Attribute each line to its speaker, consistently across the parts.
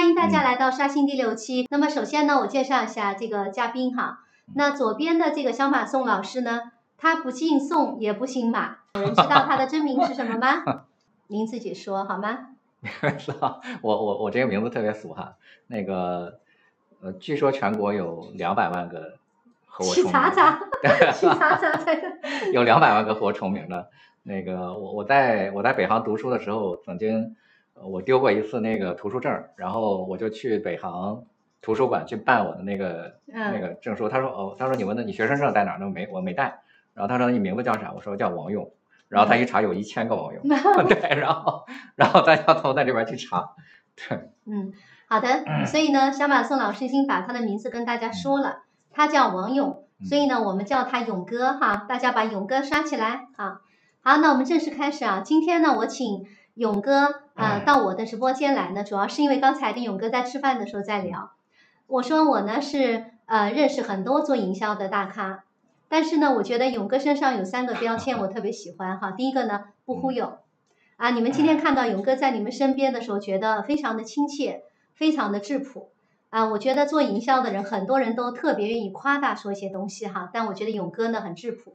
Speaker 1: 迎大家来到沙欣第六期。那么首先呢，我介绍一下这个嘉宾哈。那左边的这个小马宋老师呢，他不姓宋也不姓马，有人知道他的真名是什么吗？您自己说好吗？
Speaker 2: 是吧？我我我这个名字特别俗哈。那个呃，据说全国有两百万个和我
Speaker 1: 去
Speaker 2: 重名
Speaker 1: 查
Speaker 2: 的
Speaker 1: 查， 去查查才能。
Speaker 2: 有两百万个和我重名的。那个我我在我在北航读书的时候，曾经呃我丢过一次那个图书证儿，然后我就去北航图书馆去办我的那个那
Speaker 1: 嗯，
Speaker 2: 个证书。他说哦，他说你问的你学生证在哪儿呢？没我没带。然后他说你名字叫啥？我说叫王勇。然后他一查有一千个王勇，对，然后然后大家都在这边去查，对，
Speaker 1: 嗯，好的。所以呢，小马宋老师已经把他的名字跟大家说了，他叫王勇，
Speaker 2: 嗯
Speaker 1: 所以呢，我们叫他勇哥哈。大家把勇哥刷起来啊！好，那我们正式开始啊。今天呢，我请勇哥呃
Speaker 2: 嗯
Speaker 1: 到我的直播间来呢，主要是因为刚才跟勇哥在吃饭的时候在聊，
Speaker 2: 嗯
Speaker 1: 我说我呢是呃认识很多做营销的大咖，但是呢，我觉得勇哥身上有三个标签我特别喜欢哈。第一个呢，不忽悠。啊，你们今天看到勇哥在你们身边的时候，觉得非常的亲切，非常的质朴。啊，我觉得做营销的人，很多人都特别愿意夸大说一些东西哈，但我觉得勇哥呢很质朴。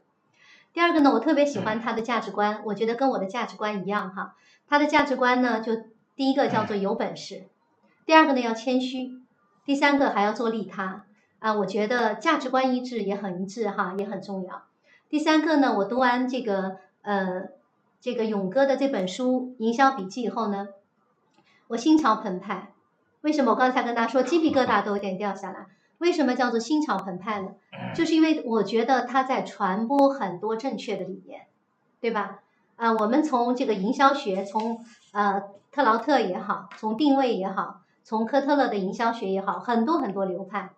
Speaker 1: 第二个呢，我特别喜欢他的价值观，我觉得跟我的价值观一样哈。他的价值观呢，就第一个叫做有本事，第二个呢要谦虚，第三个还要做利他。啊，我觉得价值观一致也很一致哈，也很重要。第三个呢，我读完这个呃这个勇哥的这本书《营销笔记》以后呢，我心潮澎湃。为什么我刚才跟大家说鸡皮疙瘩都有点掉下来？为什么叫做心潮澎湃呢？
Speaker 2: 哎嗯
Speaker 1: 就是因为我觉得他在传播很多正确的理念，对吧？啊、我们从这个营销学，从呃特劳特也好，从定位也好，从科特勒的营销学也好，很多很多流派。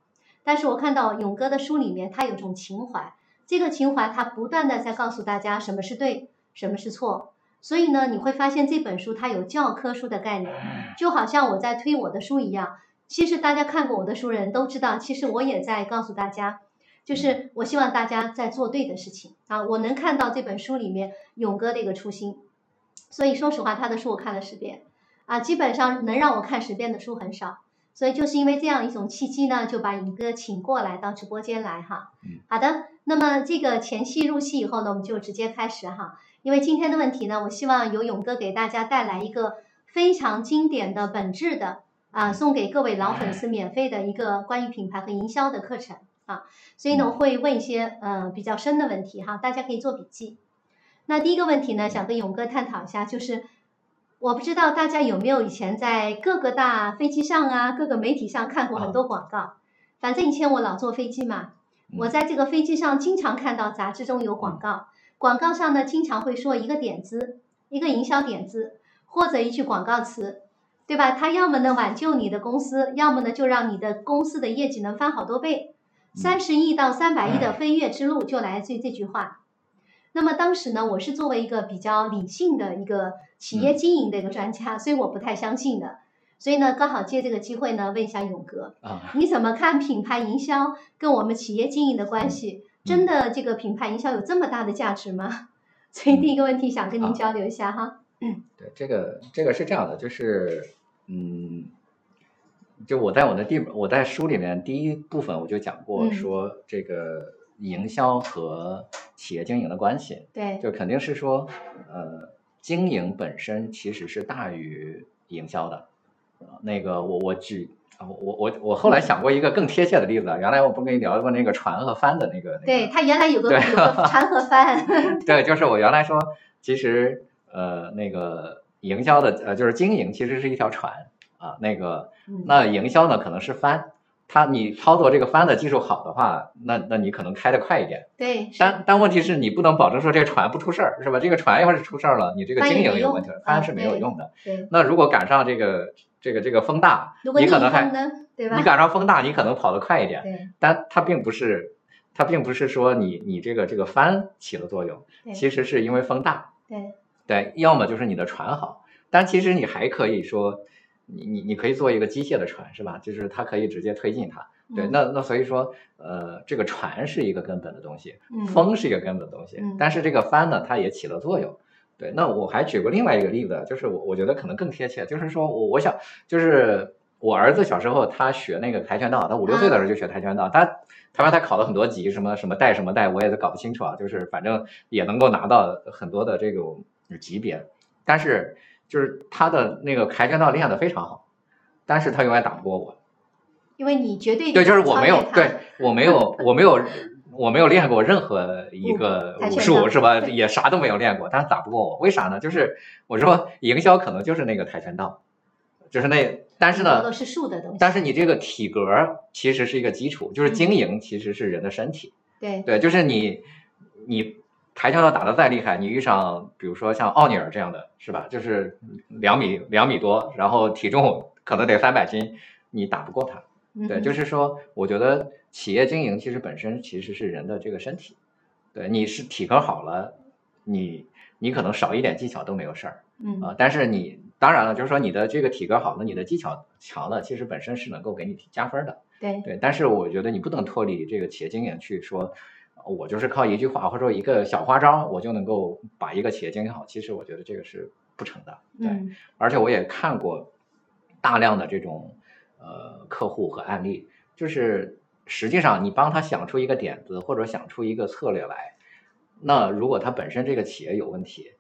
Speaker 1: 但是我看到勇哥的书里面，他有种情怀，这个情怀他不断的在告诉大家什么是对，什么是错。所以呢，你会发现这本书它有教科书的概念，就好像我在推我的书一样。其实大家看过我的书的人都知道，其实我也在告诉大家，就是我希望大家在做对的事情啊。我能看到这本书里面勇哥的一个初心，所以说实话，他的书我看了十遍啊，基本上能让我看十遍的书很少。所以就是因为这样一种契机呢，就把勇哥请过来到直播间来哈
Speaker 2: 嗯。
Speaker 1: 好的，那么这个前戏入戏以后呢，我们就直接开始哈。因为今天的问题呢，我希望由勇哥给大家带来一个非常经典的、本质的啊，送给各位老粉丝免费的一个关于品牌和营销的课程啊。所以呢，我会问一些呃比较深的问题哈，大家可以做笔记。那第一个问题呢，想跟勇哥探讨一下，就是我不知道大家有没有以前在各个大飞机上啊、各个媒体上看过很多广告，反正以前我老坐飞机嘛，我在这个飞机上经常看到杂志中有广告，广告上呢经常会说一个点子、一个营销点子或者一句广告词，对吧？它要么呢挽救你的公司，要么呢就让你的公司的业绩能翻好多倍。
Speaker 2: 嗯
Speaker 1: 三十亿到三百亿
Speaker 2: 哎
Speaker 1: 的飞跃之路就来自于这句话。那么当时呢，我是作为一个比较理性的一个企
Speaker 2: 嗯
Speaker 1: 业经营的一个专家，所以我不太相信的。所以呢，刚好借这个机会呢，问一下勇哥，
Speaker 2: 啊，
Speaker 1: 你怎么看品牌营销跟我们企业经营的关系？
Speaker 2: 嗯
Speaker 1: 真的，这个品牌营销有这么大的价值吗？ 所以第一个问题想跟您
Speaker 2: 啊
Speaker 1: 交流一下哈。
Speaker 2: 对，这个这个是这样的，就是嗯，就我在我的第我在书里面第一部分我就讲过
Speaker 1: 嗯
Speaker 2: 说这个营销和企业经营的关系，
Speaker 1: 对，
Speaker 2: 就肯定是说呃，经营本身其实是大于营销的。呃那个我我举。啊我我我后来想过一个更贴切的例子啊，原来我不跟你聊过那个船和帆的那个那个
Speaker 1: 对他原来有个有
Speaker 2: 对
Speaker 1: 个 长河帆，
Speaker 2: 对，就是我原来说，其实呃，那个营销的呃，就是经营其实是一条船啊，那个
Speaker 1: 嗯
Speaker 2: 那营销呢可能是帆，它你操作这个帆的技术好的话，那那你可能开得快一点，
Speaker 1: 对，是
Speaker 2: 但但问题是你不能保证说这个船不出事儿，是吧？这个船要是出事儿了，你这个
Speaker 1: 帆也
Speaker 2: 经
Speaker 1: 没
Speaker 2: 营有
Speaker 1: 用
Speaker 2: 问题了，
Speaker 1: 啊
Speaker 2: 帆是没有
Speaker 1: 对
Speaker 2: 用的。
Speaker 1: 对。
Speaker 2: 那如果赶上这个这个这个风大，
Speaker 1: 如果
Speaker 2: 你
Speaker 1: 逆
Speaker 2: 可能
Speaker 1: 风
Speaker 2: 还
Speaker 1: 呢，对吧
Speaker 2: 你？赶上风大，你可能跑得快一点，
Speaker 1: 对
Speaker 2: 但它并不是。它并不是说你你这个这个帆起了作用，
Speaker 1: 对
Speaker 2: 其实是因为风大，
Speaker 1: 对，
Speaker 2: 对，要么就是你的船好，但其实你还可以说，你你你可以做一个机械的船，是吧？就是它可以直接推进它。对，
Speaker 1: 嗯
Speaker 2: 那那所以说，呃，这个船是一个根本的东西，
Speaker 1: 嗯
Speaker 2: 风是一个根本的东西，
Speaker 1: 嗯
Speaker 2: 但是这个帆呢，它也起了作用。对，那我还举过另外一个例子，就是我我觉得可能更贴切，就是说我我想就是我儿子小时候他学那个跆拳道，他五六岁的时候就学跆拳
Speaker 1: 嗯
Speaker 2: 道，他他说他考了很多级，什么什么带什么带，我也搞不清楚啊，就是反正也能够拿到很多的这种级别，但是就是他的那个跆拳道练得非常好，但是他永远打不过我，
Speaker 1: 因为你绝对
Speaker 2: 对，就是我没有
Speaker 1: 超越他
Speaker 2: 对我没有我没有我没有练过任何一个
Speaker 1: 跆
Speaker 2: 武
Speaker 1: 拳
Speaker 2: 术
Speaker 1: 道
Speaker 2: 是吧？也啥都没有练过，但是打不过我，为啥呢？就是我说营销可能就是那个跆拳道，就是那但是呢
Speaker 1: 都是术的东西，
Speaker 2: 但是你这个体格儿其实是一个基础，就是经
Speaker 1: 嗯
Speaker 2: 营其实是人的身体。
Speaker 1: 对
Speaker 2: 对，就是你你跆拳道打得再厉害，你遇上比如说像奥尼尔这样的是吧？就是两米两米多，然后体重可能得三百斤，你打不过他。
Speaker 1: 嗯
Speaker 2: 对，就是是说，我觉得企业经营其实本身其实是人的这个身体，对，你是体格好了，你你可能少一点技巧都没有事儿。
Speaker 1: 嗯
Speaker 2: 啊，但是你当然了，就是说你的这个体格好了，你的技巧强了，其实本身是能够给你加分的。
Speaker 1: 对
Speaker 2: 对，但是我觉得你不能脱离这个企业经营去说，呃我就是靠一句话或者说一个小花招，我就能够把一个企业经营好。其实我觉得这个是不成的。对，
Speaker 1: 嗯
Speaker 2: 而且我也看过大量的这种呃客户和案例，就是实际上你帮他想出一个点子或者想出一个策略来，那如果他本身这个企业有问题，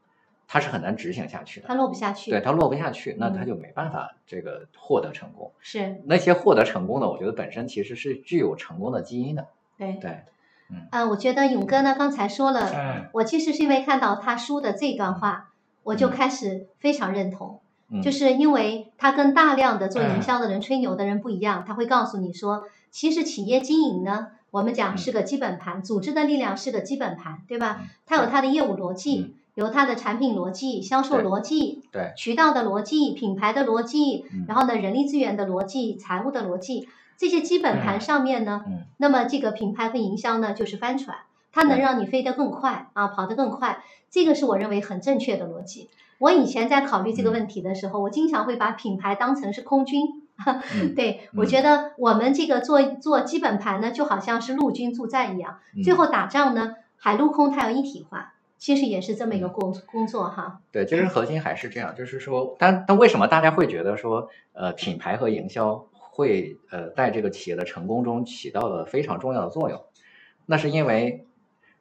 Speaker 2: 他是很难执行下去的。
Speaker 1: 他落不下去，
Speaker 2: 对他落不下去，那他
Speaker 1: 嗯
Speaker 2: 就没办法这个获得成功。
Speaker 1: 是
Speaker 2: 那些获得成功的，我觉得本身其实是具有成功的基因的。
Speaker 1: 对。
Speaker 2: 对，
Speaker 1: 呃，我觉得勇哥呢刚才说了，
Speaker 2: 嗯
Speaker 1: 我其实是因为看到他说的这段话，我就
Speaker 2: 嗯
Speaker 1: 开始非常认同，
Speaker 2: 嗯，
Speaker 1: 就是因为他跟大量的做营
Speaker 2: 嗯
Speaker 1: 销的人、吹牛的人不一样，他会告诉你说，其实企业经营呢，我们讲
Speaker 2: 嗯
Speaker 1: 是个基本盘，组织的力量是个基本盘，对吧？
Speaker 2: 嗯
Speaker 1: 它有它的业务逻辑，有它的产品逻辑、销售
Speaker 2: 对
Speaker 1: 逻辑、
Speaker 2: 对
Speaker 1: 渠道的逻辑、品牌的逻辑，
Speaker 2: 嗯
Speaker 1: 然后呢，人力资源的逻辑、财务的逻辑，这些基本盘上面呢，
Speaker 2: 嗯
Speaker 1: 那么这个品牌和营销呢就是帆船，它能
Speaker 2: 对
Speaker 1: 让你飞得更快啊，跑得更快，这个是我认为很正确的逻辑。我以前在考虑这个问题的时候，我经常会把品牌当成是空军，
Speaker 2: 嗯
Speaker 1: 对我
Speaker 2: 嗯
Speaker 1: 觉得我们这个做做基本盘呢，就好像是陆军驻战一样。
Speaker 2: 嗯
Speaker 1: 最后打仗呢，海陆空它要一体化，其实也是这么
Speaker 2: 嗯
Speaker 1: 一个工工作哈。
Speaker 2: 对，其实核心还是这样，就是说，但但为什么大家会觉得说，呃，品牌和营销会呃在这个企业的成功中起到了非常重要的作用？那是因为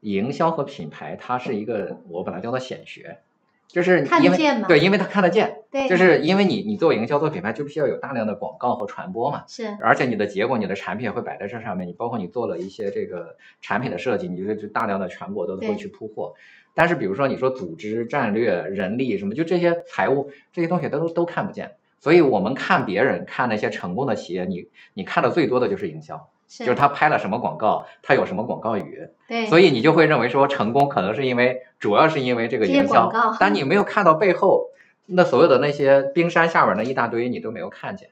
Speaker 2: 营销和品牌它是一个我把它叫做显学，就是
Speaker 1: 看得
Speaker 2: 因为
Speaker 1: 见嘛
Speaker 2: 对，因为它看得见，
Speaker 1: 对，
Speaker 2: 就是因为你你做营销做品牌就必须要有大量的广告和传播嘛。
Speaker 1: 是
Speaker 2: 而且你的结果、你的产品也会摆在这上面。你包括你做了一些这个产品的设计，你就就大量的全国都
Speaker 1: 对
Speaker 2: 会去铺货。但是比如说你说组织、战略、人力什么，就这些财务这些东西都都看不见。所以我们看别人看那些成功的企业，你你看的最多的就是营销，
Speaker 1: 是，
Speaker 2: 就是他拍了什么广告，他有什么广告语，
Speaker 1: 对，
Speaker 2: 所
Speaker 1: 以
Speaker 2: 以你就会认为说成功可能是因为主要是因为这个
Speaker 1: 这些
Speaker 2: 营销
Speaker 1: 广告，
Speaker 2: 但你没有看到背后那所有的那些冰山下面那一大堆，你都没有看见。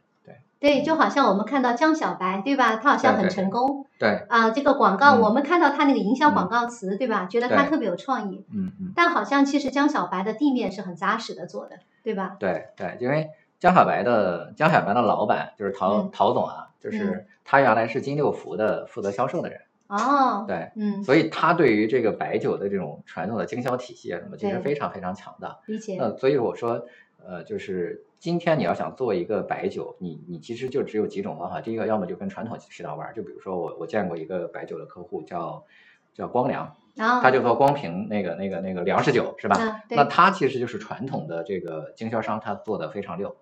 Speaker 1: 对，就好像我们看到江小白，对吧？他好像
Speaker 2: 对
Speaker 1: 很
Speaker 2: 对
Speaker 1: 成功
Speaker 2: 对，
Speaker 1: 啊，这个广告
Speaker 2: 嗯
Speaker 1: 我们看到他那个营销
Speaker 2: 嗯
Speaker 1: 广告词，对吧？觉得他
Speaker 2: 对
Speaker 1: 特别有创意，
Speaker 2: 嗯嗯。
Speaker 1: 但好像其实江小白的地面是很扎实的做的，对吧？
Speaker 2: 对对，因为江小白的江小白的老板就是陶、
Speaker 1: 嗯
Speaker 2: 陶总啊，就是他原来是金六福的负责销售的人，
Speaker 1: 哦，
Speaker 2: 对，
Speaker 1: 嗯，
Speaker 2: 所以他对于这个白酒的这种传统的经销体系啊什么，其实
Speaker 1: 对
Speaker 2: 非常非常强的。
Speaker 1: 理解，
Speaker 2: 那所以我说，呃，就是今天你要想做一个白酒，你你其实就只有几种方法，第一个要么就跟传统渠道玩儿，就比如说我我见过一个白酒的客户叫叫光良，
Speaker 1: 然后
Speaker 2: 他就做光瓶那个那个那个粮食酒是吧？
Speaker 1: 嗯，对
Speaker 2: 那，它其实就是传统的这个经销商，它做的非常溜，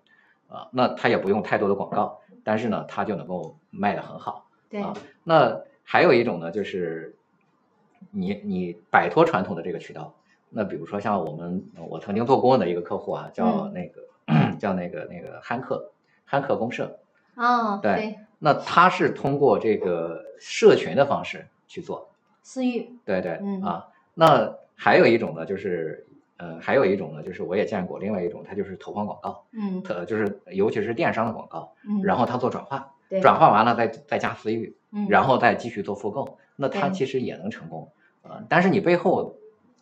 Speaker 2: 啊、那它也不用太多的广告，但是呢，它就能够卖得很好。
Speaker 1: 对，
Speaker 2: 啊那还有一种呢，就是你你摆脱传统的这个渠道，那比如说像我们我曾经做过的一个客户啊，叫
Speaker 1: 嗯
Speaker 2: 那个、叫那个那个汉克汉克公社，
Speaker 1: 哦，
Speaker 2: 对，那他是通过这个社群的方式去做，
Speaker 1: 私域，
Speaker 2: 对对，
Speaker 1: 嗯
Speaker 2: 啊，那还有一种呢，就是呃，还有一种呢，就是我也见过，另外一种它就是投放广告，
Speaker 1: 嗯
Speaker 2: 它就是尤其是电商的广告，
Speaker 1: 嗯，
Speaker 2: 然后它做转化，
Speaker 1: 对
Speaker 2: 转，化完了再再加私域，
Speaker 1: 嗯
Speaker 2: 然后再继续做复购，那它
Speaker 1: 对
Speaker 2: 其实也能成功，呃，但是你背后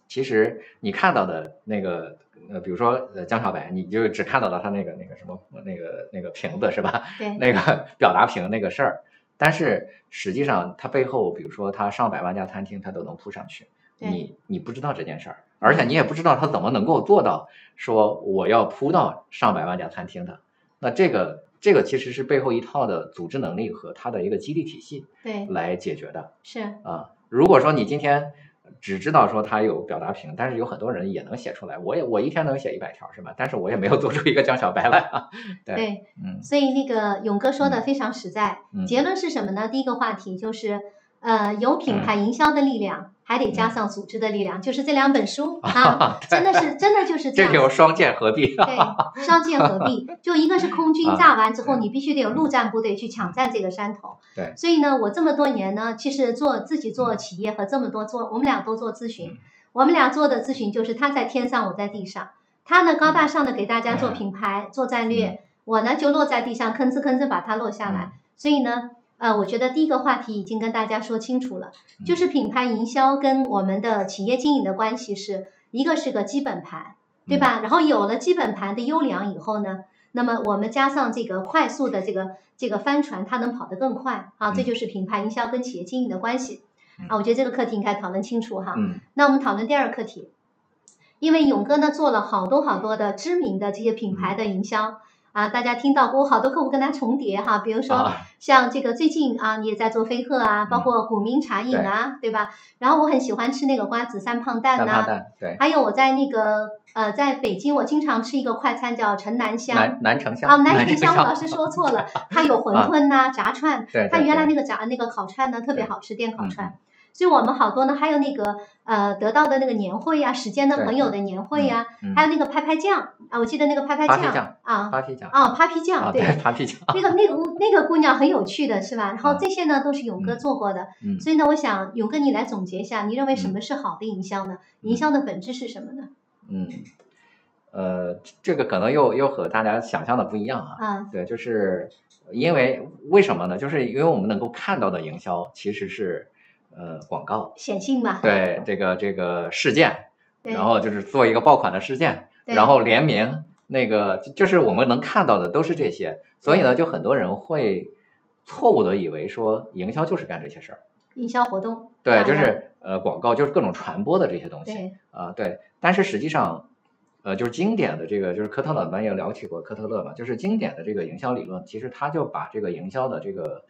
Speaker 2: 其实你看到的那个。呃，比如说呃，江小白，你就只看到了他那个那个什么那个那个瓶子是吧？
Speaker 1: 对，
Speaker 2: 那个表达屏那个事儿，但是实际上它背后，比如说它上百万家餐厅，它都能铺上去，
Speaker 1: 对
Speaker 2: 你你不知道这件事儿，而且你也不知道它怎么能够做到说我要铺到上百万家餐厅的，那这个这个其实是背后一套的组织能力和它的一个激励体系
Speaker 1: 对，
Speaker 2: 来解决的
Speaker 1: 是，
Speaker 2: 啊。如果说你今天只知道说它有表达屏，但是有很多人也能写出来，我也我一天能写一百条是吧？但是我也没有做出一个江小白来啊。对
Speaker 1: 对，
Speaker 2: 嗯
Speaker 1: 所以那个勇哥说的非常实在。
Speaker 2: 嗯，
Speaker 1: 结论是什么呢？第一个话题就是，呃，有品牌营销的力量，还得加上组织的力量，就是这两本书嗯啊， 真的是真的就是这
Speaker 2: 这
Speaker 1: 样
Speaker 2: 就双剑合璧。
Speaker 1: 对，双剑合璧，就一个是空军
Speaker 2: 啊
Speaker 1: 炸完之后，
Speaker 2: 嗯
Speaker 1: 你必须得有陆战部队去抢占这个山头。
Speaker 2: 对
Speaker 1: 所以呢，我这么多年呢，其实做自己做企业和这么多做，我们俩都做咨询
Speaker 2: 嗯，
Speaker 1: 我们俩做的咨询就是他在天上，我在地上，他呢高大上的给大家
Speaker 2: 嗯
Speaker 1: 做品牌、做战略，我呢就落在地上，吭哧吭哧把它落下
Speaker 2: 嗯
Speaker 1: 来。所以呢。呃，我觉得第一个话题已经跟大家说清楚了，
Speaker 2: 嗯
Speaker 1: 就是品牌营销跟我们的企业经营的关系是一个是个基本盘，对
Speaker 2: 嗯
Speaker 1: 吧？然后有了基本盘的优良以后呢，那么我们加上这个快速的这个这个帆船，它能跑得更快啊，
Speaker 2: 嗯
Speaker 1: 这就是品牌营销跟企业经营的关系
Speaker 2: 嗯
Speaker 1: 啊。我觉得这个课题应该讨论清楚哈。
Speaker 2: 嗯
Speaker 1: 那我们讨论第二个课题，因为勇哥呢做了好多好多的知名的这些品牌
Speaker 2: 嗯
Speaker 1: 的营销。啊，大家听到过，我好多客户跟他重叠哈，比如说
Speaker 2: 啊嗯
Speaker 1: 像这个最近啊，你也在做飞鹤啊，包括古茗茶饮啊，对吧？然后我很喜欢吃那个瓜子三胖蛋啊
Speaker 2: 三
Speaker 1: 呐、
Speaker 2: 花蛋对，
Speaker 1: 还有我在那个呃，在北京，我经常吃一个快餐叫城南香。
Speaker 2: 南南城香
Speaker 1: 啊，南城香，
Speaker 2: 香啊
Speaker 1: 我老是说错 了，它有馄饨呐、炸串，
Speaker 2: 对对
Speaker 1: 它原来
Speaker 2: 对
Speaker 1: 那个炸那个烤串呢特别好吃，电烤
Speaker 2: 嗯
Speaker 1: 串。所以我们好多呢，还有那个呃得到的那个年会呀、时间的
Speaker 2: 对
Speaker 1: 朋友的年会呀、
Speaker 2: 嗯
Speaker 1: 还有那个拍拍酱啊，我记得那个拍拍
Speaker 2: 扒皮
Speaker 1: 酱
Speaker 2: 酱
Speaker 1: 啊
Speaker 2: 扒嗯皮酱
Speaker 1: 啊扒皮
Speaker 2: 啊
Speaker 1: 酱，
Speaker 2: 对
Speaker 1: 对，
Speaker 2: 扒皮酱，
Speaker 1: 那个那个姑那个姑娘很有趣的是吧？然后
Speaker 2: 嗯
Speaker 1: 这些呢都是勇哥
Speaker 2: 嗯
Speaker 1: 做过的，
Speaker 2: 嗯，
Speaker 1: 所以呢，我想勇哥你来总结一下，你认为什么是好的营销呢？
Speaker 2: 嗯
Speaker 1: 营销的本质是什么呢？
Speaker 2: 嗯，呃，这个可能又又和大家想象的不一样啊。
Speaker 1: 啊，
Speaker 2: 对，就是因为为什么呢？就是因为我们能够看到的营销其实是呃广告，
Speaker 1: 显性吧。
Speaker 2: 对这个这个事件，
Speaker 1: 对
Speaker 2: 然后就是做一个爆款的事件，
Speaker 1: 对
Speaker 2: 然后联名，那个就就是我们能看到的都是这些，所以呢，就很多人会错误的以为说营销就是干这些事儿，
Speaker 1: 营销活动，
Speaker 2: 对，
Speaker 1: 啊
Speaker 2: 就是呃广告就是各种传播的这些东西，
Speaker 1: 对
Speaker 2: 啊，对，但是实际上，呃，就是经典的这个，就是科特勒，咱也聊起过科特勒嘛，就是经典的这个营销理论，其实他就把这个营销的这个，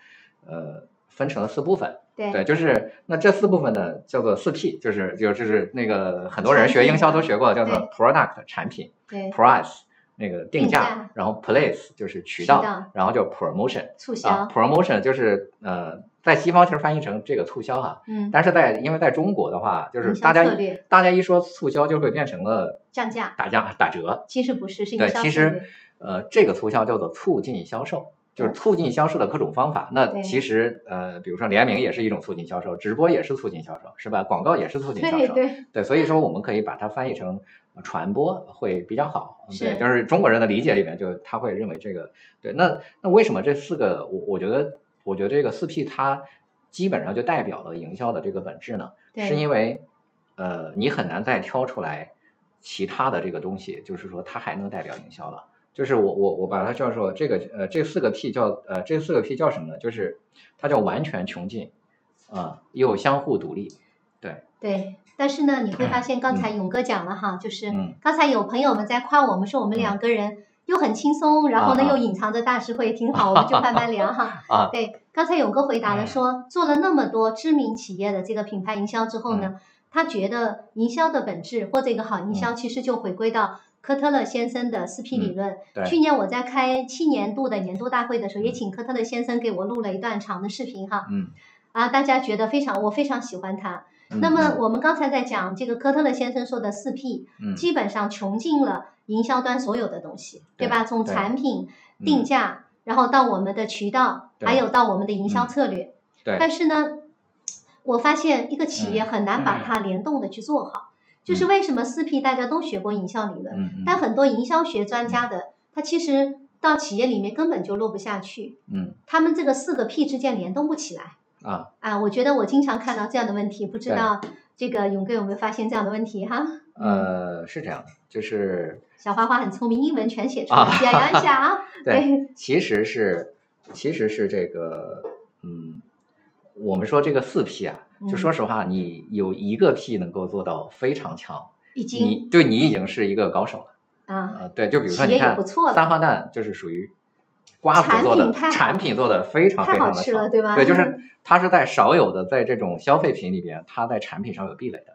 Speaker 2: 呃，分成了四部分。
Speaker 1: 对
Speaker 2: 对，就是那这四部分呢，叫做四 P，就是就就是那个很多人
Speaker 1: 产
Speaker 2: 学营
Speaker 1: 品啊
Speaker 2: 销都学过，叫
Speaker 1: 对
Speaker 2: 做 product 产品
Speaker 1: 对
Speaker 2: ，price 那个定
Speaker 1: 定
Speaker 2: 价
Speaker 1: 价，
Speaker 2: 然后 place 就是渠
Speaker 1: 渠
Speaker 2: 道，
Speaker 1: 道
Speaker 2: 然后叫 promotion
Speaker 1: 促销，
Speaker 2: 啊，promotion 就是呃，在西方其实翻译成这个促销啊，
Speaker 1: 嗯，
Speaker 2: 但是在因为在中国的话，就是
Speaker 1: 营销
Speaker 2: 大家
Speaker 1: 策略
Speaker 2: 大家一说促销，就会变成了
Speaker 1: 降价
Speaker 2: 打价打折。
Speaker 1: 其实不是，是营
Speaker 2: 对
Speaker 1: 销
Speaker 2: 其
Speaker 1: 策
Speaker 2: 实
Speaker 1: 略
Speaker 2: 呃，这个促销叫做促进销售，就是
Speaker 1: 对
Speaker 2: 促进销售的各种方法。那
Speaker 1: 对
Speaker 2: 其实呃，比如说联名也是一种促进销售，直播也是促进销售，是吧？广告也是促进销
Speaker 1: 对
Speaker 2: 售。
Speaker 1: 对
Speaker 2: 对所以说我们可以把它翻译成呃传播会比较好。嗯对，
Speaker 1: 是
Speaker 2: 就是中国人的理解里面，就他会认为这个对。那那为什么这四个？我我觉得，我觉得这个四 P 它基本上就代表了营销的这个本质呢。是
Speaker 1: 对
Speaker 2: 因为呃，你很难再挑出来其他的这个东西，就是说它还能代表营销了。就是我我我把它叫做这个呃这四个 P 叫呃这四个 P 叫什么呢？就是它叫完全穷尽，啊、又相互独立，
Speaker 1: 对。但是呢，你会发现刚才勇哥讲了哈，就是
Speaker 2: 嗯
Speaker 1: 刚才有朋友们在夸我们说我们两个人又很轻松，然后呢
Speaker 2: 啊啊
Speaker 1: 又隐藏着大智慧，挺好，我们就慢慢聊哈。
Speaker 2: 啊
Speaker 1: 对，刚才勇哥回
Speaker 2: 嗯
Speaker 1: 答了说，做了那么多知名企业的这个品牌营销之后
Speaker 2: 嗯
Speaker 1: 呢，他觉得营销的本质或者一个好营销，其实就回归到科特勒先生的四 P 理论。
Speaker 2: 嗯对
Speaker 1: 去年我在开七年度的年度大会的时候，也
Speaker 2: 嗯
Speaker 1: 请科特勒先生给我录了一段长的视频哈。
Speaker 2: 嗯。
Speaker 1: 啊，大家觉得非常，我非常喜欢他。那么我们刚才在讲这个科特勒先生说的四 P，
Speaker 2: 嗯
Speaker 1: 基本上穷尽了营销端所有的东西，对
Speaker 2: 对
Speaker 1: 吧？从
Speaker 2: 对
Speaker 1: 产品
Speaker 2: 嗯
Speaker 1: 定价，然后到我们的渠道，
Speaker 2: 对
Speaker 1: 还有到我们的营销
Speaker 2: 嗯
Speaker 1: 策略。
Speaker 2: 对
Speaker 1: 但是呢，我发现一个企业
Speaker 2: 嗯
Speaker 1: 很难把它联动的去做好，就是为什么四 P 大家都学过营销理论，
Speaker 2: 嗯嗯
Speaker 1: 但很多营销学专家的他其实到企业里面根本就落不下去，
Speaker 2: 嗯
Speaker 1: 他们这个四个 P 之间联动不起来。
Speaker 2: 啊
Speaker 1: 啊，我觉得我经常看到这样的问题，不知
Speaker 2: 对
Speaker 1: 道这个勇哥有没有发现这样的问题哈？
Speaker 2: 呃是这样的，就是
Speaker 1: 小花花很聪明，英文全写出来，
Speaker 2: 啊
Speaker 1: 表扬一下 啊！
Speaker 2: 对，其实是其实是这个嗯。我们说这个四 P 啊，就
Speaker 1: 嗯
Speaker 2: 说实话，你有一个 P 能够做到非常强，
Speaker 1: 已
Speaker 2: 你
Speaker 1: 经
Speaker 2: 对你已经是一个高手了
Speaker 1: 啊，
Speaker 2: 啊、呃对，就比如说
Speaker 1: 嗯企业
Speaker 2: 你
Speaker 1: 也
Speaker 2: 看
Speaker 1: 不错了
Speaker 2: 三花蛋就是属于瓜子做
Speaker 1: 产品
Speaker 2: 的
Speaker 1: 太好
Speaker 2: 产品做的非常非
Speaker 1: 太好
Speaker 2: 常的
Speaker 1: 吃
Speaker 2: 好
Speaker 1: 了，，对吧？嗯
Speaker 2: 对，就是它是在少有的在这种消费品里边，它在产品上有壁垒的。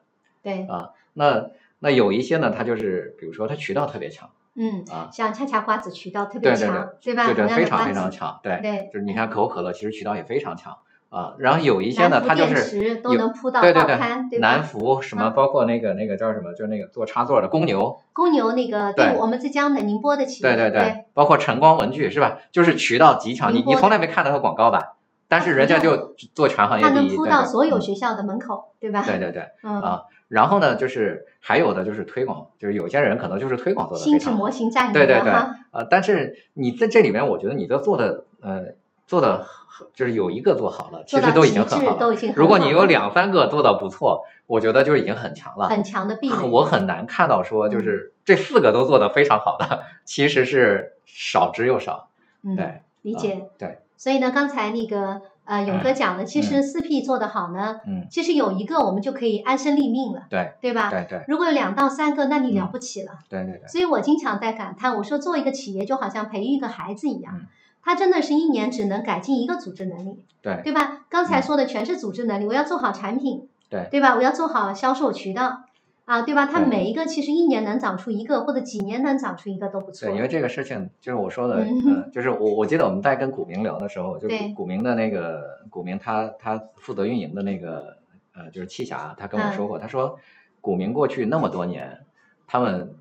Speaker 1: 对，
Speaker 2: 啊那那有一些呢，它就是比如说它渠道特别强
Speaker 1: 嗯，
Speaker 2: 啊，
Speaker 1: 像恰恰瓜子渠道特别
Speaker 2: 对对
Speaker 1: 强，对吧？
Speaker 2: 对对，
Speaker 1: 同样
Speaker 2: 非
Speaker 1: 的
Speaker 2: 常
Speaker 1: 瓜
Speaker 2: 非常
Speaker 1: 子，
Speaker 2: 强，对，
Speaker 1: 对，
Speaker 2: 就是你看可口可乐其实渠道也非常强啊，然后有一
Speaker 1: 一
Speaker 2: 些呢，它就
Speaker 1: 电
Speaker 2: 是
Speaker 1: 池都
Speaker 2: 有
Speaker 1: 能铺到
Speaker 2: 对对
Speaker 1: 报刊，
Speaker 2: 对，
Speaker 1: 吧？
Speaker 2: 南孚什么，
Speaker 1: 嗯
Speaker 2: 包括那个那个叫什么，就那个做插座的公牛，
Speaker 1: 公牛那个，
Speaker 2: 对
Speaker 1: 对，我们浙江的宁波的企业，
Speaker 2: 对对对，包括晨光文具是吧？就是渠道极强，你
Speaker 1: 宁波
Speaker 2: 你
Speaker 1: 的
Speaker 2: 从来没看到它广告吧？但是人家就做全行业
Speaker 1: 它
Speaker 2: 第一，
Speaker 1: 能铺
Speaker 2: 对
Speaker 1: 到
Speaker 2: 对
Speaker 1: 所有
Speaker 2: 嗯
Speaker 1: 学校的门口，对吧？
Speaker 2: 对对对，
Speaker 1: 嗯，
Speaker 2: 啊，然后呢，就是还有的就是推广，就是有些人可能就是推广做的非
Speaker 1: 心智
Speaker 2: 常好
Speaker 1: 模型占领
Speaker 2: 对对
Speaker 1: 了
Speaker 2: 对
Speaker 1: 哈，
Speaker 2: 呃，但是你在这里面，我觉得你都做的呃做的就是有一个做好了，其
Speaker 1: 做
Speaker 2: 实
Speaker 1: 到
Speaker 2: 都已
Speaker 1: 极
Speaker 2: 经很
Speaker 1: 致
Speaker 2: 好了。
Speaker 1: 都已 经很
Speaker 2: 如果你
Speaker 1: 好
Speaker 2: 有
Speaker 1: 了
Speaker 2: 两三个做到不错，我觉得就已经很强 了。
Speaker 1: 很强的壁垒，
Speaker 2: 啊我很难看到说就是这四个都做的非常好的，其实是少之又少。
Speaker 1: 嗯，
Speaker 2: 对，
Speaker 1: 理
Speaker 2: 啊
Speaker 1: 解。
Speaker 2: 对，
Speaker 1: 所以呢，刚才那个呃勇哥讲的，其实四 P 做得好呢，
Speaker 2: 嗯，
Speaker 1: 其实有一个我们就可以安身立命了，
Speaker 2: 对，
Speaker 1: 对吧？
Speaker 2: 对对
Speaker 1: 如果有两到三个，那你了不起了。
Speaker 2: 对对对，
Speaker 1: 所以我经常在感叹，我说做一个企业就好像培育一个孩子一样
Speaker 2: 嗯，
Speaker 1: 他真的是一年只能改进一个组织能力，
Speaker 2: 对嗯
Speaker 1: 对吧？刚才说的全是组织能力，我要做好产品，
Speaker 2: 对
Speaker 1: 对吧？我要做好销售渠道，啊，对吧？他
Speaker 2: 对
Speaker 1: 每一个其实一年能长出一个，或者几年能长出一个都不错
Speaker 2: 对，。因为这个事情就是我说的，
Speaker 1: 嗯
Speaker 2: 嗯，就是我我记得我们在跟股民聊的时候，就
Speaker 1: 对
Speaker 2: 股股民的那个股民他他负责运营的那个呃就是汽霞，他跟我
Speaker 1: 嗯
Speaker 2: 说过，他说股民过去那么多年，他们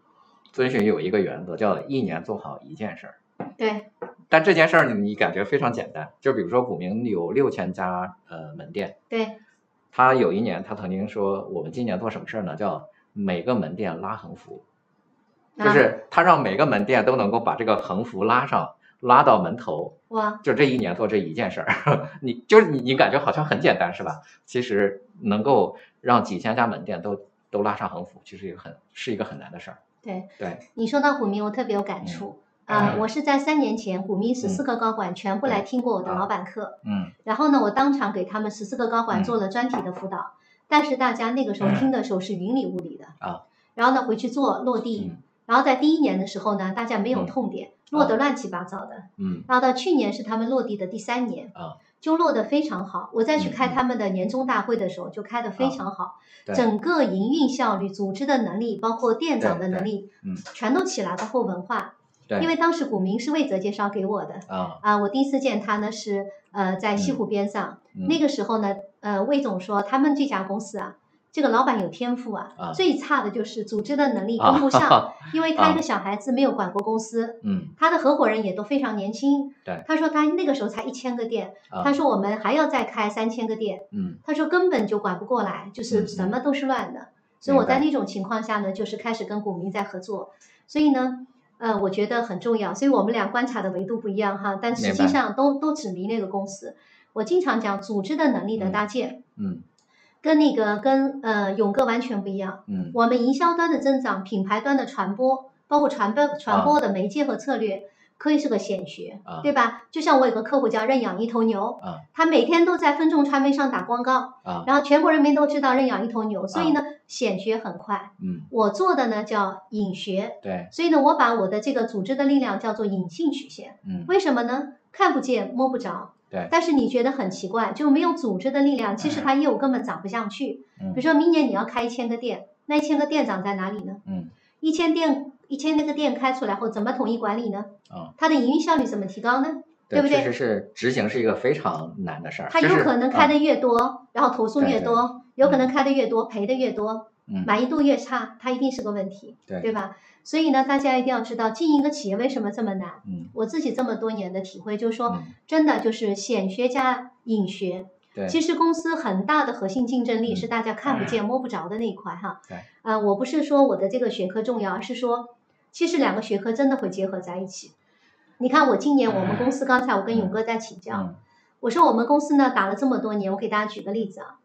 Speaker 2: 遵循有一个原则，叫一年做好一件事儿。
Speaker 1: 对，
Speaker 2: 但这件事儿你感觉非常简单，就比如说股民有六千家呃门店，
Speaker 1: 对，
Speaker 2: 他有一年他曾经说，我们今年做什么事儿呢？叫每个门店拉横幅。就
Speaker 1: 啊
Speaker 2: 是他让每个门店都能够把这个横幅拉上，拉到门头，
Speaker 1: 哇，
Speaker 2: 就这一年做这一件事儿。 你就是你，你感觉好像很简单是吧？其实能够让几千家门店都都拉上横幅，其实也很是一个很难的事儿。
Speaker 1: 对。
Speaker 2: 对
Speaker 1: 你说到股民，我特别有感触。
Speaker 2: 嗯
Speaker 1: 啊、
Speaker 2: 嗯
Speaker 1: 我是在三年前，股民十四
Speaker 2: 嗯
Speaker 1: 个高管全部来听过我的老板课，
Speaker 2: 嗯，
Speaker 1: 然后呢，我当场给他们十四个高管
Speaker 2: 嗯
Speaker 1: 做了专题的辅导，但是大家那个时候
Speaker 2: 嗯
Speaker 1: 听的时候是云里雾里的
Speaker 2: 啊。
Speaker 1: 然后呢，回去做落地，
Speaker 2: 嗯
Speaker 1: 然后在第一年的时候呢，大家没有
Speaker 2: 嗯
Speaker 1: 痛点，落得乱七八糟的。
Speaker 2: 嗯
Speaker 1: 然后到去年是他们落地的第三年，
Speaker 2: 啊，
Speaker 1: 就落得非常好。我再去
Speaker 2: 嗯
Speaker 1: 开
Speaker 2: 嗯啊
Speaker 1: 他们的年终大会的时候，就开得非常好，
Speaker 2: 对
Speaker 1: 整个营运效率、组织的能力，包括店长的
Speaker 2: 对对
Speaker 1: 能力，
Speaker 2: 嗯
Speaker 1: 全都起来，包括文化。
Speaker 2: 对，
Speaker 1: 因为当时股民是魏哲介绍给我的
Speaker 2: 啊，
Speaker 1: 啊，我第一次见他呢是呃在西湖边上，
Speaker 2: 嗯
Speaker 1: 那个时候呢，呃魏总说他们这家公司啊。这个老板有天赋啊，
Speaker 2: 啊
Speaker 1: 最差的就是组织的能力
Speaker 2: 啊
Speaker 1: 跟不上，因为他
Speaker 2: 啊
Speaker 1: 一个小孩子没有管过公司，
Speaker 2: 嗯
Speaker 1: 他的合伙人也都非常年轻。
Speaker 2: 对
Speaker 1: 他说他那个时候才一千个店，
Speaker 2: 啊
Speaker 1: 他说我们还要再开三千个店，
Speaker 2: 嗯
Speaker 1: 他说根本就管不过来，就是
Speaker 2: 嗯
Speaker 1: 什么都是乱的。所以我
Speaker 2: 明白
Speaker 1: 在那种情况下呢，就是开始跟股民在合作。所以呢，呃，我觉得很重要。所以我们俩观察的维度不一样哈，但实
Speaker 2: 明
Speaker 1: 际
Speaker 2: 白
Speaker 1: 上都都指迷那个公司。我经常讲组织的能力的
Speaker 2: 嗯
Speaker 1: 搭建，
Speaker 2: 嗯
Speaker 1: 跟那个跟呃勇哥完全不一样。
Speaker 2: 嗯
Speaker 1: 我们营销端的增长、品牌端的传播，包括传播传播的媒介和策略，可以是个显学，
Speaker 2: 啊
Speaker 1: 对吧？就像我有个客户叫认养一头牛，
Speaker 2: 啊
Speaker 1: 他每天都在分众传媒上打广告，
Speaker 2: 啊
Speaker 1: 然后全国人民都知道认养一头牛，所以呢，显学很快。
Speaker 2: 嗯，
Speaker 1: 我做的呢叫隐学，
Speaker 2: 对，
Speaker 1: 所以呢，我把我的这个组织的力量叫做隐性曲线。
Speaker 2: 嗯
Speaker 1: 为什么呢？看不见摸不着，
Speaker 2: 对哎
Speaker 1: 但是你觉得很奇怪，就没有组织的力量，其实它业务根本涨不上去。
Speaker 2: 嗯
Speaker 1: 比如说明年你要开一千个店，那一千个店长在哪里呢？
Speaker 2: 嗯
Speaker 1: 一千店一千那个店开出来后，怎么统一管理呢？
Speaker 2: 啊，
Speaker 1: 它的营运效率怎么提高呢？对不对
Speaker 2: 确实是执行是一个非常难的事儿，
Speaker 1: 它
Speaker 2: 就
Speaker 1: 有
Speaker 2: 是
Speaker 1: 可能开
Speaker 2: 啊
Speaker 1: 的越多，然后投诉越多，有可能开的越多，赔的越多，
Speaker 2: 嗯
Speaker 1: 满意度越差，它一定是个问题，
Speaker 2: 对
Speaker 1: 对吧？所以呢，大家一定要知道经营一个企业为什么这么难。
Speaker 2: 嗯
Speaker 1: 我自己这么多年的体会就是说，
Speaker 2: 嗯
Speaker 1: 真的就是显学加隐学，
Speaker 2: 对
Speaker 1: 其实公司很大的核心竞争力
Speaker 2: 嗯
Speaker 1: 是大家看不见、摸不着的那一块哈。
Speaker 2: 对。
Speaker 1: 呃，我不是说我的这个学科重要，而是说，其实两个学科真的会结合在一起。你看，我今年我们公司，刚才我跟勇哥在请教，
Speaker 2: 嗯
Speaker 1: 我说我们公司呢打了这么多年，我给大家举个例子啊，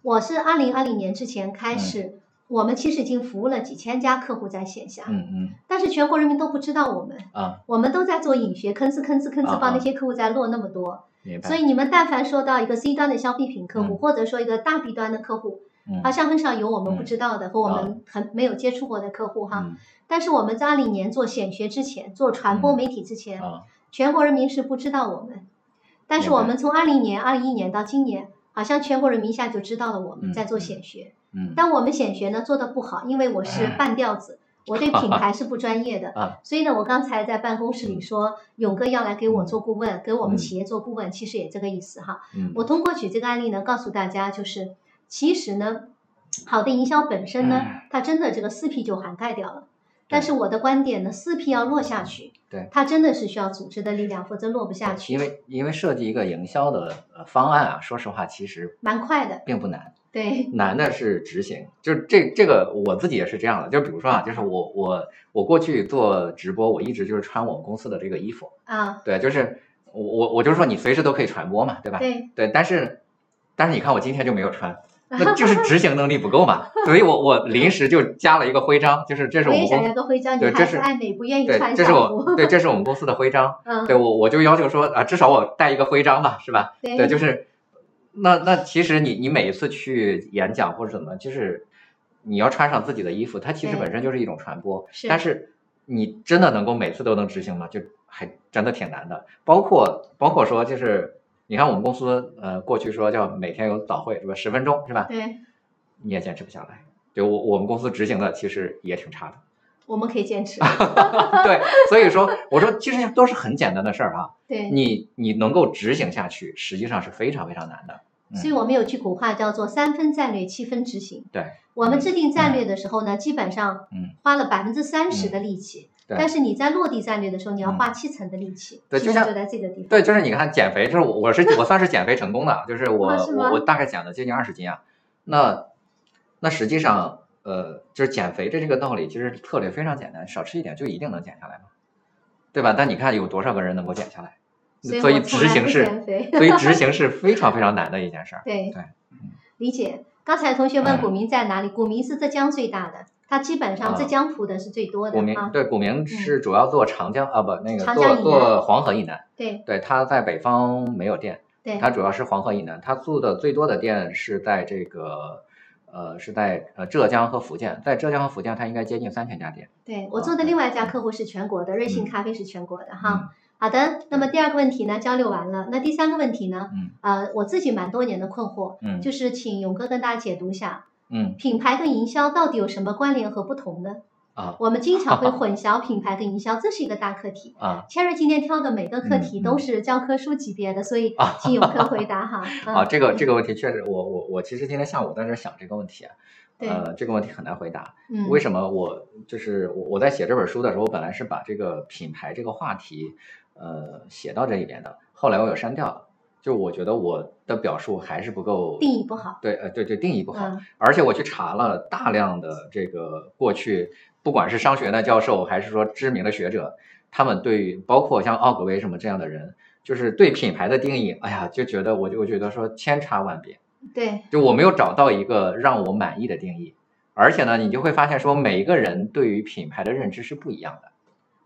Speaker 1: 我是二零二零年之前
Speaker 2: 嗯
Speaker 1: 开始，我们其实已经服务了几千家客户在线下，
Speaker 2: 嗯嗯
Speaker 1: 但是全国人民都不知道我们，
Speaker 2: 啊，
Speaker 1: 我们都在做隐学，吭哧吭哧吭哧
Speaker 2: 啊啊
Speaker 1: 帮那些客户在落那么多。
Speaker 2: 明白，
Speaker 1: 所以你们但凡说到一个 C 端的消费品客户，
Speaker 2: 嗯
Speaker 1: 或者说一个大 B 端的客户，
Speaker 2: 嗯
Speaker 1: 好像很少有我们不知道的、和我
Speaker 2: 啊
Speaker 1: 们很没有接触过的客户哈。
Speaker 2: 嗯
Speaker 1: 但是我们在二零年做显学之前，做传播
Speaker 2: 嗯
Speaker 1: 媒体之前，
Speaker 2: 啊
Speaker 1: 全国人民是不知道我们，但是
Speaker 2: 明白
Speaker 1: 我们从二零年、二零一年到今年，好像全国人民一下就知道了我们
Speaker 2: 嗯
Speaker 1: 在做
Speaker 2: 嗯
Speaker 1: 显学。
Speaker 2: 嗯
Speaker 1: 但我们显学呢做的不好，因为我是半吊子，我对品牌是不专业的，
Speaker 2: 哎啊
Speaker 1: 所以呢，我刚才在办公室里说，勇哥要来给我做顾问，给我们
Speaker 2: 嗯
Speaker 1: 企业做顾问，其实也这个意思哈。
Speaker 2: 嗯，
Speaker 1: 我通过举这个案例呢，告诉大家就是，其实呢，好的营销本身呢
Speaker 2: 嗯，
Speaker 1: 它真的这个四 P 就涵盖掉了。但是我的观点呢，四 P 要落下去，
Speaker 2: 对，
Speaker 1: 它真的是需要组织的力量，否则落不下去，
Speaker 2: 因为因为设计一个营销的呃方案啊，说实话其实
Speaker 1: 蛮快的，
Speaker 2: 并不难，
Speaker 1: 对，
Speaker 2: 难的是执行。就是这这个我自己也是这样的，就比如说啊，就是我我我过去做直播，我一直就是穿我们公司的这个衣服，
Speaker 1: 啊，
Speaker 2: 对，就是我我我就是说你随时都可以传播嘛，对吧？
Speaker 1: 对，
Speaker 2: 对，但是但是你看我今天就没有穿，那 就是执行能力不够嘛，所以我我临时就加了一个徽章，就是这是
Speaker 1: 我
Speaker 2: 我
Speaker 1: 也
Speaker 2: 们
Speaker 1: 想
Speaker 2: 公
Speaker 1: 要
Speaker 2: 司
Speaker 1: 个徽章，你
Speaker 2: 对这
Speaker 1: 还是
Speaker 2: 是
Speaker 1: 爱美，不愿意
Speaker 2: 对，
Speaker 1: 穿
Speaker 2: 这
Speaker 1: 校
Speaker 2: 是
Speaker 1: 服
Speaker 2: 我，对这是 我们公司的徽章，
Speaker 1: 嗯，
Speaker 2: 对我我就要求说啊，至少我带一个徽章吧，是吧？
Speaker 1: 对
Speaker 2: 对，就是那那其实你你每一次去演讲或者怎么，就是你要穿上自己的衣服，它其实
Speaker 1: 对
Speaker 2: 本身就是一种传播，
Speaker 1: 是
Speaker 2: 但是你真的能够每次都能执行吗？就还真的挺难的。包括包括说就是，你看我们公司呃过去说叫每天有早会是吧，十分钟是吧？
Speaker 1: 对，
Speaker 2: 你也坚持不下来。对我我们公司执行的其实也挺差的。
Speaker 1: 我们可以 坚持，
Speaker 2: 对，所以说我说其实都是很简单的事儿啊。
Speaker 1: 对，
Speaker 2: 你你能够执行下去，实际上是非常非常难的。嗯
Speaker 1: 所以我们有句古话叫做“三分战略，七分执行”。
Speaker 2: 对，
Speaker 1: 我们制定战略的时候呢，基本上
Speaker 2: 嗯
Speaker 1: 花了百分之三十的力气，
Speaker 2: 对嗯
Speaker 1: 但是你在落地战略的时候，你要花七成的力气，
Speaker 2: 对
Speaker 1: 其
Speaker 2: 就
Speaker 1: 实
Speaker 2: 像
Speaker 1: 就在这个地方。
Speaker 2: 对，就是你看减肥，就是我我是我算是减肥成功的，就是我
Speaker 1: 啊是吗
Speaker 2: 我我大概减了接近二十斤啊。那那实际上呃，就是减肥的这个道理，其实策略非常简单，少吃一点就一定能减下来嘛，对吧？但你看有多少个人能够减下来？
Speaker 1: 所以
Speaker 2: 所以
Speaker 1: 我从来
Speaker 2: 执行
Speaker 1: 不
Speaker 2: 是
Speaker 1: 减肥
Speaker 2: 所以执行是非常非常难的一件事儿。
Speaker 1: 对
Speaker 2: 对嗯
Speaker 1: 理解。刚才同学问
Speaker 2: 嗯
Speaker 1: 股民在哪里，股民是浙江最大的，它基本上
Speaker 2: 啊
Speaker 1: 浙江浦的是最多的
Speaker 2: 古茗
Speaker 1: 啊。
Speaker 2: 对古茗是主要做长江啊不那个
Speaker 1: 长江
Speaker 2: 做
Speaker 1: 以
Speaker 2: 做黄河以南，
Speaker 1: 对
Speaker 2: 对它在北方没有店。
Speaker 1: 对
Speaker 2: 它主要是黄河以南，它租的最多的店是在这个，呃，是在呃浙江和福建，在浙江和福建，它应该接近三千家店。
Speaker 1: 对，我做的另外一家客户是全国的，瑞幸
Speaker 2: 嗯
Speaker 1: 咖啡是全国的哈。好的，那么第二个问题呢，交流完了。那第三个问题呢？
Speaker 2: 嗯
Speaker 1: 呃，我自己蛮多年的困惑，
Speaker 2: 嗯
Speaker 1: 就是请勇哥跟大家解读一下，
Speaker 2: 嗯
Speaker 1: 品牌跟营销到底有什么关联和不同呢？
Speaker 2: 啊
Speaker 1: 我们经常会混淆品牌跟营销，这是一个大课题。
Speaker 2: 啊
Speaker 1: Cherry 今天挑的每个课题
Speaker 2: 嗯嗯啊
Speaker 1: 都是教科书级别的，所以请勇哥回答 哈。嗯
Speaker 2: 啊！这个这个问题确实，我我我其实今天下午在这儿想这个问题啊，
Speaker 1: 对
Speaker 2: 呃，这个问题很难回答。
Speaker 1: 嗯，
Speaker 2: 为什么我就是我我在写这本书的时候，我本来是把这个品牌这个话题，呃，写到这里边的，后来我有删掉了，就我觉得我的表述还是不够
Speaker 1: 定义不好？
Speaker 2: 对呃对对定义不好。
Speaker 1: 嗯，
Speaker 2: 而且我去查了大量的这个过去，不管是商学院的教授，还是说知名的学者，他们对于包括像奥格威什么这样的人，就是对品牌的定义，哎呀，就觉得我就我觉得说千差万别，
Speaker 1: 对
Speaker 2: 就我没有找到一个让我满意的定义。而且呢，你就会发现说，每一个人对于品牌的认知是不一样的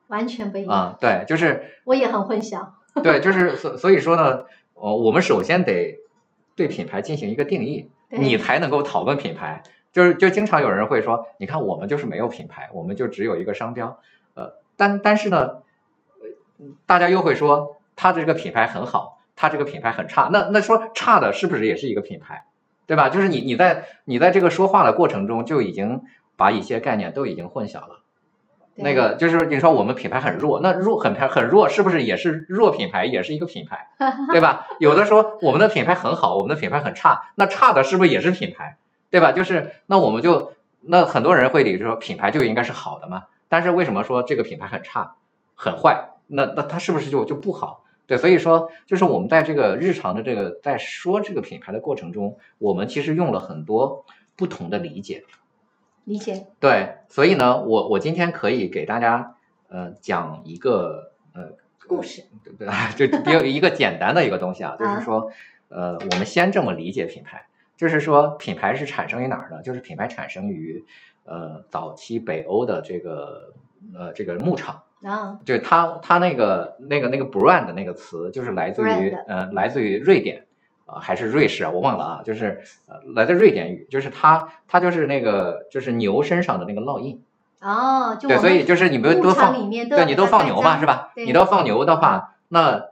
Speaker 1: 完全不一样，
Speaker 2: 啊、对，就是
Speaker 1: 我也很混淆。
Speaker 2: 对，就是所所以说呢，呃，我们首先得对品牌进行一个定义，
Speaker 1: 对
Speaker 2: 你才能够讨论品牌。就是就经常有人会说，你看我们就是没有品牌，我们就只有一个商标，呃，但但是呢，呃大家又会说他这个品牌很好，他这个品牌很差，那那说差的是不是也是一个品牌，对吧？就是你你在你在这个说话的过程中就已经把一些概念都已经混淆了。
Speaker 1: 对
Speaker 2: 那个就是你说我们品牌很弱，那弱很很弱，是不是也是弱品牌，也是一个品牌，对吧？有的说我们的品牌很好，我们的品牌很差，那差的是不是也是品牌，对吧？就是那我们就那很多人会理解说品牌就应该是好的嘛，但是为什么说这个品牌很差、很坏？那那它是不是就就不好？对，所以说就是我们在这个日常的这个在说这个品牌的过程中，我们其实用了很多不同的理解。
Speaker 1: 理解，
Speaker 2: 对，所以呢，我我今天可以给大家呃讲一个呃
Speaker 1: 故事，
Speaker 2: 对对， 就比较一个简单的一个东西啊，就
Speaker 1: 啊
Speaker 2: 是说呃，我们先这么理解品牌，就是说品牌是产生于哪儿呢？就是品牌产生于呃早期北欧的这个呃这个牧场，
Speaker 1: 啊，
Speaker 2: 就是它它那个那个那个 brand 的那个词，就是来自于
Speaker 1: Brand
Speaker 2: 呃来自于瑞典啊、还是瑞士啊，我忘了啊，就是呃来自瑞典语，就是它它就是那个就是牛身上的那个烙印。
Speaker 1: 哦，就我
Speaker 2: 对，
Speaker 1: 们
Speaker 2: 所以就是你不
Speaker 1: 牧
Speaker 2: 多
Speaker 1: 场
Speaker 2: 放，
Speaker 1: 里面都
Speaker 2: 对
Speaker 1: 要
Speaker 2: 你
Speaker 1: 给
Speaker 2: 都
Speaker 1: 它
Speaker 2: 放
Speaker 1: 盖
Speaker 2: 牛嘛，
Speaker 1: 章
Speaker 2: 是吧？
Speaker 1: 对
Speaker 2: 你都放牛的话，那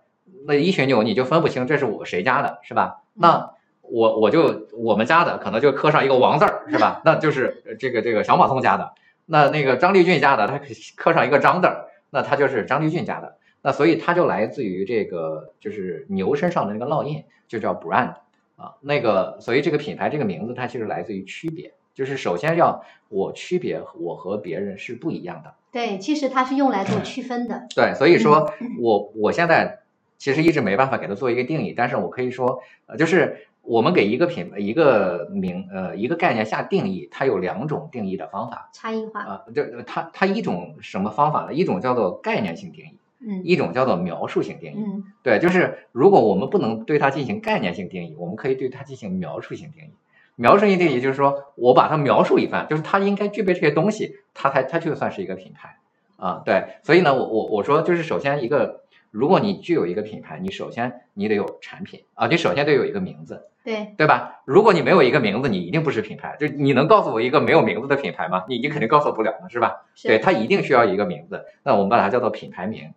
Speaker 2: 那一群牛你就分不清这是我谁家的，是吧？
Speaker 1: 嗯
Speaker 2: 那我我就我们家的可能就刻上一个王字儿，是吧？那就是呃这个这个小马松家的。那那个张立俊家的，他刻上一个张字儿，那他就是张立俊家的。那所以它就来自于这个就是牛身上的那个烙印，就叫 brand 啊。那个所以这个品牌这个名字它其实来自于区别，就是首先要我区别我和别人是不一样的。
Speaker 1: 对，其实它是用来做
Speaker 2: 嗯
Speaker 1: 区分的。
Speaker 2: 对，所以说我我现在其实一直没办法给它做一个定义，但是我可以说，呃，就是我们给一个品一个名呃一个概念下定义，它有两种定义的方法
Speaker 1: 差异化，
Speaker 2: 啊，就它它一种什么方法呢？一种叫做概念性定义，
Speaker 1: 嗯
Speaker 2: 一种叫做描述性定义。
Speaker 1: 嗯
Speaker 2: 对，就是如果我们不能对它进行概念性定义，我们可以对它进行描述性定义。描述性定义就是说我把它描述一番，就是它应该具备这些东西，它才它就算是一个品牌啊。对，所以呢，我我我说就是首先一个，如果你具有一个品牌，你首先你得有产品啊，你首先得有一个名字，
Speaker 1: 对，
Speaker 2: 对吧？如果你没有一个名字，你一定不是品牌。就你能告诉我一个没有名字的品牌吗？你你肯定告诉我不了嘛，是吧？
Speaker 1: 是
Speaker 2: 对，它一定需要一个名字，那我们把它叫做品牌名。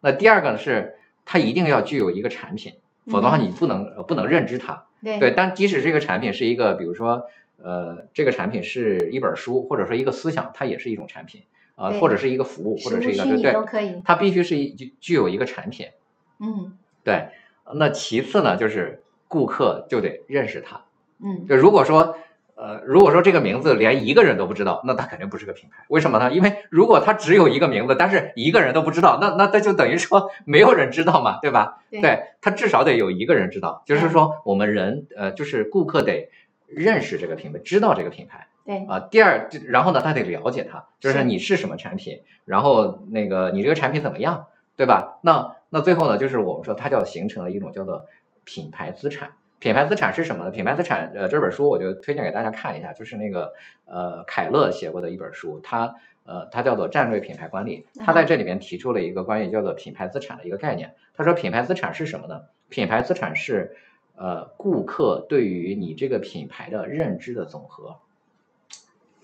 Speaker 2: 那第二个呢是，它一定要具有一个产品，否则的话
Speaker 1: 嗯
Speaker 2: 你不能、呃不能认知它。
Speaker 1: 对
Speaker 2: 对，但即使这个产品是一个，比如说，呃，这个产品是一本书，或者说一个思想，它也是一种产品啊、
Speaker 1: 对
Speaker 2: 或者是一个服务，
Speaker 1: 实
Speaker 2: 或者
Speaker 1: 物
Speaker 2: 是一个
Speaker 1: 虚
Speaker 2: 对
Speaker 1: 拟
Speaker 2: 对
Speaker 1: 都，可以，
Speaker 2: 它必须是一具具有一个产品。
Speaker 1: 嗯
Speaker 2: 对，那其次呢就是顾客就得认识它。
Speaker 1: 嗯
Speaker 2: 就如果说，呃，如果说这个名字连一个人都不知道，那它肯定不是个品牌。为什么呢？因为如果它只有一个名字，但是一个人都不知道，那那它就等于说没有人知道嘛，对吧？
Speaker 1: 对
Speaker 2: 它至少得有一个人知道，就是说我们人，呃，就是顾客得认识这个品牌，知道这个品牌。
Speaker 1: 对
Speaker 2: 啊，第二，就然后呢，他得了解它，就是
Speaker 1: 是
Speaker 2: 你是什么产品，然后那个你这个产品怎么样，对吧？那那最后呢，就是我们说它叫形成了一种叫做品牌资产。品牌资产是什么呢？品牌资产，呃，这本书我就推荐给大家看一下，就是那个呃凯勒写过的一本书，它呃它叫做《战略品牌管理》，
Speaker 1: 嗯
Speaker 2: 他在这里面提出了一个关于叫做品牌资产的一个概念。他说，品牌资产是什么呢？品牌资产是呃顾客对于你这个品牌的认知的总和。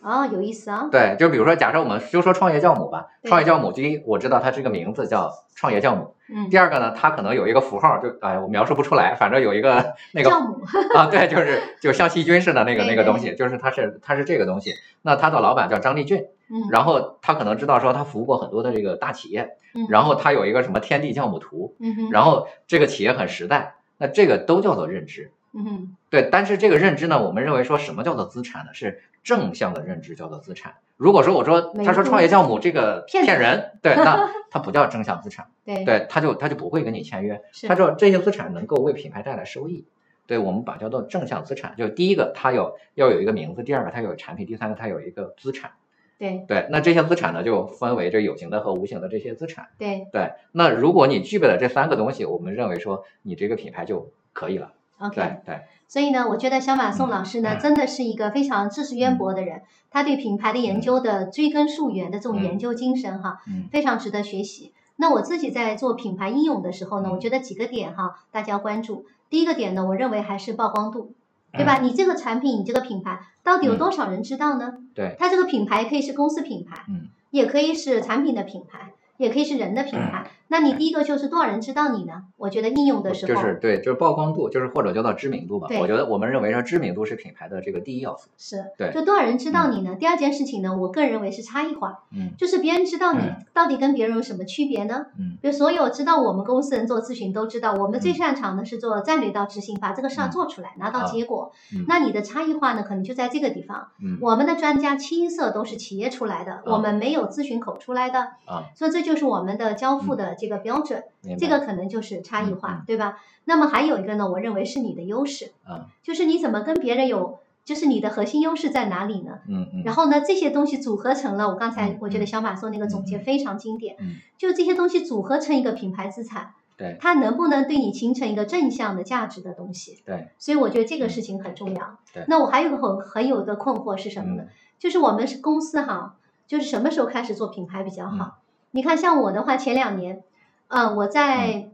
Speaker 1: 哦，有意思啊，
Speaker 2: 对，就比如说，假设我们就说创业教母吧，
Speaker 1: 对
Speaker 2: 创业教母，第一，我知道它这个名字叫创业教母；
Speaker 1: 嗯
Speaker 2: 第，二个呢，它可能有一个符号，就哎，我描述不出来，反正有一 个那个
Speaker 1: 酵母，
Speaker 2: 啊，对，就是就像细菌似的那个
Speaker 1: 对
Speaker 2: 那个
Speaker 1: 对
Speaker 2: 东西，就是它是它是这个东西。那它的老板叫张立俊，
Speaker 1: 嗯，
Speaker 2: 然后他可能知道说他服务过很多的这个大企业，
Speaker 1: 嗯
Speaker 2: 然后他有一个什么天地教母图，
Speaker 1: 嗯哼，
Speaker 2: 然后这个企业很时代，那这个都叫做认知。
Speaker 1: 嗯哼，
Speaker 2: 对，但是这个认知呢，我们认为说什么叫做资产呢？是正向的认知叫做资产。如果说我说
Speaker 1: 没
Speaker 2: 他说
Speaker 1: 错
Speaker 2: 创业教母这个
Speaker 1: 骗
Speaker 2: 骗人，对，那他不叫正向资产，
Speaker 1: 对，
Speaker 2: 对，他就他就不会跟你签约。
Speaker 1: 是
Speaker 2: 他说这些资产能够为品牌带来收益，对我们把它叫做正向资产。就是第一个，它有要有一个名字；第二个，它有产品；第三个，它有一个资产。
Speaker 1: 对
Speaker 2: 对，那这些资产呢，就分为这有形的和无形的这些资产。
Speaker 1: 对
Speaker 2: 对，那如果你具备了这三个东西，我们认为说你这个品牌就可以了。
Speaker 1: ，OK。
Speaker 2: 对对，
Speaker 1: 所以呢，我觉得小马宋老师呢，
Speaker 2: 嗯
Speaker 1: 真的是一个非常知识渊博的人，他对品牌的研究的追根溯源的这种
Speaker 2: 嗯
Speaker 1: 研究精神哈，
Speaker 2: 嗯
Speaker 1: 非常值得学习。那我自己在做品牌应用的时候呢，
Speaker 2: 嗯
Speaker 1: 我觉得几个点哈，大家要关注。第一个点呢，我认为还是曝光度，对吧？你这个产品，你这个品牌到底有
Speaker 2: 嗯
Speaker 1: 多少人知道呢？
Speaker 2: 对，
Speaker 1: 它这个品牌可以是公司品牌，
Speaker 2: 嗯，
Speaker 1: 也可以是产品的品牌，也可以是人的品
Speaker 2: 嗯
Speaker 1: 牌。那你第一个就是多少人知道你呢？我觉得应用的时候
Speaker 2: 就是对，就是曝光度，就是或者叫做知名度吧。
Speaker 1: 对
Speaker 2: 我觉得我们认为说知名度是品牌的这个第一要素。
Speaker 1: 是
Speaker 2: 对
Speaker 1: 就多少人知道你呢？第二件事情呢，我个人认为是差异化，
Speaker 2: 嗯
Speaker 1: 就是别人知道你
Speaker 2: 嗯
Speaker 1: 到底跟别人有什么区别呢？
Speaker 2: 嗯
Speaker 1: 比如所有知道我们公司人做咨询都知道，我们最擅长的是做战略到执行，把这个事儿
Speaker 2: 嗯
Speaker 1: 做出来，拿到
Speaker 2: 啊
Speaker 1: 结果。
Speaker 2: 嗯
Speaker 1: 那你的差异化呢，可能就在这个地方。
Speaker 2: 嗯
Speaker 1: 我们的专家清一色都是企业出来的，我们没有咨询口出来的，
Speaker 2: 啊，
Speaker 1: 所以这就是我们的交付的这个标准。
Speaker 2: 嗯明白
Speaker 1: 这个可能就是差异
Speaker 2: 嗯
Speaker 1: 化，对吧？那么还有一个呢，我认为是你的优势，
Speaker 2: 啊，
Speaker 1: 就是你怎么跟别人有，就是你的核心优势在哪里呢？
Speaker 2: 嗯嗯，
Speaker 1: 然
Speaker 2: 后
Speaker 1: 后呢，这些东西组合成了，我刚才
Speaker 2: 嗯
Speaker 1: 我觉得小马送那个总结
Speaker 2: 嗯
Speaker 1: 非常经典，
Speaker 2: 嗯
Speaker 1: 就这些东西组合成一个品牌资产，
Speaker 2: 对
Speaker 1: 它能不能对你形成一个正向的价值的东西？
Speaker 2: 对
Speaker 1: 所以我觉得这个事情很重要。
Speaker 2: 嗯对嗯
Speaker 1: 那我还有一个很很有一个困惑是什么呢？就是我们是公司哈，就是什么时候开始做品牌比较
Speaker 2: 嗯
Speaker 1: 好？你看，像我的话，前两年，嗯，我在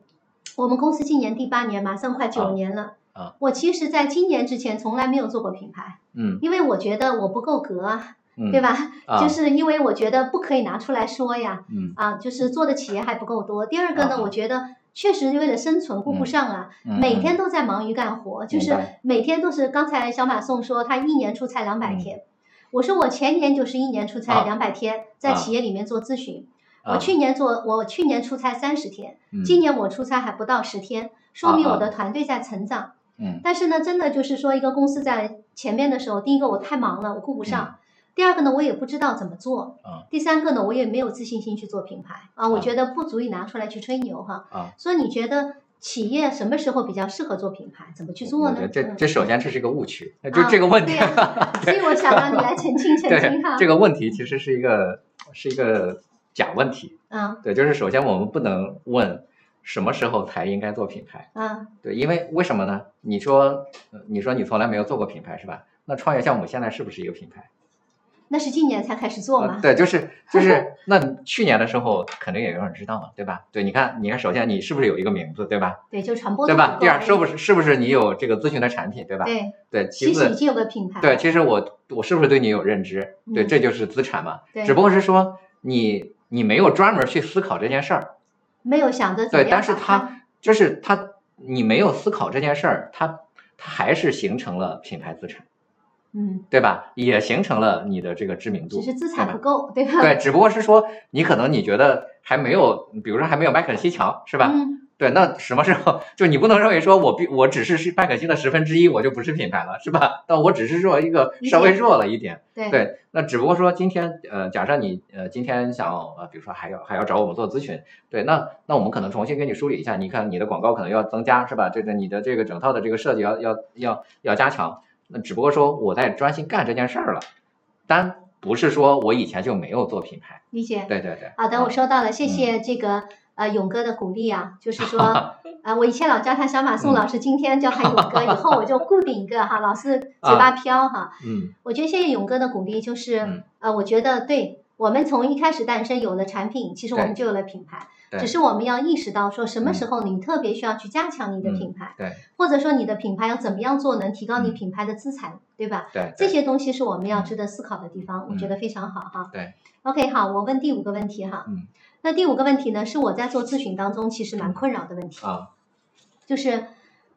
Speaker 1: 我们公司今年第八年，马上快九
Speaker 2: 啊
Speaker 1: 年了。
Speaker 2: 啊
Speaker 1: 我其实在今年之前从来没有做过品牌，
Speaker 2: 嗯
Speaker 1: 因为我觉得我不够格啊，
Speaker 2: 嗯
Speaker 1: 对吧？
Speaker 2: 啊
Speaker 1: 就是因为我觉得不可以拿出来说呀，
Speaker 2: 嗯
Speaker 1: 啊，就是做的企业还不够多。第二个呢，
Speaker 2: 啊
Speaker 1: 我觉得确实为了生存顾不
Speaker 2: 嗯
Speaker 1: 上啊，
Speaker 2: 嗯
Speaker 1: 每天都在忙于干活，就
Speaker 2: 明
Speaker 1: 是
Speaker 2: 白
Speaker 1: 每天都是。刚才小马送说他一年出差两百
Speaker 2: 嗯
Speaker 1: 天，我说我前年就是一年出差
Speaker 2: 啊
Speaker 1: 两百天，在
Speaker 2: 啊
Speaker 1: 企业里面做咨询。
Speaker 2: 啊
Speaker 1: 我去年做，我去年出差三十天，
Speaker 2: 嗯
Speaker 1: 今年我出差还不到十天，说明
Speaker 2: 啊啊
Speaker 1: 我的团队在成长。
Speaker 2: 嗯
Speaker 1: 但是呢，真的就是说，一个公司在前面的时候，第一个我太忙了，我顾不上；第二个呢，我也不知道怎么做；
Speaker 2: 嗯啊
Speaker 1: 第三个呢，我也没有自信心去做品牌啊，我
Speaker 2: 啊
Speaker 1: 觉得不足以拿出来去吹牛哈。
Speaker 2: 啊，
Speaker 1: 所以你觉得企业什么时候比较适合做品牌？怎么去做
Speaker 2: 我
Speaker 1: 呢？
Speaker 2: 觉得这
Speaker 1: 嗯
Speaker 2: 这首先这是一个误区，那就
Speaker 1: 啊
Speaker 2: 这个问题啊
Speaker 1: 对，呀 所 以我想让你来澄清澄清哈。
Speaker 2: 这个问题其实是一个是一个假问题，
Speaker 1: 嗯
Speaker 2: 对，就是首先我们不能问什么时候才应该做品牌，
Speaker 1: 嗯
Speaker 2: 对，因为为什么呢？你说呃你说你从来没有做过品牌是吧？那创业项目现在是不是一个品牌？
Speaker 1: 那是今年才开始做
Speaker 2: 呃
Speaker 1: 嘛？
Speaker 2: 对，就是就是，那你去年的时候肯定也有人知道嘛，对吧？对，你看你看，首先你是不是有一个名字，对吧？
Speaker 1: 对，就传播
Speaker 2: 对
Speaker 1: 度
Speaker 2: 吧？
Speaker 1: 不
Speaker 2: 第
Speaker 1: 够哎
Speaker 2: 二，是不是是不是你有这个咨询的产品，对吧？
Speaker 1: 对，
Speaker 2: 对，
Speaker 1: 其
Speaker 2: 其
Speaker 1: 实已
Speaker 2: 次，
Speaker 1: 经有个品牌。
Speaker 2: 对，其实我我是不是对你有认知？对，
Speaker 1: 嗯
Speaker 2: 这就是资产嘛。
Speaker 1: 对
Speaker 2: 只不过是说你你没有专门去思考这件事儿，
Speaker 1: 没有想着怎么样
Speaker 2: 对，但是
Speaker 1: 把
Speaker 2: 它就是它，你没有思考这件事儿，它它还是形成了品牌资产，
Speaker 1: 嗯，
Speaker 2: 对吧？也形成了你的这个知名度，
Speaker 1: 只是资
Speaker 2: 对
Speaker 1: 产
Speaker 2: 吧
Speaker 1: 不够，对吧？
Speaker 2: 对，只不过是说你可能你觉得还没有，比如说还没有麦肯锡强，是吧？
Speaker 1: 嗯，
Speaker 2: 对，那什么时候就你不能认为说我必我只是是麦肯锡的十分之一，我就不是品牌了，是吧？但我只是说一个
Speaker 1: 理解
Speaker 2: 稍微弱了一点，
Speaker 1: 对
Speaker 2: 对。那只不过说今天呃，假设你呃今天想呃，比如说还要还要找我们做咨询，对，那那我们可能重新给你梳理一下，你看你的广告可能要增加，是吧？这个你的这个整套的这个设计要要要要加强。那只不过说我在专心干这件事儿了，但不是说我以前就没有做品牌。
Speaker 1: 理解。
Speaker 2: 对对对。
Speaker 1: 好的，
Speaker 2: 啊
Speaker 1: 我收到了，谢谢这个呃勇哥的鼓励啊，就是说啊、我以前老叫他小
Speaker 2: 嗯
Speaker 1: 马宋老师，今天叫他勇 哥，以后我就固定一个哈，老是嘴巴飘哈。
Speaker 2: 嗯
Speaker 1: 我觉得谢谢勇哥的鼓励，就是、
Speaker 2: 啊嗯
Speaker 1: 呃，我觉得对我们从一开始诞生有了产品，其实我们
Speaker 2: 对
Speaker 1: 就有了品牌，
Speaker 2: 对嗯
Speaker 1: 只是我们要意识到说什么时候你特别需要去加强你的品牌，
Speaker 2: 对
Speaker 1: 或者说你的品牌要怎么样做能提高你
Speaker 2: 嗯
Speaker 1: 品牌的资产，对吧？
Speaker 2: 对
Speaker 1: 这
Speaker 2: 对
Speaker 1: 些东西是我们要值得思考的地方，我觉得非常好哈。
Speaker 2: 嗯对
Speaker 1: ，OK，好，我问第五个问题哈。
Speaker 2: 嗯，
Speaker 1: 那第五个问题呢，是我在做咨询当中其实蛮困扰的问题，
Speaker 2: 啊
Speaker 1: 就是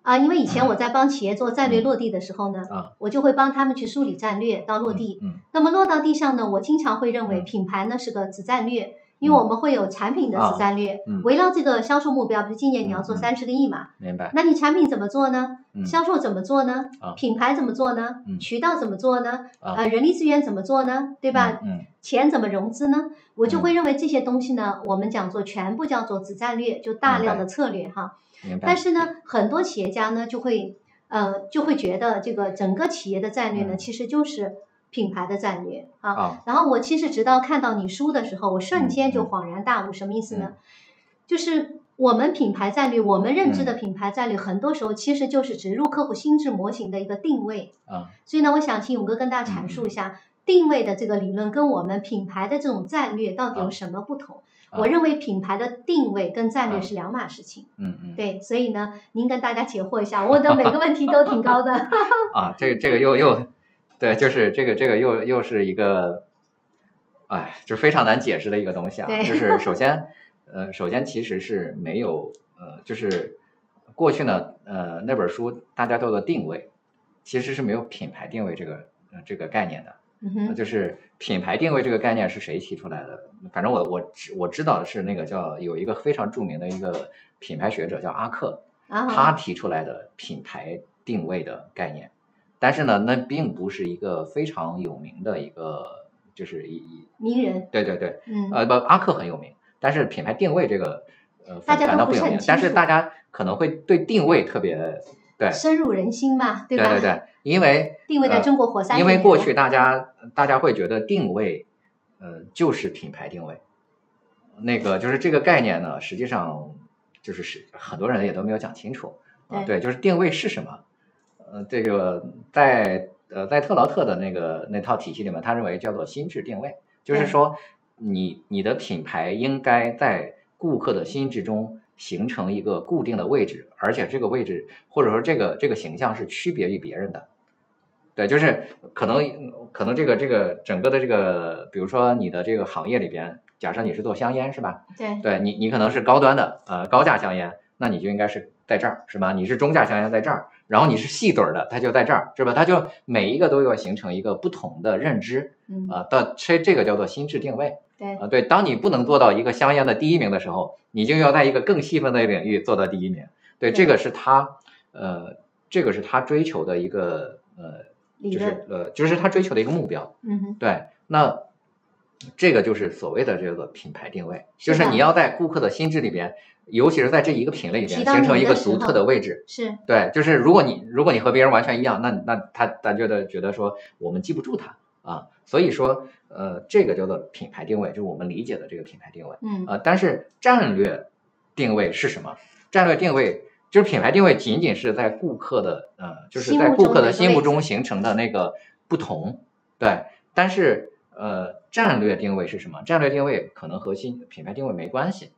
Speaker 1: 啊、因为以前我在帮企业做战略落地的时候呢，
Speaker 2: 嗯啊
Speaker 1: 我就会帮他们去梳理战略到落地。
Speaker 2: 嗯
Speaker 1: 那么落到地上呢，我经常会认为
Speaker 2: 嗯
Speaker 1: 品牌呢是个子战略。因为我们会有产品的子战略，
Speaker 2: 嗯
Speaker 1: 围绕这个销售目标，比如今年你要做
Speaker 2: 嗯嗯
Speaker 1: 三十个亿嘛，
Speaker 2: 明白。
Speaker 1: 那你产品怎么做呢？
Speaker 2: 嗯
Speaker 1: 销售怎么做呢？
Speaker 2: 啊
Speaker 1: 品牌怎么做呢？
Speaker 2: 嗯
Speaker 1: 渠道怎么做呢？
Speaker 2: 啊
Speaker 1: 呃，人力资源怎么做呢？对吧？
Speaker 2: 嗯嗯
Speaker 1: 钱怎么融资呢？我就会认为这些东西呢，我们讲做全部叫做子战略，就大量的策略哈。
Speaker 2: 明白。
Speaker 1: 但是呢，很多企业家呢就会呃就会觉得这个整个企业的战略呢，
Speaker 2: 嗯
Speaker 1: 其实就是品牌的战略啊。
Speaker 2: 啊，
Speaker 1: 然后我其实直到看到你书的时候，我
Speaker 2: 嗯
Speaker 1: 瞬间就恍然大悟，什么意思呢？就是我们品牌战略，我们认
Speaker 2: 嗯
Speaker 1: 知的品牌战略，很多时候其实就是植入客户心智模型的一个定位。
Speaker 2: 啊，
Speaker 1: 所以呢，我想请勇哥跟大家阐
Speaker 2: 嗯
Speaker 1: 述一下定位的这个理论跟我们品牌的这种战略到底有
Speaker 2: 啊
Speaker 1: 什么不同。
Speaker 2: 啊
Speaker 1: 我认为品牌的定位跟战略
Speaker 2: 啊
Speaker 1: 是两码事情，
Speaker 2: 嗯嗯，
Speaker 1: 对，所以呢，您跟大家解惑一下，我的每个问题都挺高的，
Speaker 2: 啊，这个这个又又，对，就是这个这个又又是一个，哎，就非常难解释的一个东西啊。
Speaker 1: 对
Speaker 2: 就是首先，呃，首先其实是没有，呃，就是过去呢，呃，那本书大家叫做定位，其实是没有品牌定位这个、呃、这个概念的。
Speaker 1: 嗯
Speaker 2: 那
Speaker 1: 哼，
Speaker 2: 就是品牌定位这个概念是谁提出来的？反正我我知我知道的是那个叫有一个非常著名的一个品牌学者叫阿克，
Speaker 1: 然
Speaker 2: 他
Speaker 1: 后
Speaker 2: 提出来的品牌定位的概念，但是呢，那并不是一个非常有名的一个，就是一一
Speaker 1: 名人，
Speaker 2: 对对对，
Speaker 1: 嗯，
Speaker 2: 呃不，阿克很有名，但是品牌定位这个，呃，
Speaker 1: 大
Speaker 2: 反
Speaker 1: 家都
Speaker 2: 反倒
Speaker 1: 不
Speaker 2: 不
Speaker 1: 是
Speaker 2: 有
Speaker 1: 很
Speaker 2: 名
Speaker 1: 清，
Speaker 2: 但是
Speaker 1: 楚
Speaker 2: 大家可能会对定位特别，对
Speaker 1: 深入人心嘛，对
Speaker 2: 对
Speaker 1: 吧？
Speaker 2: 呃对 对，因为
Speaker 1: 定位在
Speaker 2: 呃
Speaker 1: 中国火三十
Speaker 2: 因
Speaker 1: 年了，
Speaker 2: 为过去大家大家会觉得定位，呃，就是品牌定位，那个就是这个概念呢，实际上就是是很多人也都没有讲清楚啊、
Speaker 1: 对
Speaker 2: 对，就是定位是什么？呃，这个在呃在特劳特的那个那套体系里面，他认为叫做心智定位，就是
Speaker 1: 对
Speaker 2: 说你你的品牌应该在顾客的心智中形成一个固定的位置，而且这个位置或者说这个这个形象是区别于别人的。对，就是可能可能这个这个整个的这个，比如说你的这个行业里边，假设你是做香烟是吧？
Speaker 1: 对
Speaker 2: 对你，你可能是高端的，呃，高价香烟，那你就应该是在这儿，是吧？你是中价强项在这儿，然后你是细腿儿的，它就在这儿，是吧？它就每一个都要形成一个不同的认知
Speaker 1: 嗯，
Speaker 2: 啊，到这这个叫做心智定位
Speaker 1: 对，
Speaker 2: 啊。对，当你不能做到一个香烟的第一名的时候，你就要在一个更细分的领域做到第一名。对，
Speaker 1: 对
Speaker 2: 这个是他呃，这个是他追求的一个呃，
Speaker 1: 理
Speaker 2: 就是
Speaker 1: 论，
Speaker 2: 呃，就是他追求的一个目标。
Speaker 1: 嗯哼，
Speaker 2: 对，那这个就是所谓的这个品牌定位，就是是
Speaker 1: 的
Speaker 2: 你要在顾客的心智里边，尤其是在这一个品类里边
Speaker 1: 提到
Speaker 2: 形成
Speaker 1: 你
Speaker 2: 一
Speaker 1: 的
Speaker 2: 个
Speaker 1: 时
Speaker 2: 独
Speaker 1: 候
Speaker 2: 特的位置。
Speaker 1: 是
Speaker 2: 对，就是如果你如果你和别人完全一样，那那他他觉得觉得说我们记不住他啊，所以说呃，这个叫做品牌定位，就是我们理解的这个品牌定位。
Speaker 1: 嗯，
Speaker 2: 呃，但是战略定位是什么？战略定位就是品牌定位，仅仅是在顾客的呃，就是
Speaker 1: 心
Speaker 2: 在
Speaker 1: 目
Speaker 2: 顾
Speaker 1: 中
Speaker 2: 客
Speaker 1: 的
Speaker 2: 的
Speaker 1: 一个
Speaker 2: 心目
Speaker 1: 位
Speaker 2: 中形成的那个不同，对。但是呃，战略定位是什么？战略定位可能和新品牌定位没关系，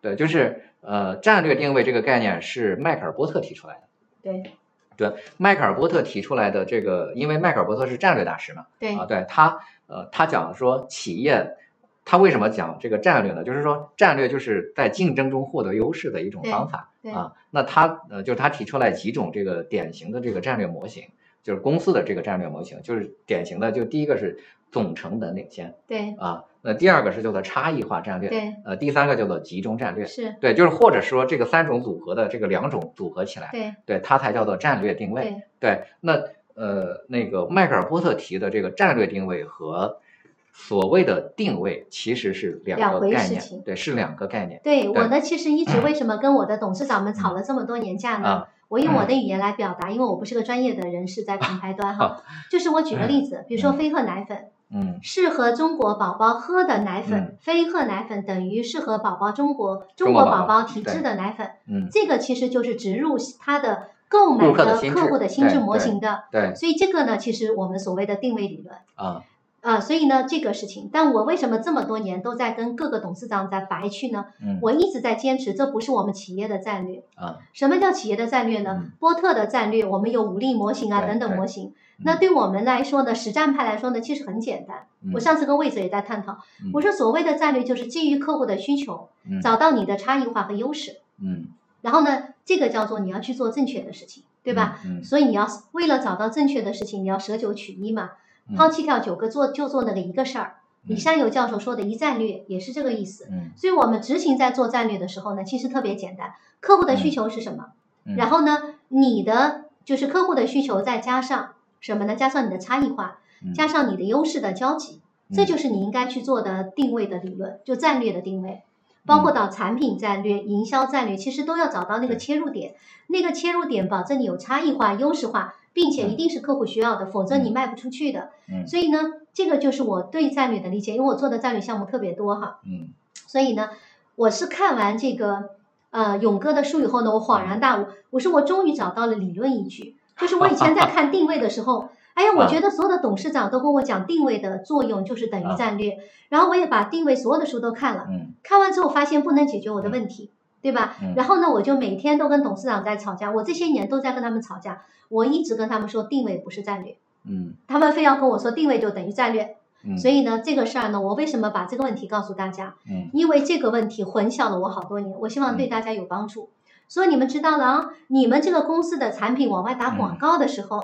Speaker 2: 对，就是呃，战略定位这个概念是迈克尔波特提出来的。
Speaker 1: 对
Speaker 2: 对，迈克尔波特提出来的这个，因为迈克尔波特是战略大师嘛，
Speaker 1: 对
Speaker 2: 啊，对他，呃，他讲说企业，他为什么讲这个战略呢？就是说战略就是在竞争中获得优势的一种
Speaker 1: 对
Speaker 2: 方法
Speaker 1: 对
Speaker 2: 啊。那他呃，就是他提出来几种这个典型的这个战略模型，就是公司的这个战略模型，就是典型的就第一个是总成本领先
Speaker 1: 对
Speaker 2: 啊，那第二个是叫做差异化战略，
Speaker 1: 对
Speaker 2: 呃，第三个叫做集中战略，
Speaker 1: 是，
Speaker 2: 对，就是或者说这个三种组合的这个两种组合起来，
Speaker 1: 对
Speaker 2: 对，它才叫做战略定位。
Speaker 1: 对
Speaker 2: 对，那呃，那个迈克尔波特提的这个战略定位和所谓的定位其实是
Speaker 1: 两
Speaker 2: 两个
Speaker 1: 回
Speaker 2: 概
Speaker 1: 事
Speaker 2: 念
Speaker 1: 情，
Speaker 2: 对，是两个概念
Speaker 1: 对我
Speaker 2: 对嗯
Speaker 1: 呢，其实一直为什么跟我的董事长们吵了这么多年架呢？
Speaker 2: 啊。
Speaker 1: 我用我的语言来表达，因为我不是个专业的人士，在品牌端哈，就是我举个例子，比如说
Speaker 2: 嗯
Speaker 1: 飞鹤奶粉，
Speaker 2: 嗯，
Speaker 1: 适合中国宝宝喝的奶
Speaker 2: 嗯
Speaker 1: 粉，飞鹤奶粉等于适合宝宝中国
Speaker 2: 中
Speaker 1: 中
Speaker 2: 国
Speaker 1: 国
Speaker 2: 宝
Speaker 1: 宝
Speaker 2: 宝
Speaker 1: 宝体质的奶粉，
Speaker 2: 嗯
Speaker 1: 这个其实就是植入他的购买
Speaker 2: 顾客的
Speaker 1: 的
Speaker 2: 心
Speaker 1: 客
Speaker 2: 智
Speaker 1: 户的心智
Speaker 2: 对
Speaker 1: 模
Speaker 2: 对
Speaker 1: 型的，
Speaker 2: 对
Speaker 1: 所以这个呢，其实我们所谓的定位理论。
Speaker 2: 啊，
Speaker 1: 啊，所以呢，这个事情，但我为什么这么多年都在跟各个董事长在白去呢？
Speaker 2: 嗯
Speaker 1: 我一直在坚持，这不是我们企业的战略。
Speaker 2: 啊，
Speaker 1: 什么叫企业的战略呢？
Speaker 2: 嗯
Speaker 1: 波特的战略，我们有武力模型啊
Speaker 2: 对
Speaker 1: 等等
Speaker 2: 对
Speaker 1: 模型。那对我们来说呢，实战派来说呢，其实很简单。
Speaker 2: 嗯
Speaker 1: 我上次跟魏哲也在探讨，
Speaker 2: 嗯
Speaker 1: 我说所谓的战略就是基于客户的需求，
Speaker 2: 嗯
Speaker 1: 找到你的差异化和优势，
Speaker 2: 嗯，
Speaker 1: 然后呢，这个叫做你要去做正确的事情，对吧？
Speaker 2: 嗯？
Speaker 1: 所以你要为了找到正确的事情，你要舍九取一嘛，
Speaker 2: 嗯
Speaker 1: 抛弃掉九个做就做那个一个事儿。
Speaker 2: 嗯
Speaker 1: 李善友教授说的一战略也是这个意思。
Speaker 2: 嗯
Speaker 1: 所以我们执行在做战略的时候呢，其实特别简单，客户的需求是什么，
Speaker 2: 嗯，
Speaker 1: 然后呢，你的就是客户的需求再加上什么呢？加上你的差异化，
Speaker 2: 嗯
Speaker 1: 加上你的优势的交集，
Speaker 2: 嗯
Speaker 1: 这就是你应该去做的定位的理论，就战略的定位，包括到产品战略、营销战略，其实都要找到那个
Speaker 2: 嗯对
Speaker 1: 切入点，那个切入点保证你有差异化、优势化，并且一定是客户需要的，否则你卖不出去的。
Speaker 2: 嗯
Speaker 1: 所以呢，这个就是我对战略的理解，因为我做的战略项目特别多哈，
Speaker 2: 嗯
Speaker 1: 所以呢，我是看完这个呃勇哥的书以后呢，我恍然大悟，我说我终于找到了理论依据，就是我以前在看定位的时 候。哎
Speaker 2: 啊
Speaker 1: 呀，我觉得所有的董事长都跟我讲定位的作用就是等
Speaker 2: 啊
Speaker 1: 于战略，然后我也把定位所有的书都看了，
Speaker 2: 嗯
Speaker 1: 看完之后发现不能解决我的问题，对吧？
Speaker 2: 嗯
Speaker 1: 然后呢，我就每天都跟董事长在吵架，我这些年都在跟他们吵架，我一直跟他们说定位不是战略，
Speaker 2: 嗯
Speaker 1: 他们非要跟我说定位就等于战略，
Speaker 2: 嗯，
Speaker 1: 所
Speaker 2: 以
Speaker 1: 以呢，这个事儿呢，我为什么把这个问题告诉大家？
Speaker 2: 嗯
Speaker 1: 因为这个问题混淆了我好多年，我希望对大家有帮助。所以你们知道了啊，你们这个公司的产品往外打广告的时候，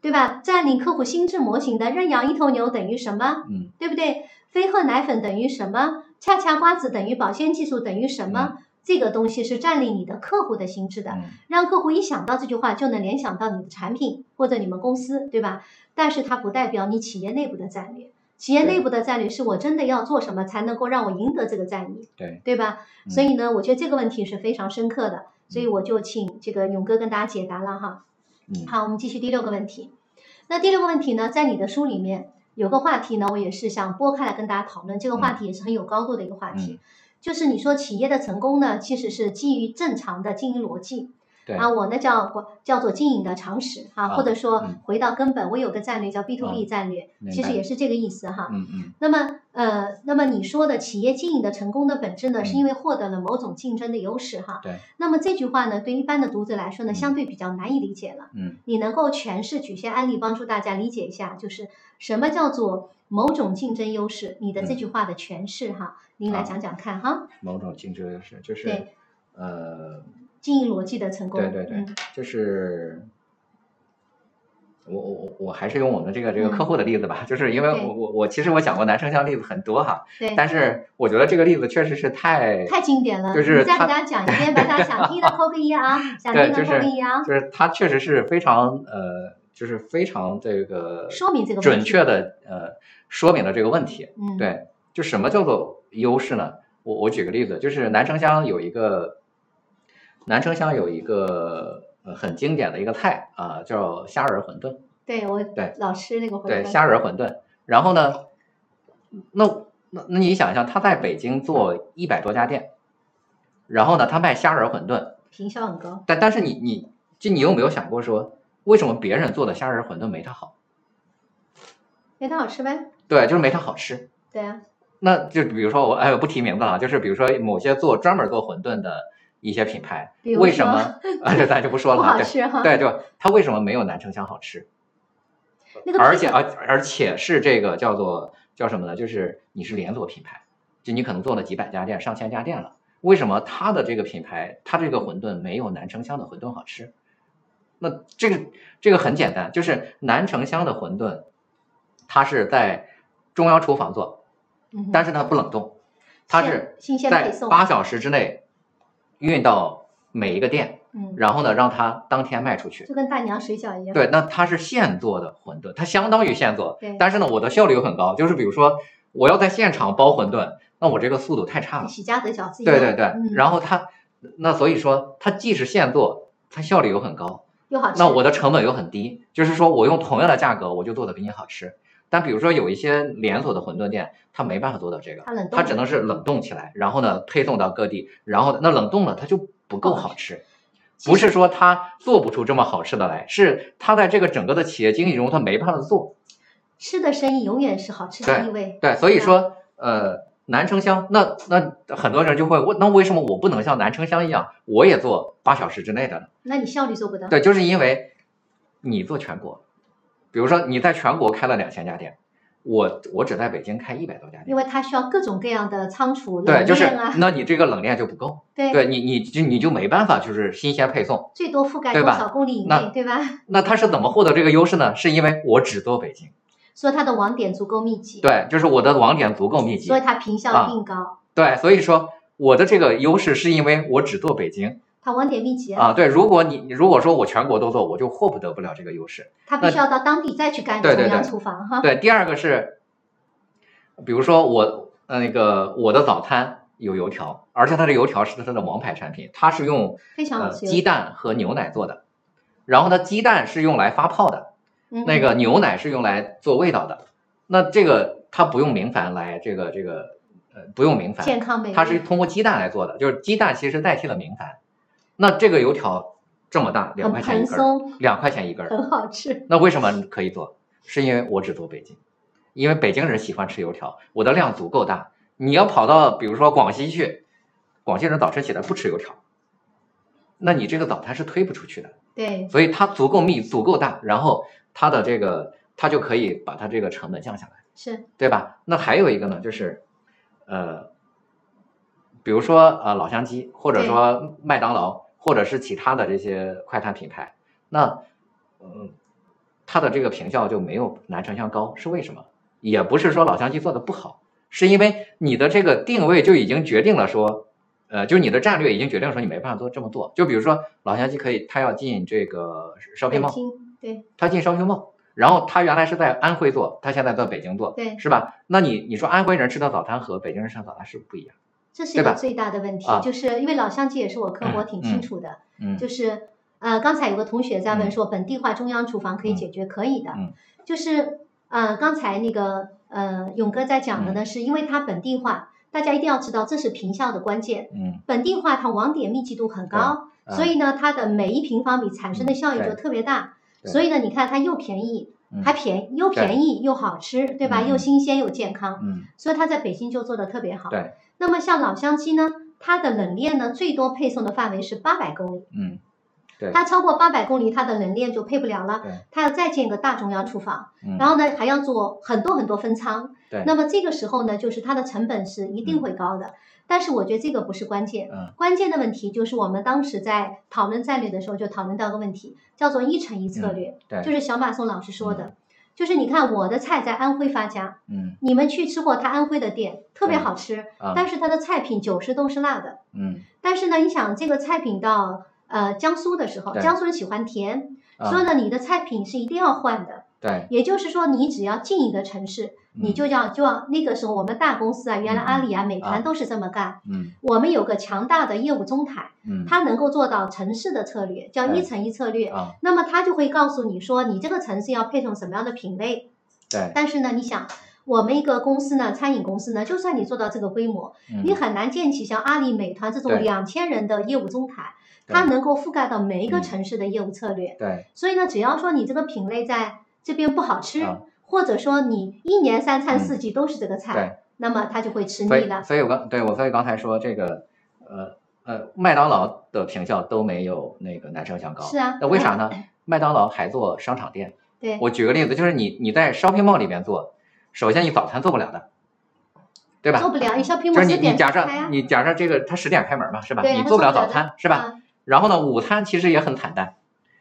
Speaker 1: 对吧？占领客户心智模型的认养一头牛等于什么？
Speaker 2: 嗯
Speaker 1: 对不对？飞鹤奶粉等于什么？恰恰瓜子等于保鲜技术等于什么？这个东西是占领你的客户的心智的，
Speaker 2: 嗯
Speaker 1: 让客户一想到这句话就能联想到你的产品或者你们公司，对吧？但是它不代表你企业内部的战略。企业内部的战略是我真的要做什么才能够让我赢得这个战役，
Speaker 2: 对
Speaker 1: 对吧？
Speaker 2: 嗯
Speaker 1: 所以呢，我觉得这个问题是非常深刻的，所以我就请这个勇哥跟大家解答了哈。
Speaker 2: 嗯
Speaker 1: 好，我们继续第六个问题。那第六个问题呢，在你的书里面有个话题呢，我也是想拨开来跟大家讨论。这个话题也是很有高度的一个话题，
Speaker 2: 嗯
Speaker 1: 就是你说企业的成功呢，其实是基于正常的经营逻辑
Speaker 2: 对
Speaker 1: 啊，我呢叫叫做经营的常识啊，
Speaker 2: 啊
Speaker 1: 或者说
Speaker 2: 嗯
Speaker 1: 回到根本，我有个战略叫 B to
Speaker 2: 啊
Speaker 1: B 战略，
Speaker 2: 明
Speaker 1: 其实
Speaker 2: 白
Speaker 1: 也是这个意思哈。
Speaker 2: 嗯嗯
Speaker 1: 那么，呃，那么你说的企业经营的成功的本质呢，
Speaker 2: 嗯
Speaker 1: 是因为获得了某种竞争的优势哈。
Speaker 2: 对。
Speaker 1: 那么这句话呢，对一般的读者来说呢，
Speaker 2: 嗯
Speaker 1: 相对比较难以理解了。
Speaker 2: 嗯
Speaker 1: 你能够诠释举些案例帮助大家理解一下，就是什么叫做某种竞争优势？你的这句话的诠释哈，您来
Speaker 2: 嗯好
Speaker 1: 讲讲看哈。
Speaker 2: 某种竞争优势，就是
Speaker 1: 对
Speaker 2: 呃，
Speaker 1: 经营逻辑的成功。
Speaker 2: 对对对
Speaker 1: 嗯
Speaker 2: 就是我我我我还是用我们这个这个
Speaker 1: 嗯
Speaker 2: 客户的例子吧，就是因为
Speaker 1: 对
Speaker 2: 我我我其实我讲过男生像例子很多哈，
Speaker 1: 对，
Speaker 2: 但是我觉得这个例子确实是太
Speaker 1: 太经典了。
Speaker 2: 就是
Speaker 1: 你再给
Speaker 2: 他
Speaker 1: 大家讲一遍，把大家想 听的扣个一啊，想听
Speaker 2: 对，
Speaker 1: 的
Speaker 2: 就
Speaker 1: 扣
Speaker 2: 是
Speaker 1: 个一啊，
Speaker 2: 就是它确实是非常呃，就是非常这个
Speaker 1: 说明这个问
Speaker 2: 准
Speaker 1: 题
Speaker 2: 确的呃说明了这个问题。
Speaker 1: 嗯，
Speaker 2: 对，就什么叫做优势呢？我我举个例子，就是南城乡有一个南城乡有一个呃很经典的一个菜啊、叫虾仁馄饨。
Speaker 1: 对我
Speaker 2: 对
Speaker 1: 老吃那个馄
Speaker 2: 对，
Speaker 1: 饨，
Speaker 2: 虾仁馄饨。然后呢，那那那你想想，他在北京做一百多家店，然后呢，他卖虾仁馄饨，
Speaker 1: 平效很高。
Speaker 2: 但但是你你就你有没有想过说，为什么别人做的虾仁馄饨没他好？
Speaker 1: 没它好吃呗？
Speaker 2: 对，就是没他好吃。
Speaker 1: 对啊，
Speaker 2: 那就比如说我哎，我不提名字了，就是比如说某些做专门做馄饨的一些品牌，
Speaker 1: 比如
Speaker 2: 为什
Speaker 1: 说
Speaker 2: 么啊？这咱就不说
Speaker 1: 不
Speaker 2: 了啊。
Speaker 1: 好
Speaker 2: 对
Speaker 1: 吃哈。
Speaker 2: 对，就它为什么没有南城香好吃？
Speaker 1: 那 个
Speaker 2: 而
Speaker 1: 披
Speaker 2: 且
Speaker 1: 萨
Speaker 2: 而而且是这个叫做叫什么呢？就是你是连锁品牌，就你可能做了几百家店、上千家店了，为什么它的这个品牌，它这个馄饨没有南城香的馄饨好吃？那这个这个很简单，就是南城香的馄饨，它是在中央厨房做，
Speaker 1: 嗯哼
Speaker 2: 但是它不冷冻，它是
Speaker 1: 新鲜配
Speaker 2: 在
Speaker 1: 送，
Speaker 2: 八小时之内运到每一个店，
Speaker 1: 嗯，
Speaker 2: 然后呢让它当天卖出去。
Speaker 1: 就跟大娘水饺一样。
Speaker 2: 对，那它是现做的馄饨，它相当于现做
Speaker 1: 对，
Speaker 2: 但是呢，我的效率又很高。就是比如说，我要在现场包馄饨，那我这个速度太差
Speaker 1: 跟
Speaker 2: 了。
Speaker 1: 喜家德饺子一样。
Speaker 2: 对对对，
Speaker 1: 嗯
Speaker 2: 然后它，那所以说，它既是现做，它效率又很高，
Speaker 1: 又好吃。
Speaker 2: 那我的成本又很低，就是说我用同样的价格，我就做的比你好吃。但比如说有一些连锁的馄饨店，它没办法做到这个，
Speaker 1: 它冷冻
Speaker 2: 它只能是冷冻起来，然后呢配送到各地，然后那冷冻了它就不够好吃。
Speaker 1: 其
Speaker 2: 不
Speaker 1: 实
Speaker 2: 是说它做不出这么好吃的来，是它在这个整个的企业经营中它没办法做。
Speaker 1: 吃的生意永远是好吃的
Speaker 2: 对
Speaker 1: 意味。
Speaker 2: 对，所以说呃南城香，那那很多人就会问，那为什么我不能像南城香一样，我也做八小时之内的呢？
Speaker 1: 那你效率做不到。
Speaker 2: 对，就是因为你做全国，比如说你在全国开了两千家店，我我只在北京开一百多家
Speaker 1: 因
Speaker 2: 店。
Speaker 1: 为它需要各种各样的仓储、
Speaker 2: 对，
Speaker 1: 冷
Speaker 2: 就是
Speaker 1: 链啊，
Speaker 2: 那你这个冷链就不够，
Speaker 1: 对，
Speaker 2: 对你你就你就没办法就是新鲜配送。
Speaker 1: 最多覆盖
Speaker 2: 对
Speaker 1: 多
Speaker 2: 吧
Speaker 1: 少公里以
Speaker 2: 那
Speaker 1: 内，对吧？
Speaker 2: 那它是怎么获得这个优势呢？是因为我只做北京。
Speaker 1: 所以它的网点足够密集，
Speaker 2: 对，就是我的网点足够密集
Speaker 1: 所以。它平效一定高，
Speaker 2: 对，所以说我的这个优势是因为我只做北京
Speaker 1: 它网点密集，
Speaker 2: 啊。对，如果你如果说我全国都做，我就获不得不了这个优势。
Speaker 1: 它必须要到当地再去干
Speaker 2: 对
Speaker 1: 中
Speaker 2: 对
Speaker 1: 央
Speaker 2: 对
Speaker 1: 厨房哈。
Speaker 2: 对，第二个是，比如说我呃那个我的早餐有油条，而且它的油条是它的王牌产品，它是用
Speaker 1: 非常好
Speaker 2: 呃
Speaker 1: 吃。
Speaker 2: 鸡蛋和牛奶做的，然后呢鸡蛋是用来发泡的，
Speaker 1: 嗯
Speaker 2: 那个牛奶是用来做味道的。那这个它不用明矾来这个这个呃不用明矾，
Speaker 1: 健康美味，
Speaker 2: 它是通过鸡蛋来做的，就是鸡蛋其实代替了明矾。那这个油条这么大，两
Speaker 1: 很
Speaker 2: 块钱一
Speaker 1: 蓬
Speaker 2: 根儿，
Speaker 1: 松，
Speaker 2: 两块钱一根儿。
Speaker 1: 很好吃。
Speaker 2: 那为什么可以做？是因为我只做北京，因为北京人喜欢吃油条，我的量足够大。你要跑到比如说广西去，广西人早晨起来不吃油条，那你这个早餐是推不出去的。
Speaker 1: 对，
Speaker 2: 所以它足够密、足够大，然后它的这个它就可以把它这个成本降下来。
Speaker 1: 是
Speaker 2: 对吧？那还有一个呢，就是，呃，比如说呃老乡鸡，或者说麦当劳，或者是其他的这些快餐品牌，那嗯，它的这个评效就没有南城香高，是为什么？也不是说老乡鸡做的不好，是因为你的这个定位就已经决定了说，呃，就是你的战略已经决定说你没办法做这么做。就比如说老乡鸡可以，它要进这个 shopping
Speaker 1: 北
Speaker 2: mall，
Speaker 1: 京，对
Speaker 2: 他进烧胸帽，然后他原来是在安徽做，他现在在北京做，
Speaker 1: 对，
Speaker 2: 是吧？那你你说安徽人吃的早餐和北京人吃的早餐是不是不一样？
Speaker 1: 这是一
Speaker 2: 对
Speaker 1: 个
Speaker 2: 吧
Speaker 1: 最大的问题
Speaker 2: 啊，
Speaker 1: 就是因为老乡鸡也是我科，我挺清楚的，
Speaker 2: 嗯，
Speaker 1: 就是呃，刚才有个同学在问说，本地化中央厨房可以解决，可以的
Speaker 2: 嗯，
Speaker 1: 就是呃，刚才那个呃，勇哥在讲的
Speaker 2: 嗯
Speaker 1: 呢，是因为它本地化，大家一定要知道，这是平效的关键。
Speaker 2: 嗯，
Speaker 1: 本地化它网点密集度很高，嗯
Speaker 2: 对啊
Speaker 1: 所以呢，它的每一平方米产生的效益就特别大。
Speaker 2: 对
Speaker 1: 所以呢，你看它又便宜
Speaker 2: 嗯，
Speaker 1: 还便宜又便宜又好吃，对吧？
Speaker 2: 嗯
Speaker 1: 又新鲜又健康，
Speaker 2: 嗯，
Speaker 1: 所以它在北京就做的特别好。
Speaker 2: 对，
Speaker 1: 那么像老乡鸡呢，它的冷链呢，最多配送的范围是八百公里。
Speaker 2: 嗯，对
Speaker 1: 它超过八百公里，它的冷链就配不了了
Speaker 2: 对，
Speaker 1: 它要再建一个大中央厨房，
Speaker 2: 嗯，
Speaker 1: 然后呢还要做很多很多分仓
Speaker 2: 对，
Speaker 1: 那么这个时候呢，就是它的成本是一定会高的。但是我觉得这个不是关键
Speaker 2: 嗯，
Speaker 1: 关键的问题就是我们当时在讨论战略的时候就讨论到个问题，叫做一城一策略，
Speaker 2: 嗯对，
Speaker 1: 就是小马宋老师说的，就是你看我的菜在安徽发家，
Speaker 2: 嗯
Speaker 1: 你们去吃过他安徽的店，特别好吃，
Speaker 2: 啊，
Speaker 1: 但是他的菜品九十都是辣的，
Speaker 2: 嗯，
Speaker 1: 但是呢，你想这个菜品到呃江苏的时候，
Speaker 2: 对
Speaker 1: 江苏人喜欢甜，
Speaker 2: 啊
Speaker 1: 所以呢，你的菜品是一定要换的。
Speaker 2: 对，嗯
Speaker 1: 也就是说，你只要进一个城市，你就要就要那个时候我们大公司啊，原来阿里啊、美团都是这么干。
Speaker 2: 嗯
Speaker 1: 我们有个强大的业务中台，
Speaker 2: 嗯
Speaker 1: 它能够做到城市的策略，叫
Speaker 2: 对
Speaker 1: 一层一策略。
Speaker 2: 啊，
Speaker 1: 那么它就会告诉你说，你这个城市要配成什么样的品类，
Speaker 2: 对，
Speaker 1: 但是呢，你想，我们一个公司呢，餐饮公司呢，就算你做到这个规模，你
Speaker 2: 嗯
Speaker 1: 很难建起像阿里、美团这种
Speaker 2: 对
Speaker 1: 两千人的业务中台，
Speaker 2: 对
Speaker 1: 它能够覆盖到每一个
Speaker 2: 嗯
Speaker 1: 城市的业务策略。
Speaker 2: 对
Speaker 1: 所以呢，只要说你这个品类在这边不好吃，
Speaker 2: 啊嗯
Speaker 1: 或者说你一年三餐四季都是这个菜，
Speaker 2: 对，
Speaker 1: 那么他就会吃腻
Speaker 2: 所以
Speaker 1: 了。
Speaker 2: 所以我刚对我所以刚才说这个，呃呃，麦当劳的评效都没有那个南城香高，
Speaker 1: 是啊
Speaker 2: 那为啥呢？麦当劳还做商场店，
Speaker 1: 对
Speaker 2: 我举个例子，就是你你在 shopping mall 里边做，首先你早餐做不了的，对吧？
Speaker 1: 做不了，你像苹
Speaker 2: 就
Speaker 1: 果
Speaker 2: 是你
Speaker 1: 十
Speaker 2: 你
Speaker 1: 点
Speaker 2: 假设
Speaker 1: 开啊，
Speaker 2: 你假设这个它十点开门嘛，是吧？
Speaker 1: 对
Speaker 2: 你
Speaker 1: 它
Speaker 2: 做不
Speaker 1: 做
Speaker 2: 了
Speaker 1: 不了
Speaker 2: 早
Speaker 1: 的
Speaker 2: 餐是吧？
Speaker 1: 嗯
Speaker 2: 然后呢，午餐其实也很惨淡，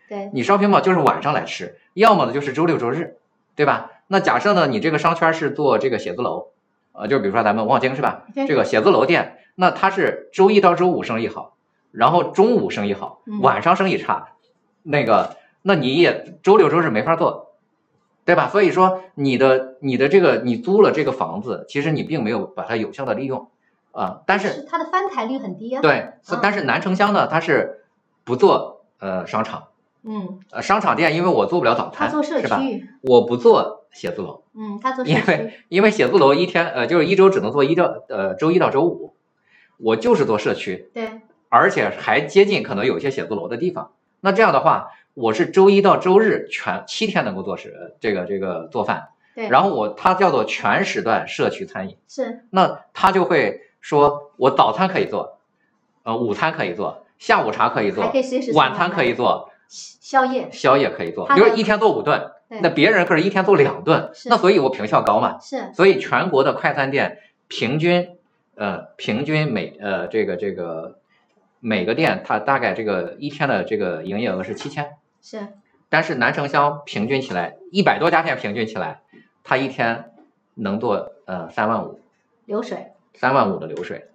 Speaker 1: 对
Speaker 2: 你 shopping mall 就是晚上来吃，要么呢就是周六周日，对吧？那假设呢，你这个商圈是做这个写字楼，呃，就比如说咱们望京是吧？
Speaker 1: 对
Speaker 2: 这个写字楼店，那它是周一到周五生意好，然后中午生意好
Speaker 1: 嗯，
Speaker 2: 晚上生意差，那个那你也周六周日没法做，对吧？所以说你的你的这个你租了这个房子，其实你并没有把它有效的利用啊、但是
Speaker 1: 它的翻台率很低啊。，
Speaker 2: 对，所
Speaker 1: 嗯
Speaker 2: 但是南城乡呢，它是不做呃商场。
Speaker 1: 嗯，
Speaker 2: 呃，商场店，因为我做不了早
Speaker 1: 它
Speaker 2: 餐，
Speaker 1: 做社
Speaker 2: 是吧？
Speaker 1: 区，
Speaker 2: 我不做写字楼，
Speaker 1: 嗯，它做社
Speaker 2: 因
Speaker 1: 区，
Speaker 2: 因为写字楼一天呃就是一周只能做一到呃周一到周五，我就是做社区，
Speaker 1: 对
Speaker 2: 而且还接近可能有一些写字楼的地方。那这样的话，我是周一到周日全七天能够做时呃这个这个做饭，
Speaker 1: 对，
Speaker 2: 然后我它叫做全时段社区餐饮，
Speaker 1: 是
Speaker 2: 那他就会说我早餐可以做，呃午餐可以做，下午茶可以
Speaker 1: 还
Speaker 2: 做
Speaker 1: 可，以随时
Speaker 2: 晚餐可以做，
Speaker 1: 宵夜，
Speaker 2: 宵夜可以做，
Speaker 1: 他
Speaker 2: 比如
Speaker 1: 的
Speaker 2: 一天做五顿，
Speaker 1: 对
Speaker 2: 那别人可是一天做两顿，
Speaker 1: 是
Speaker 2: 那所以我评效高嘛。
Speaker 1: 是
Speaker 2: 所以全国的快餐店平均，呃，平均每呃这个这个每个店它大概这个一天的这个营业额是七千，
Speaker 1: 是。
Speaker 2: 但是南城乡平均起来一百多家店平均起来，它一天能做呃三万五
Speaker 1: 流水。
Speaker 2: 三万五的流水。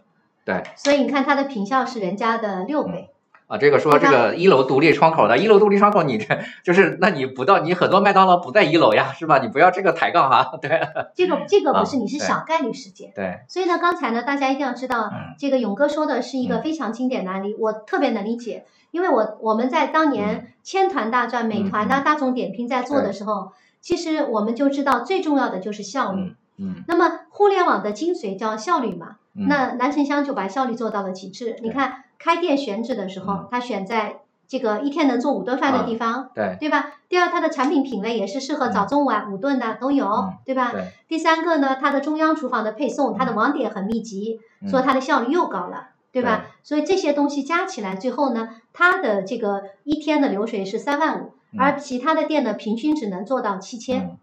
Speaker 2: 对
Speaker 1: 所以你看它的品效是人家的六倍，
Speaker 2: 啊，这个说这个一楼独立窗口的，一楼独立窗口你这就是，那你不到你很多麦当劳不在一楼呀，是吧？你不要这个抬杠哈、对。
Speaker 1: 这个这个不是，
Speaker 2: 啊
Speaker 1: 你是
Speaker 2: 对
Speaker 1: 小概率事件。
Speaker 2: 对，
Speaker 1: 所以呢，刚才呢，大家一定要知道
Speaker 2: 嗯，
Speaker 1: 这个勇哥说的是一个
Speaker 2: 嗯
Speaker 1: 非常经典的案例，我特别能理解，因为我我们在当
Speaker 2: 嗯
Speaker 1: 年千团大战、美团呐、大众点评在做的时候，其实我们就知道最重要的就是效率。
Speaker 2: 嗯，
Speaker 1: 那么互联网的精髓叫效率嘛，
Speaker 2: 嗯
Speaker 1: 那南城乡就把效率做到了极致。你看开店选址的时候
Speaker 2: 嗯，
Speaker 1: 他选在这个一天能做五顿饭的
Speaker 2: 啊
Speaker 1: 地方，
Speaker 2: 对
Speaker 1: 对吧？第二，它的产品品类也是适合早中晚五顿的都有
Speaker 2: 嗯，
Speaker 1: 对吧？
Speaker 2: 对，
Speaker 1: 第三个呢，它的中央厨房的配送，它的
Speaker 2: 嗯
Speaker 1: 网点很密集，
Speaker 2: 嗯
Speaker 1: 所以它的效率又高了，对吧？所以这些东西加起来，最后呢，它的这个一天的流水是三万五，
Speaker 2: 嗯
Speaker 1: 而其他的店呢，平均只能做到七千。
Speaker 2: 嗯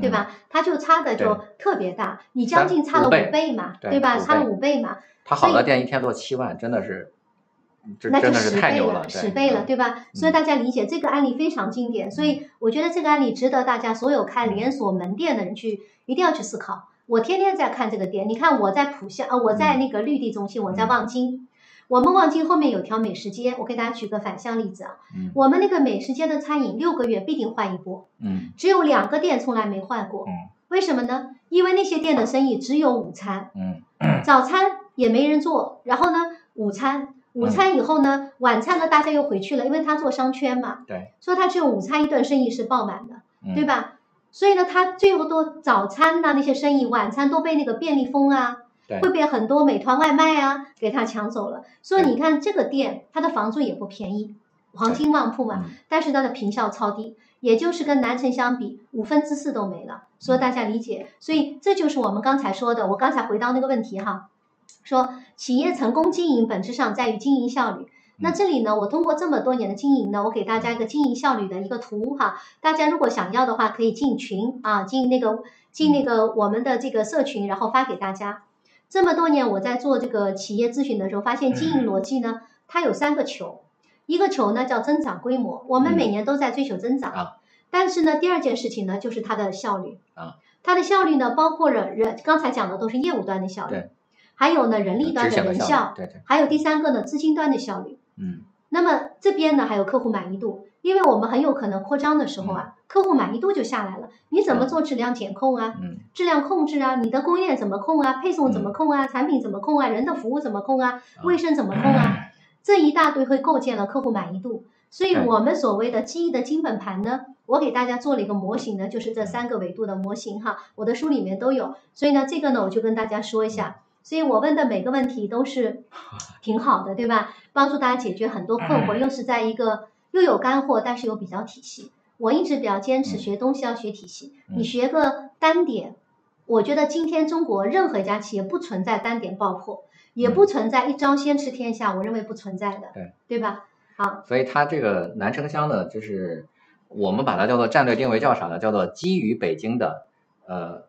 Speaker 1: 对？吧？它就差的就
Speaker 2: 对
Speaker 1: 特别大，你将近差了
Speaker 2: 三五倍
Speaker 1: 倍嘛，
Speaker 2: 对
Speaker 1: 对吧？
Speaker 2: 五
Speaker 1: 差了
Speaker 2: 倍
Speaker 1: 五倍嘛，
Speaker 2: 他好的店一天做七万，真的是，嗯这
Speaker 1: 那
Speaker 2: 真
Speaker 1: 就
Speaker 2: 的
Speaker 1: 十
Speaker 2: 是太
Speaker 1: 倍
Speaker 2: 牛
Speaker 1: 了，
Speaker 2: 对
Speaker 1: 十倍了，
Speaker 2: 嗯
Speaker 1: 对吧？所以大家理解这个案例非常经典，所以我觉得这个案例值得大家所有开
Speaker 2: 嗯
Speaker 1: 连锁门店的人去一定要去思考。我天天在看这个店，你看我在浦项，呃，我
Speaker 2: 嗯
Speaker 1: 在那个绿地中心，我在望京。我们望京后面有条美食街，我给大家举个反向例子啊，
Speaker 2: 嗯
Speaker 1: 我们那个美食街的餐饮六个月必定换一波，
Speaker 2: 嗯
Speaker 1: 只有两个店从来没换过
Speaker 2: 嗯，
Speaker 1: 为什么呢？因为那些店的生意只有午餐，
Speaker 2: 嗯
Speaker 1: 早餐也没人做，然后呢，午餐，午
Speaker 2: 嗯
Speaker 1: 餐以后呢，晚餐呢大家又回去了，因为他做商圈嘛，
Speaker 2: 对，
Speaker 1: 所以他只有午餐一顿生意是爆满的，
Speaker 2: 嗯，
Speaker 1: 对吧？所以呢，他最后都早餐呐、那些生意，晚餐都被那个便利蜂啊，
Speaker 2: 对
Speaker 1: 会被很多美团外卖啊给他抢走了。所以你看这个店，它的房租也不便宜，黄金旺铺嘛，
Speaker 2: 嗯
Speaker 1: 但是它的坪效超低，也就是跟南城相比，五分之四都没了。所以大家理解，所以这就是我们刚才说的，我刚才回到那个问题哈，说企业成功经营本质上在于经营效率。那这里呢，我通过这么多年的经营呢，我给大家一个经营效率的一个图哈，大家如果想要的话，可以进群啊，进那个进那个我们的这个社群，然后发给大家。这么多年我在做这个企业咨询的时候，发现经营逻辑呢，它有三个球，一个球呢叫增长规模，我们每年都在追求增长，
Speaker 2: 嗯啊
Speaker 1: 但是呢，第二件事情呢就是它的效率
Speaker 2: 啊，
Speaker 1: 它的效率呢包括了人，刚才讲的都是业务端的效率
Speaker 2: 对，
Speaker 1: 还有呢人力端
Speaker 2: 执
Speaker 1: 的
Speaker 2: 行的
Speaker 1: 人
Speaker 2: 效
Speaker 1: 效，
Speaker 2: 率，对对，
Speaker 1: 还有第三个呢资金端的效率。
Speaker 2: 嗯
Speaker 1: 那么这边呢还有客户满意度，因为我们很有可能扩张的时候
Speaker 2: 嗯
Speaker 1: 啊，客户满意度就下来了，你怎么做质量检控啊、
Speaker 2: 嗯
Speaker 1: 质量控制啊、你的供应链怎么控啊、配送怎么控啊、产品怎么控啊、人的服务怎么控啊、卫生怎么控啊，
Speaker 2: 哎
Speaker 1: 这一大堆会构建了客户满意度。所以
Speaker 2: 对
Speaker 1: 我们所谓的记忆的金本盘呢，我给大家做了一个模型呢，就是这三个维度的模型哈，我的书里面都有。所以呢，这个呢我就跟大家说一下。所以我问的每个问题都 是挺好的，对吧？帮助大家解决很多困
Speaker 2: 哎
Speaker 1: 惑，又是在一个又有干货，但是又比较体系。我一直比较坚持
Speaker 2: 嗯
Speaker 1: 学东西要学体系，你
Speaker 2: 嗯
Speaker 1: 学个单点，我觉得今天中国任何一家企业不存在单点爆破，也不存在一招先吃天下，我认为不存在的，
Speaker 2: 嗯
Speaker 1: 对
Speaker 2: 对
Speaker 1: 吧？
Speaker 2: 所以它这个南城乡呢，就是我们把它叫做战略定位叫啥呢？叫做基于北京的呃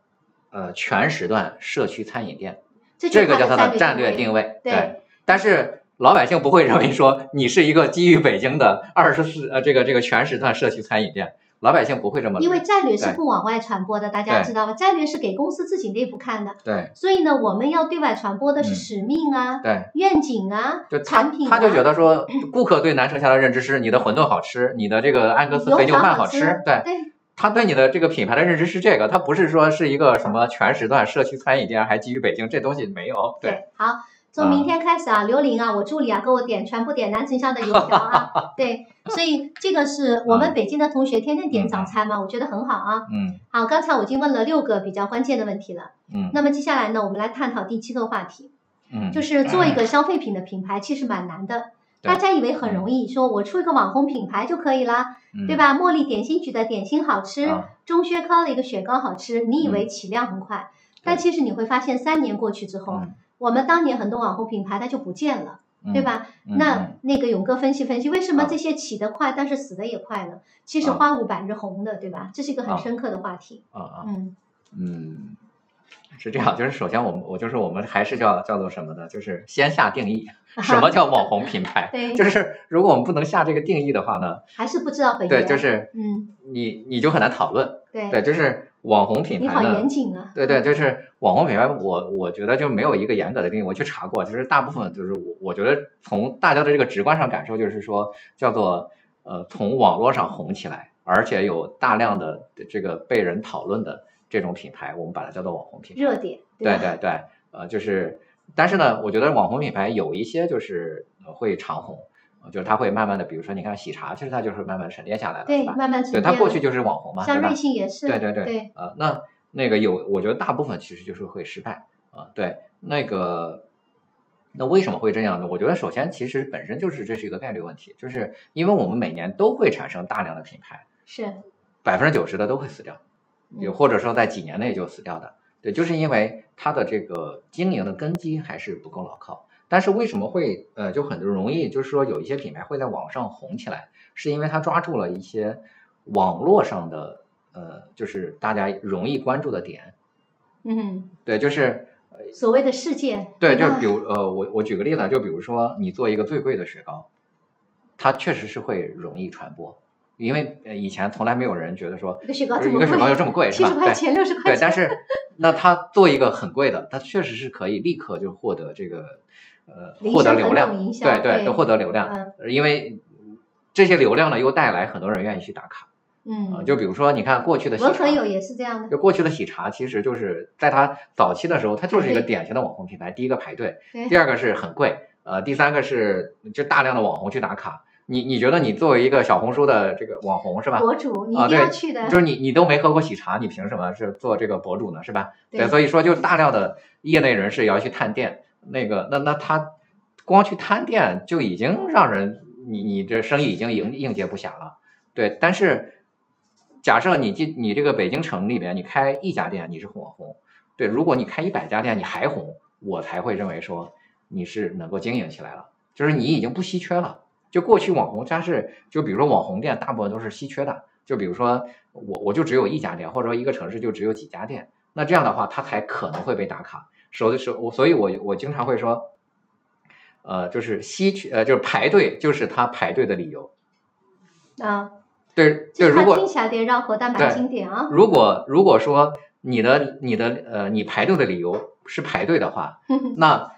Speaker 2: 呃全时段社区餐饮店，
Speaker 1: 这
Speaker 2: 这
Speaker 1: 就
Speaker 2: 个叫它的战
Speaker 1: 战
Speaker 2: 略
Speaker 1: 略
Speaker 2: 定
Speaker 1: 位。
Speaker 2: 位。
Speaker 1: 对
Speaker 2: 但是老百姓不会认为说你是一个基于北京的二十四呃这个这个全时段社区餐饮店，老百姓不会这么
Speaker 1: 因为战略是
Speaker 2: 对
Speaker 1: 不往外传播的，大家
Speaker 2: 对
Speaker 1: 知道吧？战略是给公司自己内部看的，
Speaker 2: 对
Speaker 1: 所以呢，我们要对外传播的是
Speaker 2: 嗯
Speaker 1: 使命啊、
Speaker 2: 对，
Speaker 1: 愿景啊、
Speaker 2: 就他
Speaker 1: 产品、啊，
Speaker 2: 他就觉得说，顾客对南城下的认知是你的馄饨好吃，你的这个安格斯肥牛
Speaker 1: 油
Speaker 2: 饭
Speaker 1: 条好
Speaker 2: 好吃，对。
Speaker 1: 对
Speaker 2: 他对你的这个品牌的认知是这个，他不是说是一个什么全时段社区餐饮店，还基于北京这东西没有。对，
Speaker 1: 对，好，从明天开始啊，刘玲啊，我助理啊，给我点全部点南城乡的油条 啊，对，所以这个
Speaker 2: 啊
Speaker 1: 是我们北京的同学天天点早餐嘛，我觉得很好啊。
Speaker 2: 嗯
Speaker 1: 好，刚才我已经问了六个比较关键的问题了，
Speaker 2: 嗯
Speaker 1: 那么接下来呢，我们来探讨第七个话题，
Speaker 2: 嗯，
Speaker 1: 就是做一个消费品的品牌，其实蛮难的。
Speaker 2: 对
Speaker 1: 大家以为很容易，说我出一个网红品牌就可以啦，
Speaker 2: 嗯
Speaker 1: 对？吧？茉莉点心局的点心好吃，
Speaker 2: 啊嗯
Speaker 1: 钟薛高的一个雪糕好吃，你以为起量很快，但其实你会发现三年过去之后，
Speaker 2: 嗯
Speaker 1: 我们当年很多网红品牌它就不见了，对吧？
Speaker 2: 嗯？嗯
Speaker 1: 那
Speaker 2: 嗯
Speaker 1: 那个勇哥分析分析，为什么
Speaker 2: 啊
Speaker 1: 这些起得快，但是死得也快呢？其实
Speaker 2: 啊
Speaker 1: 花无百日红的，对吧？这是一个很
Speaker 2: 啊
Speaker 1: 深刻的话题。
Speaker 2: 啊啊
Speaker 1: 嗯，
Speaker 2: 嗯，是这样，就是首先我们我就是我们还是叫叫做什么呢？就是先下定 义，什么叫网红品牌？
Speaker 1: 对
Speaker 2: 就是如果我们不能下这个定义的话呢，
Speaker 1: 还是不知道本源。
Speaker 2: 对，就是
Speaker 1: 嗯，
Speaker 2: 你你就很难讨论。
Speaker 1: 对，
Speaker 2: 对，就是网红品
Speaker 1: 你
Speaker 2: 牌
Speaker 1: 好
Speaker 2: 呢
Speaker 1: 严，谨啊。
Speaker 2: 对对，就是网红品牌，我我觉得就没有一个严格的定义。我去查过，就是大部分就是我我觉得从大家的这个直观上感受，就是说叫做呃从网络上红起来，而且有大量的这个被人讨论的这种品牌，我们把它叫做网红品牌。
Speaker 1: 热点，
Speaker 2: 对
Speaker 1: 吧？
Speaker 2: 对对，呃，就是，但是呢，我觉得网红品牌有一些就是呃会长红，呃就是它会慢慢的，比如说你看喜茶，其实它就是慢慢沉淀下来的，
Speaker 1: 对，
Speaker 2: 是吧？
Speaker 1: 慢慢沉
Speaker 2: 对，
Speaker 1: 淀
Speaker 2: 它
Speaker 1: 了。
Speaker 2: 过去就是网红嘛，
Speaker 1: 像
Speaker 2: 对吧
Speaker 1: 瑞？幸也是，
Speaker 2: 对对对，
Speaker 1: 对，
Speaker 2: 呃，那那个有，我觉得大部分其实就是会失败啊、对，那个，那为什么会这样呢？我觉得首先其实本身就是这是一个概率问题，就是因为我们每年都会产生大量的品牌，
Speaker 1: 是
Speaker 2: 百分之九十的都会死掉。也
Speaker 1: 嗯
Speaker 2: 或者说在几年内就死掉的。对，就是因为它的这个经营的根基还是不够牢靠。但是为什么会呃就很容易就是说有一些品牌会在网上红起来，是因为它抓住了一些网络上的呃就是大家容易关注的点。
Speaker 1: 嗯，
Speaker 2: 对，就是
Speaker 1: 所谓的事件，
Speaker 2: 对，就
Speaker 1: 吧
Speaker 2: 比如呃我我举个例子，就比如说你做一个最贵的雪糕，它确实是会容易传播，因为呃以前从来没有人觉得说
Speaker 1: 一个雪糕这
Speaker 2: 一
Speaker 1: 么
Speaker 2: 个雪糕
Speaker 1: 贵
Speaker 2: 就这么贵，是
Speaker 1: 七
Speaker 2: 吧？
Speaker 1: 十块
Speaker 2: 对。
Speaker 1: 钱、六十块
Speaker 2: 对，
Speaker 1: 钱，
Speaker 2: 但是那他做一个很贵的，他确实是可以立刻就获得这个呃
Speaker 1: 零
Speaker 2: 获得
Speaker 1: 售
Speaker 2: 流
Speaker 1: 很
Speaker 2: 量
Speaker 1: 有，影响，
Speaker 2: 对对，都获得流量，呃
Speaker 1: 嗯
Speaker 2: 因为这些流量呢又带来很多人愿意去打卡啊、
Speaker 1: 嗯，
Speaker 2: 就比如说你看过去的喜
Speaker 1: 文
Speaker 2: 茶
Speaker 1: 可，友也是这样的，
Speaker 2: 就过去的喜茶其实就是在它早期的时候，它就是一个
Speaker 1: 对
Speaker 2: 典型的网红品牌，第一个排队，
Speaker 1: 对
Speaker 2: 第二个是很贵，呃，第三个是就大量的网红去打卡。你你觉得你作为一个小红书的这个网红是吧？
Speaker 1: 博主，你一
Speaker 2: 啊
Speaker 1: 定要
Speaker 2: 对
Speaker 1: 去的，
Speaker 2: 就是你你都没喝过喜茶，你凭什么是做这个博主呢？是吧？
Speaker 1: 对
Speaker 2: 所以说就大量的业内人士也要去探店，那个那那他光去探店就已经让人你你这生意已经应应接不暇了，对。但是假设你进你这个北京城里面你开一家店你是网红，对，如果你开一百家店你还红，我才会认为说你是能够经营起来了，就是你已经不稀缺了。就过去网红它是就比如说网红店大部分都是稀缺的，就比如说我我就只有一家店，或者说一个城市就只有几家店，那这样的话它才可能会被打卡。所以所我所以我我经常会说，呃，就是稀缺，呃，就是排队就是他排队的理由。
Speaker 1: 啊，
Speaker 2: 对
Speaker 1: 就
Speaker 2: 对，
Speaker 1: 是
Speaker 2: 如
Speaker 1: 它
Speaker 2: 果
Speaker 1: 听起来得让活蛋白
Speaker 2: 对
Speaker 1: 经典啊。
Speaker 2: 如果如果说你的你的呃你排队的理由是排队的话，那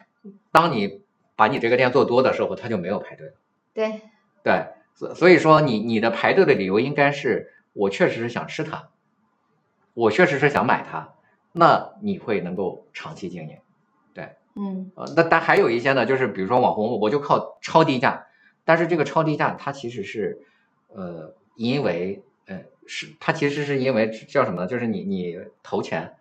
Speaker 2: 当你把你这个店做多的时候，它就没有排队了。
Speaker 1: 对，
Speaker 2: 对，所所以说你你的排队的理由应该是我确实是想吃它，我确实是想买它，那你会能够长期经营。
Speaker 1: 嗯
Speaker 2: 呃，那但还有一些呢，就是比如说网红，我就靠超低价，但是这个超低价它其实是，呃，因为呃是它其实是因为叫什么呢？就是你你投钱，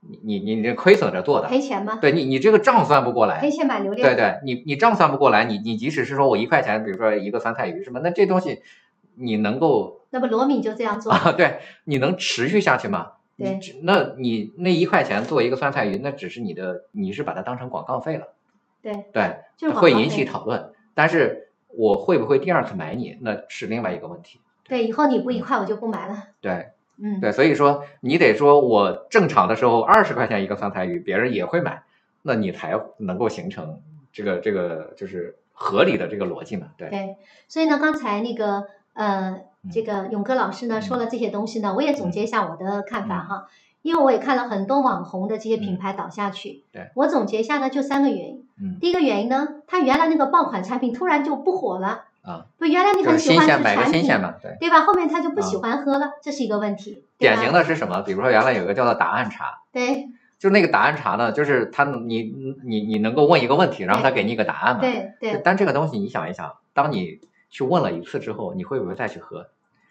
Speaker 2: 你你你你这亏损着做的，
Speaker 1: 赔钱吗？
Speaker 2: 对你你这个账算不过来
Speaker 1: 赔，钱买流量。
Speaker 2: 对对，你你账算不过来，你你即使是说我一块钱，比如说一个酸菜鱼什么，那这东西你能够
Speaker 1: 那么罗敏就这样做，
Speaker 2: 啊，对，你能持续下去吗？你
Speaker 1: 对
Speaker 2: 只，那你那一块钱做一个酸菜鱼，那只是你的，你是把它当成广告费了。
Speaker 1: 对
Speaker 2: 对，
Speaker 1: 就是广
Speaker 2: 会
Speaker 1: 告
Speaker 2: 引
Speaker 1: 费
Speaker 2: 起讨论，但是我会不会第二次买你，那是另外一个问题。
Speaker 1: 对，以后你不一块我就不买了。
Speaker 2: 对
Speaker 1: 嗯，
Speaker 2: 对，所以说你得说我正常的时候二十块钱一个酸菜鱼，别人也会买，那你才能够形成这个这个就是合理的这个逻辑嘛。对，
Speaker 1: 对，所以呢，刚才那个呃，这
Speaker 2: 嗯
Speaker 1: 个勇哥老师呢说了这些东西呢，我也总结一下我的看法
Speaker 2: 嗯
Speaker 1: 哈，因为我也看了很多网红的这些品
Speaker 2: 嗯
Speaker 1: 牌倒下去，
Speaker 2: 对
Speaker 1: 我总结一下呢，就三个原因。
Speaker 2: 嗯
Speaker 1: 第一个原因呢，它原来那个爆款产品突然就不火了，
Speaker 2: 啊，
Speaker 1: 不，原来你
Speaker 2: 就
Speaker 1: 很喜
Speaker 2: 是新
Speaker 1: 欢
Speaker 2: 鲜
Speaker 1: 吃
Speaker 2: 买个
Speaker 1: 产
Speaker 2: 新
Speaker 1: 品，
Speaker 2: 鲜嘛。对，
Speaker 1: 对啊吧？后面他就不喜
Speaker 2: 啊
Speaker 1: 欢喝了，这是一个问题，对
Speaker 2: 典
Speaker 1: 吧
Speaker 2: 型的是什么？比如说原来有一个叫做答案茶。
Speaker 1: 对
Speaker 2: 就是那个答案查呢，就是他你你你能够问一个问题，然后他给你一个答案嘛。
Speaker 1: 对对，
Speaker 2: 但这个东西你想一想，当你去问了一次之后，你会不会再去喝？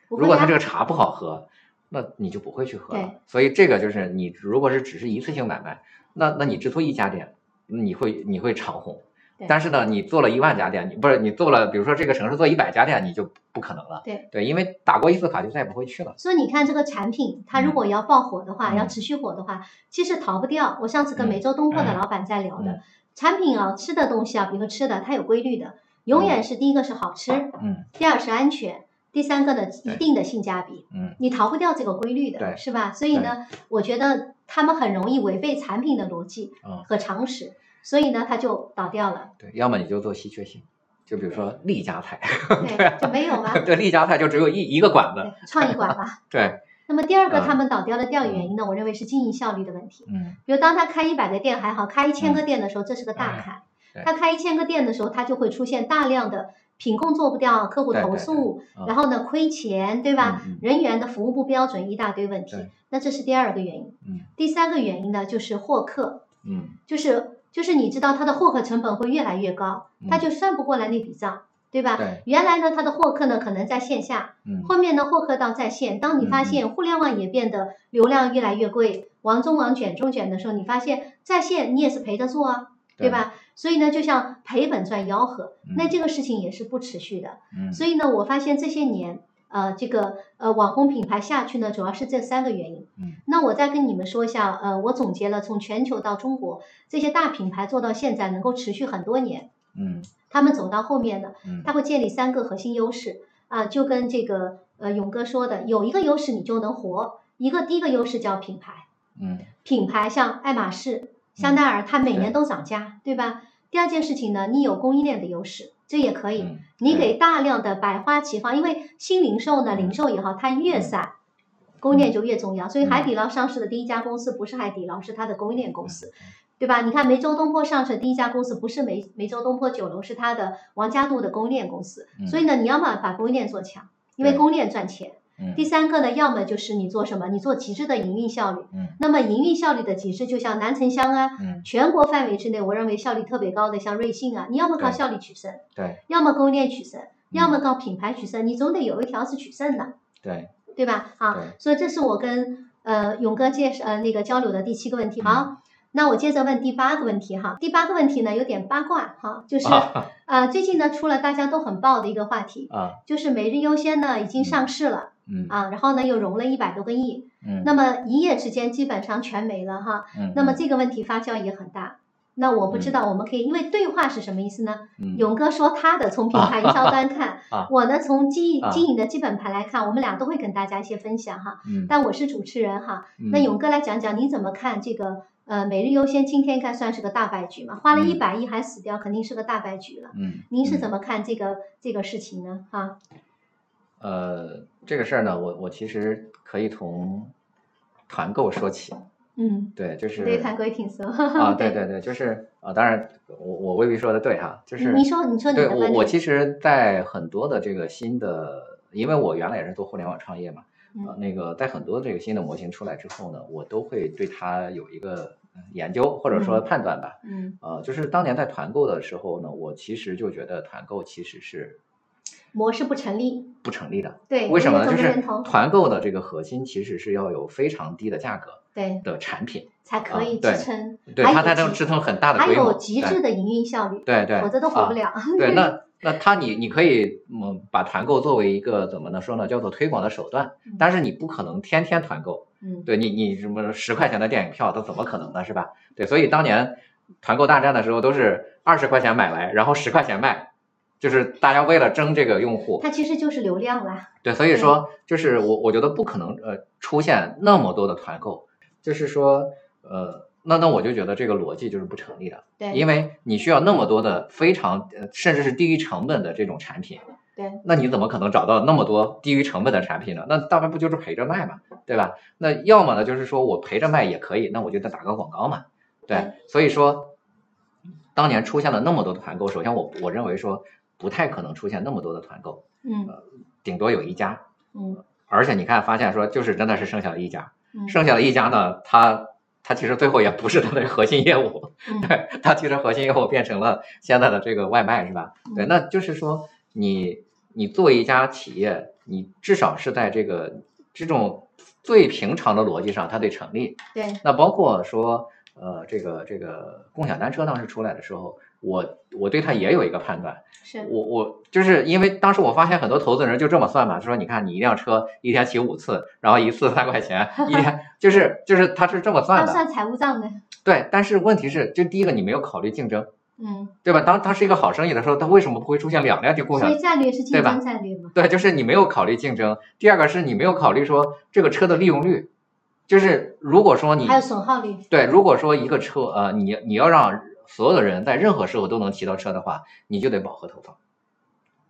Speaker 1: 不
Speaker 2: 如
Speaker 1: 会
Speaker 2: 果
Speaker 1: 呀
Speaker 2: 他这个茶不好喝，那你就不会去喝
Speaker 1: 对
Speaker 2: 了。所以这个就是你如果是只是一次性买卖，那那你只做一家店，你会你会长红
Speaker 1: 对。
Speaker 2: 但是呢，你做了一万家店，你不是你做了，比如说这个城市做一百家店，你就不可能了。
Speaker 1: 对
Speaker 2: 对，因为打过一次卡就再也不会去了。
Speaker 1: 所以你看这个产品，它如果要爆火的话，
Speaker 2: 嗯
Speaker 1: 要持续火的话，其实逃不掉。我上次跟梅州东货的老板在聊的，
Speaker 2: 嗯
Speaker 1: 产品啊，吃的东西啊，比如说吃的，它有规律的，永远是第一个是好吃，
Speaker 2: 嗯
Speaker 1: 第二是安全，第三个呢
Speaker 2: 对
Speaker 1: 一定的性价比，
Speaker 2: 嗯，
Speaker 1: 你逃不掉这个规律的，
Speaker 2: 对
Speaker 1: 是吧？所以呢，我觉得他们很容易违背产品的逻辑
Speaker 2: 嗯
Speaker 1: 和常识，所以呢，它就倒掉 了，
Speaker 2: 对，要么你就做稀缺性，就比如说丽家菜。
Speaker 1: 对，就没有嘛，
Speaker 2: 对，丽家菜就只有一一个馆子。
Speaker 1: 对创意馆吧。
Speaker 2: 对，
Speaker 1: 那么第二个，
Speaker 2: 嗯
Speaker 1: 他们倒掉的第二个原因呢，我认为是经营效率的问题。
Speaker 2: 嗯，
Speaker 1: 比如当他开一百个店还好，开一千个店的时候，这是个大坎。
Speaker 2: 对
Speaker 1: 他开一千个店的时候，他就会出现大量的品控做不掉、客户
Speaker 2: 对对
Speaker 1: 投诉，
Speaker 2: 对嗯
Speaker 1: 然后呢亏钱，对吧？
Speaker 2: 嗯嗯
Speaker 1: 人员的服务不标准，一大堆问题
Speaker 2: 对。
Speaker 1: 那这是第二个原因。
Speaker 2: 嗯
Speaker 1: 第三个原因呢，就是获客，
Speaker 2: 嗯
Speaker 1: 就是就是你知道他的获客成本会越来越高，
Speaker 2: 嗯
Speaker 1: 他就算不过来那笔账，对吧？
Speaker 2: 对
Speaker 1: 原来呢，他的获客呢可能在线下，
Speaker 2: 嗯
Speaker 1: 后面呢，获客到在线。当你发现互联网也变得流量越来越贵，王中王卷中卷的时候，你发现在线你也是赔着做啊，对
Speaker 2: 对
Speaker 1: 吧？所以呢，就像赔本赚吆喝，
Speaker 2: 嗯
Speaker 1: 那这个事情也是不持续的。
Speaker 2: 嗯，
Speaker 1: 所以呢，我发现这些年，呃，这个呃网红品牌下去呢，主要是这三个原因。
Speaker 2: 嗯，
Speaker 1: 那我再跟你们说一下，呃，我总结了从全球到中国这些大品牌做到现在能够持续很多年，
Speaker 2: 嗯
Speaker 1: 他们走到后面呢，
Speaker 2: 嗯
Speaker 1: 它会建立三个核心优势啊，就跟这个呃勇哥说的，有一个优势你就能活，一个第一个优势叫品牌，
Speaker 2: 嗯
Speaker 1: 品牌像爱马仕、香奈儿，它每年都涨价，对吧？第二件事情呢，你有供应链的优势，这也可以，
Speaker 2: 嗯
Speaker 1: 你
Speaker 2: 对
Speaker 1: 给大量的百花齐放，因为新零售呢，
Speaker 2: 嗯
Speaker 1: 零售也好，它越散。供应链就越重要，所以海底捞上市的第一家公司不是海底捞，是它的供应链公
Speaker 2: 嗯
Speaker 1: 司。对吧？你看梅州东坡上市的第一家公司不是梅梅州东坡酒楼，是它的王家渡的供应链公司。
Speaker 2: 嗯
Speaker 1: 所以呢，你要么把供应链做强，因为
Speaker 2: 对
Speaker 1: 供应链赚钱。
Speaker 2: 嗯
Speaker 1: 第三个呢，要么就是你做什么，你做极致的营运效率。
Speaker 2: 嗯
Speaker 1: 那么营运效率的极致，就像南城乡啊，
Speaker 2: 嗯
Speaker 1: 全国范围之内，我认为效率特别高的，像瑞幸啊，你要么靠
Speaker 2: 对
Speaker 1: 效率取胜，
Speaker 2: 对
Speaker 1: 要么供应链取
Speaker 2: 嗯
Speaker 1: 胜，要么靠品牌取胜，你总得有一条是取胜的。
Speaker 2: 对
Speaker 1: 对吧？啊
Speaker 2: 对，
Speaker 1: 所以这是我跟呃勇哥介绍呃那个交流的第七个问
Speaker 2: 嗯
Speaker 1: 题。好，那我接着问第八个问题哈。第八个问题呢有点八卦哈，就是、
Speaker 2: 啊
Speaker 1: 呃最近呢出了大家都很爆的一个话题，
Speaker 2: 啊
Speaker 1: 就是每日优先呢已经上市了、
Speaker 2: 嗯
Speaker 1: 啊，然后呢又融了一百多个亿，
Speaker 2: 嗯
Speaker 1: 那么一夜之间基本上全没了哈。
Speaker 2: 嗯
Speaker 1: 那么这个问题发酵也很大。那我不知道，我们可以，因为对话是什么意思呢？
Speaker 2: 嗯
Speaker 1: 勇哥说他的从品牌营销端看，
Speaker 2: 啊
Speaker 1: 我呢从经营
Speaker 2: 啊
Speaker 1: 经营的基本盘来看，我们俩都会跟大家一些分享哈。
Speaker 2: 嗯
Speaker 1: 但我是主持人哈，那
Speaker 2: 嗯
Speaker 1: 勇哥来讲讲你怎么看这个呃，每日优先今天应该算是个大败局嘛，花了一百亿还死掉，肯定是个大败局了。
Speaker 2: 嗯，
Speaker 1: 您是
Speaker 2: 嗯
Speaker 1: 怎么看这个这个事情呢？哈，
Speaker 2: 呃，这个事儿呢，我我其实可以从团购说起，
Speaker 1: 嗯，
Speaker 2: 对，就是
Speaker 1: 对，看过也挺熟。
Speaker 2: 啊，对对对，就是啊，当然我我未必说的对哈、就是
Speaker 1: 你说你说你
Speaker 2: 对
Speaker 1: 的
Speaker 2: 我
Speaker 1: 观
Speaker 2: 我
Speaker 1: 点，
Speaker 2: 其实，在很多的这个新的，因为我原来也是做互联网创业嘛，
Speaker 1: 嗯
Speaker 2: 呃，那个在很多这个新的模型出来之后呢，我都会对它有一个呃研究或者说
Speaker 1: 嗯
Speaker 2: 判断吧，
Speaker 1: 嗯，
Speaker 2: 呃，就是当年在团购的时候呢，我其实就觉得团购其实是
Speaker 1: 模式不成立，
Speaker 2: 不成立的，
Speaker 1: 对，
Speaker 2: 为什么
Speaker 1: 我
Speaker 2: 呢？
Speaker 1: 也
Speaker 2: 就
Speaker 1: 特别
Speaker 2: 是
Speaker 1: 认同，
Speaker 2: 团购的这个核心其实是要有非常低的价格
Speaker 1: 对，
Speaker 2: 的产品，
Speaker 1: 才可
Speaker 2: 啊
Speaker 1: 以
Speaker 2: 对
Speaker 1: 支撑，
Speaker 2: 对
Speaker 1: 还
Speaker 2: 它
Speaker 1: 有
Speaker 2: 才能
Speaker 1: 极
Speaker 2: 支撑很大的
Speaker 1: 还
Speaker 2: 规模，
Speaker 1: 有极
Speaker 2: 对
Speaker 1: 致的营运效率，
Speaker 2: 对对，
Speaker 1: 否则都活
Speaker 2: 啊
Speaker 1: 不了。
Speaker 2: 对，那那它你你可以嗯把团购作为一个怎么呢说呢，叫做推广的手段
Speaker 1: 嗯，
Speaker 2: 但是你不可能天天团购，
Speaker 1: 嗯，
Speaker 2: 对你你什么十块钱的电影票，它怎么可能呢是吧？对，所以当年团购大战的时候都是二十块钱买来，然后十块钱卖，就是大家为了争这个用户，
Speaker 1: 它其实就是流量啦，
Speaker 2: 对，所以
Speaker 1: 对
Speaker 2: 说就是我我觉得不可能呃出现那么多的团购，就是说呃那那我就觉得这个逻辑就是不成立的。
Speaker 1: 对，
Speaker 2: 因为你需要那么多的非常呃甚至是低于成本的这种产品，
Speaker 1: 对，
Speaker 2: 那你怎么可能找到那么多低于成本的产品呢？那大家不就是陪着卖嘛，对吧？那要么呢就是说我陪着卖也可以，那我就再打个广告嘛，对
Speaker 1: 对，
Speaker 2: 所以说当年出现了那么多的团购，首先我我认为说不太可能出现那么多的团购，呃
Speaker 1: 嗯
Speaker 2: 顶多有一家，
Speaker 1: 嗯
Speaker 2: 而且你看发现说就是真的是剩下了一家，
Speaker 1: 嗯，
Speaker 2: 剩下的一家呢，它它其实最后也不是它的核心业务。
Speaker 1: 嗯
Speaker 2: 它其实核心业务变成了现在的这个外卖，是吧？对，
Speaker 1: 嗯
Speaker 2: 那就是说你你作为一家企业，你至少是在这个这种最平常的逻辑上，它得成立。
Speaker 1: 对，
Speaker 2: 那包括说呃，这个这个共享单车当时出来的时候，我我对它也有一个判断，
Speaker 1: 是，
Speaker 2: 我我就是因为当时我发现很多投资人就这么算嘛，就说你看你一辆车一天骑五次，然后一次三块钱，一天 就是就是他是这么算
Speaker 1: 要
Speaker 2: 的，
Speaker 1: 算财务账的，
Speaker 2: 对。但是问题是，就第一个你没有考虑竞争。
Speaker 1: 嗯，
Speaker 2: 对吧？当它是一个好生意的时候，它为什么不会出现两辆就共
Speaker 1: 所
Speaker 2: 享
Speaker 1: 以？战略是
Speaker 2: 对
Speaker 1: 竞
Speaker 2: 吧
Speaker 1: 争战略嘛，
Speaker 2: 对，就是你没有考虑竞争。第二个是你没有考虑说这个车的利用率，就是如果说你
Speaker 1: 还有损耗率，
Speaker 2: 对，如果说一个车呃，你你要让所有的人在任何时候都能骑到车的话，你就得饱和投放，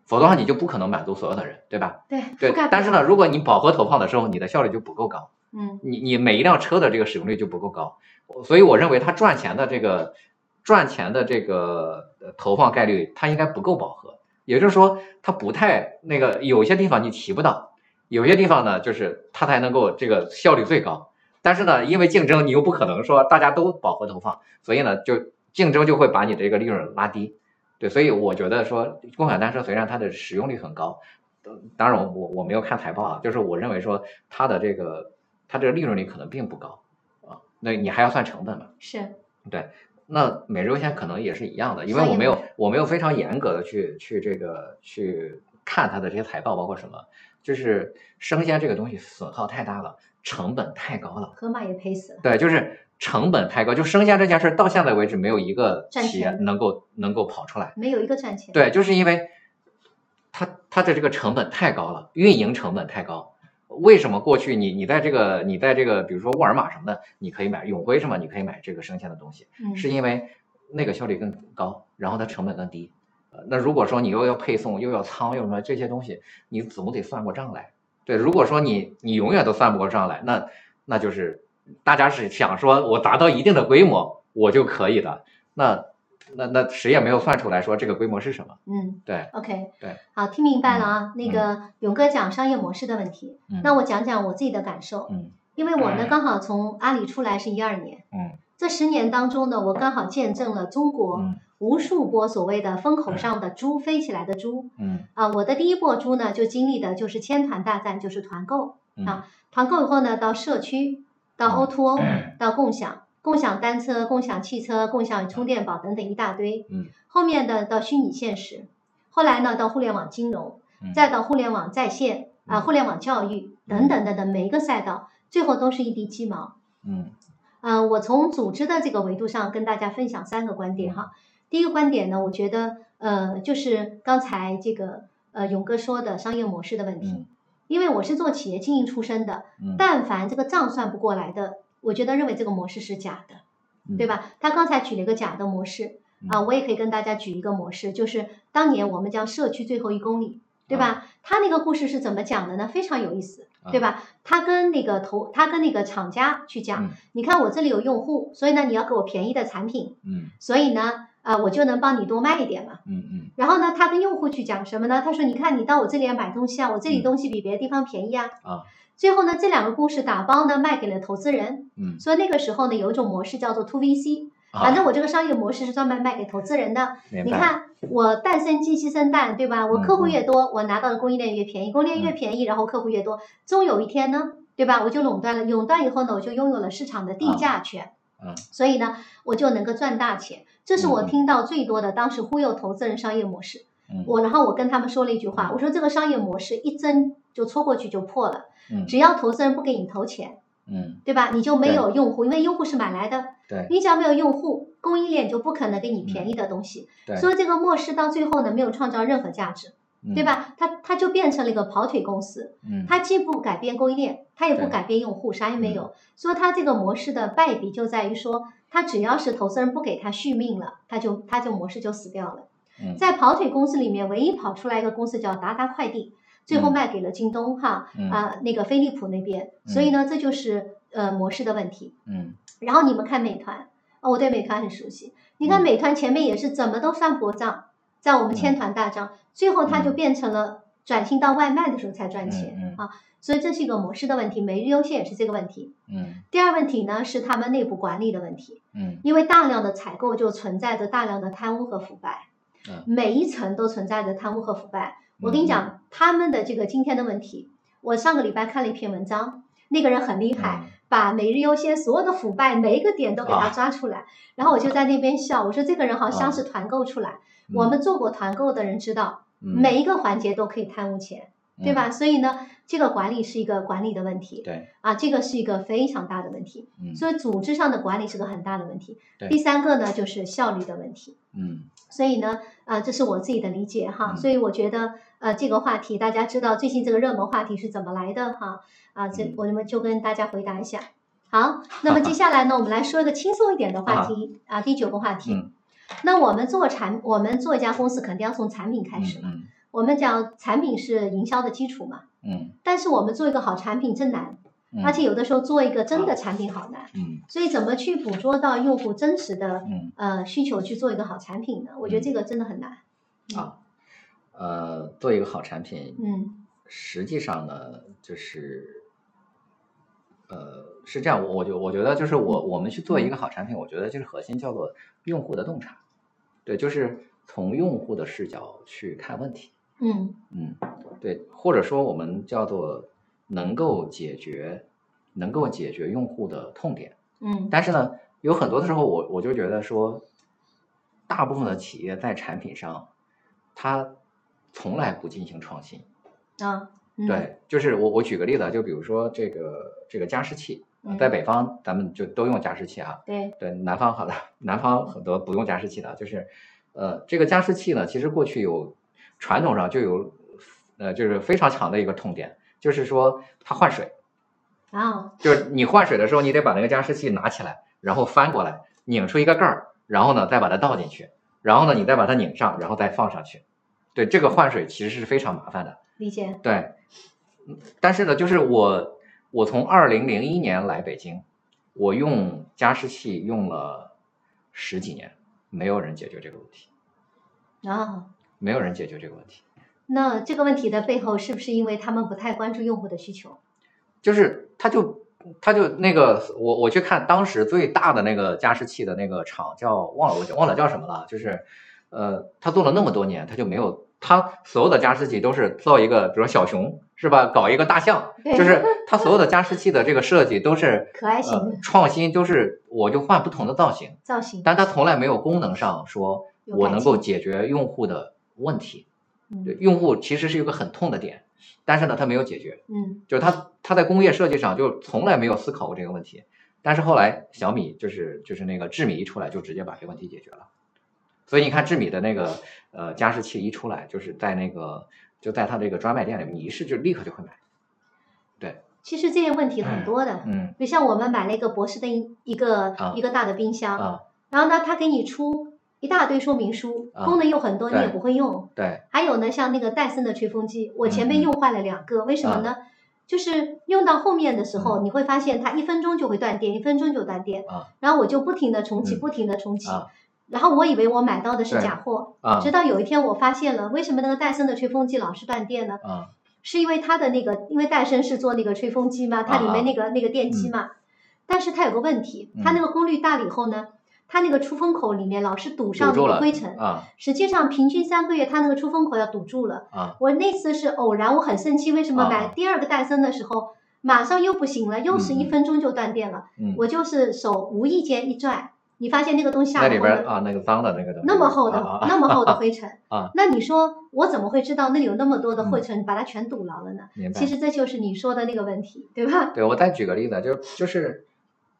Speaker 2: 否则的话你就不可能满足所有的人，对吧？
Speaker 1: 对，
Speaker 2: 对
Speaker 1: 覆盖，不
Speaker 2: 但是
Speaker 1: 了，
Speaker 2: 呢，如果你饱和投放的时候，你的效率就不够高。
Speaker 1: 嗯
Speaker 2: 你你每一辆车的这个使用率就不够高，所以我认为它赚钱的这个赚钱的这个呃投放概率，它应该不够饱和，也就是说它不太那个有些地方你骑不到，有些地方呢就是它才能够这个效率最高，但是呢，因为竞争你又不可能说大家都饱和投放，所以呢就竞争就会把你这个利润拉低，对，所以我觉得说共享单车虽然它的使用率很高，呃当然我我我没有看财报啊，就是我认为说它的这个它这个利润率可能并不高啊，那你还要算成本嘛？
Speaker 1: 是，
Speaker 2: 那每日优先可能也是一样的，因为
Speaker 1: 所以
Speaker 2: 我没有
Speaker 1: 呢
Speaker 2: 我没有非常严格的去去这个去看它的这些财报，包括什么，就是生鲜这个东西损耗太大了，成本太高了。
Speaker 1: 河马也赔死了，
Speaker 2: 对，就是成本太高，就生鲜这件事儿到现在为止，没有一个
Speaker 1: 赚
Speaker 2: 企业
Speaker 1: 钱
Speaker 2: 能够能够跑出来。
Speaker 1: 没有一个赚钱，
Speaker 2: 对，就是因为它它的这个成本太高了，运营成本太高。为什么过去你你在这个你在这个比如说沃尔玛什么的，你可以买永辉什么，你可以买这个生鲜的东西，
Speaker 1: 嗯，
Speaker 2: 是因为那个效率更高，然后它成本更低。呃那如果说你又要配送，又要仓，又什么这些东西，你总得算过账来。对，如果说你你永远都算不过账来，那那就是大家是想说我达到一定的规模我就可以了，那那那谁也没有算出来说这个规模是什么。
Speaker 1: 嗯，
Speaker 2: 对
Speaker 1: ，OK，
Speaker 2: 对，
Speaker 1: 好，听明白了啊。那个勇哥讲商业模式的问题，
Speaker 2: 嗯
Speaker 1: 那我讲讲我自己的感受，
Speaker 2: 嗯
Speaker 1: 因为我呢
Speaker 2: 嗯
Speaker 1: 刚好从阿里出来是一二年，
Speaker 2: 嗯
Speaker 1: 这十年当中呢，我刚好见证了中国
Speaker 2: 嗯
Speaker 1: 无数波所谓的风口上的猪飞起来的猪
Speaker 2: 嗯
Speaker 1: 啊、我的第一波猪呢，就经历的就是千团大战，就是团购，
Speaker 2: 嗯
Speaker 1: 啊团购以后呢，到社区，到 O to O，到共享。共享单车、共享汽车、共享充电宝等等一大堆，
Speaker 2: 嗯，
Speaker 1: 后面的到虚拟现实，后来呢到互联网金融，
Speaker 2: 嗯
Speaker 1: 再到互联网在线啊、
Speaker 2: 嗯
Speaker 1: 互联网教育等等等等，每一个赛道最后都是一地鸡毛。
Speaker 2: 嗯
Speaker 1: 呃，我从组织的这个维度上跟大家分享三个观点哈。第一个观点呢，我觉得呃，就是刚才这个呃勇哥说的商业模式的问题，
Speaker 2: 嗯
Speaker 1: 因为我是做企业经营出身的，
Speaker 2: 嗯
Speaker 1: 但凡这个账算不过来的，我觉得认为这个模式是假的。对吧？他刚才举了一个甲的模式啊、
Speaker 2: 嗯
Speaker 1: 我也可以跟大家举一个模式，就是当年我们叫社区最后一公里，对吧？他那个故事是怎么讲的呢？非常有意思，
Speaker 2: 啊
Speaker 1: 对吧？他跟那个投，他跟那个厂家去讲，
Speaker 2: 嗯
Speaker 1: 你看我这里有用户，所以呢你要给我便宜的产品，
Speaker 2: 嗯
Speaker 1: 所以呢，啊我就能帮你多卖一点嘛。
Speaker 2: 嗯嗯
Speaker 1: 然后呢，他跟用户去讲什么呢？他说：“你看，你到我这里来买东西啊，我这里
Speaker 2: 嗯
Speaker 1: 东西比别的地方便宜啊。”
Speaker 2: 啊。
Speaker 1: 最后呢，这两个故事打包呢卖给了投资人，
Speaker 2: 嗯，
Speaker 1: 所以那个时候呢，有一种模式叫做 to VC，
Speaker 2: 啊
Speaker 1: 反正我这个商业模式是专门卖给投资人的。
Speaker 2: 明
Speaker 1: 你
Speaker 2: 白嗯
Speaker 1: 看，我蛋生鸡，鸡生蛋，对吧？我客户越多，我拿到的供应链越便宜，供应链越便宜，然后客户越多，终有一天呢，对吧？我就垄断了，垄断以后呢，我就拥有了市场的定价权。
Speaker 2: 啊
Speaker 1: 所以呢，我就能够赚大钱。这是我
Speaker 2: 嗯嗯
Speaker 1: 听到最多的当时忽悠投资人商业模式。
Speaker 2: 嗯
Speaker 1: 我然后我跟他们说了一句话，我说这个商业模式一针就戳过去就破了，
Speaker 2: 嗯
Speaker 1: 只要投资人不给你投钱，
Speaker 2: 嗯
Speaker 1: 对吧？你就没有用户，因为用户是买来的，
Speaker 2: 对
Speaker 1: 你只要没有用户，供应链就不可能给你便宜的东西。
Speaker 2: 对
Speaker 1: 所以这个模式到最后呢，没有创造任何价值，
Speaker 2: 嗯
Speaker 1: 对？吧？它它就变成了一个跑腿公司，
Speaker 2: 嗯
Speaker 1: 它既不改变供应链，它也不
Speaker 2: 对嗯
Speaker 1: 改变用户，啥也没有。所以它这个模式的败笔就在于说，它只要是投资人不给它续命了，它就它就模式就死掉了。
Speaker 2: 嗯
Speaker 1: 在跑腿公司里面，唯一跑出来一个公司叫达达快递，最后
Speaker 2: 嗯
Speaker 1: 卖给了京东哈啊、
Speaker 2: 嗯
Speaker 1: 那个飞利浦那边。所以呢，这就是呃模式的问题。
Speaker 2: 嗯
Speaker 1: 然后你们看美团，哦，我对美团很熟悉。你看
Speaker 2: 嗯
Speaker 1: 美团前面也是怎么都算不账，在我们千团大账，最后它就
Speaker 2: 嗯
Speaker 1: 变成了转型到外卖的时候才赚钱、
Speaker 2: 嗯嗯
Speaker 1: 啊。所以这是一个模式的问题，每日优先也是这个问题。
Speaker 2: 嗯
Speaker 1: 第二问题呢是他们内部管理的问题。
Speaker 2: 嗯
Speaker 1: 因为大量的采购就存在着大量的贪污和腐败，
Speaker 2: 嗯
Speaker 1: 每一层都存在着贪污和腐败。我跟你讲，他们的这个今天的问题，我上个礼拜看了一篇文章，那个人很厉害，
Speaker 2: 嗯
Speaker 1: 把每日优先所有的腐败每一个点都给他
Speaker 2: 啊
Speaker 1: 抓出来，然后我就在那边笑，我说这个人好像是团购出来。我们做过团购的人知道，
Speaker 2: 嗯
Speaker 1: 每一个环节都可以贪污钱，对
Speaker 2: 嗯
Speaker 1: 吧？所以呢，这个管理是一个管理的问题
Speaker 2: 对
Speaker 1: 啊，这个是一个非常大的问题。
Speaker 2: 嗯
Speaker 1: 所以组织上的管理是个很大的问题。
Speaker 2: 对
Speaker 1: 第三个呢，就是效率的问题。
Speaker 2: 嗯
Speaker 1: 所以呢，呃，这是我自己的理解哈。
Speaker 2: 嗯
Speaker 1: 所以我觉得，呃，这个话题大家知道最近这个热门话题是怎么来的哈？啊，这
Speaker 2: 嗯
Speaker 1: 我们就跟大家回答一下。好，那么接下来呢，我们来说一个轻松一点的话题啊，第九个话题。
Speaker 2: 嗯
Speaker 1: 那我们做产，我们做一家公司肯定要从产品开始嘛。
Speaker 2: 嗯
Speaker 1: 我们讲产品是营销的基础嘛，
Speaker 2: 嗯
Speaker 1: 但是我们做一个好产品真难，
Speaker 2: 嗯，
Speaker 1: 而且有的时候做一个真的
Speaker 2: 啊
Speaker 1: 产品好难。
Speaker 2: 嗯
Speaker 1: 所以怎么去捕捉到用户真实的
Speaker 2: 嗯
Speaker 1: 呃需求去做一个好产品呢？我觉得这个真的很难。
Speaker 2: 啊，呃，做一个好产品，
Speaker 1: 嗯
Speaker 2: 实际上呢，就是，呃，是这样，我我觉我觉得就是我我们去做一个好产品，我觉得就是核心叫做用户的洞察，对，就是从用户的视角去看问题，
Speaker 1: 嗯
Speaker 2: 嗯，对，或者说我们叫做能够解决能够解决用户的痛点，
Speaker 1: 嗯
Speaker 2: 但是呢，有很多的时候我我就觉得说，大部分的企业在产品上，它从来不进行创新。
Speaker 1: 啊，嗯，
Speaker 2: 对，就是我我举个例子啊，就比如说这个这个加湿器，啊
Speaker 1: 嗯
Speaker 2: 在北方咱们就都用加湿器啊，
Speaker 1: 对，
Speaker 2: 对，南方好了，南方很多不用加湿器的，啊就是，呃，这个加湿器呢，其实过去有传统上就有，呃，就是非常强的一个痛点，就是说它换水，
Speaker 1: 然后
Speaker 2: 就是你换水的时候，你得把那个加湿器拿起来，然后翻过来，拧出一个盖儿，然后呢再把它倒进去，然后呢你再把它拧上，然后再放上去，对，这个换水其实是非常麻烦的。
Speaker 1: 理解，
Speaker 2: 对，嗯但是呢，就是我我从二零零一年来北京，我用加湿器用了十几年，没有人解决这个问题，
Speaker 1: 然后
Speaker 2: 没有人解决这个问题，
Speaker 1: 那这个问题的背后是不是因为他们不太关注用户的需求？
Speaker 2: 就是他就他就那个我我去看当时最大的那个加湿器的那个厂叫忘了我忘了叫什么了，就是呃，他做了那么多年，他就没有。他所有的加湿器都是造一个，比如说小熊是吧？搞一个大象，
Speaker 1: 对
Speaker 2: 就是他所有的加湿器的这个设计都是
Speaker 1: 可爱型
Speaker 2: 呃、创新就是我就换不同的造型，
Speaker 1: 造型，
Speaker 2: 但它从来没有功能上说
Speaker 1: 有
Speaker 2: 我
Speaker 1: 改
Speaker 2: 能
Speaker 1: 进
Speaker 2: 够解决用户的问题。对，
Speaker 1: 嗯
Speaker 2: 用户其实是一个很痛的点，但是呢，他没有解决，
Speaker 1: 嗯
Speaker 2: 就是他他在工业设计上就从来没有思考过这个问题。但是后来小米就是就是那个智米一出来，就直接把这个问题解决了。所以你看智米的那个呃加湿器一出来，就是在那个就在它这个专卖店里面，你一试就立刻就会买。
Speaker 1: 其实这些问题很多的，
Speaker 2: 嗯
Speaker 1: 比如像我们买了一个博士的一一个、
Speaker 2: 啊
Speaker 1: 一个大的冰箱，
Speaker 2: 啊，
Speaker 1: 然后呢，他给你出一大堆说明书，
Speaker 2: 啊
Speaker 1: 功能有很多，你也
Speaker 2: 对
Speaker 1: 不会用。
Speaker 2: 对，
Speaker 1: 还有呢，像那个戴森的吹风机，我前
Speaker 2: 嗯啊
Speaker 1: 面
Speaker 2: 嗯
Speaker 1: 用坏了两个，为什么呢？就是用到后面的时候，你会发现它一分钟就会断电，一分钟就断电，
Speaker 2: 嗯啊
Speaker 1: 然后我就不停的重启，
Speaker 2: 嗯
Speaker 1: 不停的重启，
Speaker 2: 啊
Speaker 1: 然后我以为我买到的是
Speaker 2: 对
Speaker 1: 假货，
Speaker 2: 啊
Speaker 1: 直到有一天我发现了，为什么那个戴森的吹风机老是断电呢？
Speaker 2: 啊
Speaker 1: 是因为它的那个，因为戴森是做那个吹风机嘛，它
Speaker 2: 啊
Speaker 1: 里面那个、那个电
Speaker 2: 嗯
Speaker 1: 机嘛，但是它有个问题，它那个功率大了以后呢，它那个出风口里面老是堵上
Speaker 2: 堵
Speaker 1: 那
Speaker 2: 住
Speaker 1: 个
Speaker 2: 了
Speaker 1: 灰尘，
Speaker 2: 啊
Speaker 1: 实际上平均三个月它那个出风口要堵住了。
Speaker 2: 啊
Speaker 1: 我那次是偶然，我很生气，为什么买
Speaker 2: 啊
Speaker 1: 第二个戴森的时候，马上又不行了，又是
Speaker 2: 嗯
Speaker 1: 一分钟就断电了，
Speaker 2: 嗯，
Speaker 1: 我就是手无意间一拽，你发现那个东西下
Speaker 2: 那里
Speaker 1: 面
Speaker 2: 边啊那个脏的那个东西
Speaker 1: 那么厚的、
Speaker 2: 啊啊
Speaker 1: 那么厚的灰尘
Speaker 2: 啊嗯
Speaker 1: 那你说我怎么会知道那里有那么多的灰尘，把它全堵牢了呢？
Speaker 2: 明白
Speaker 1: 其。实这就是你说的那个问题，对吧？
Speaker 2: 对我再举个例子，就就是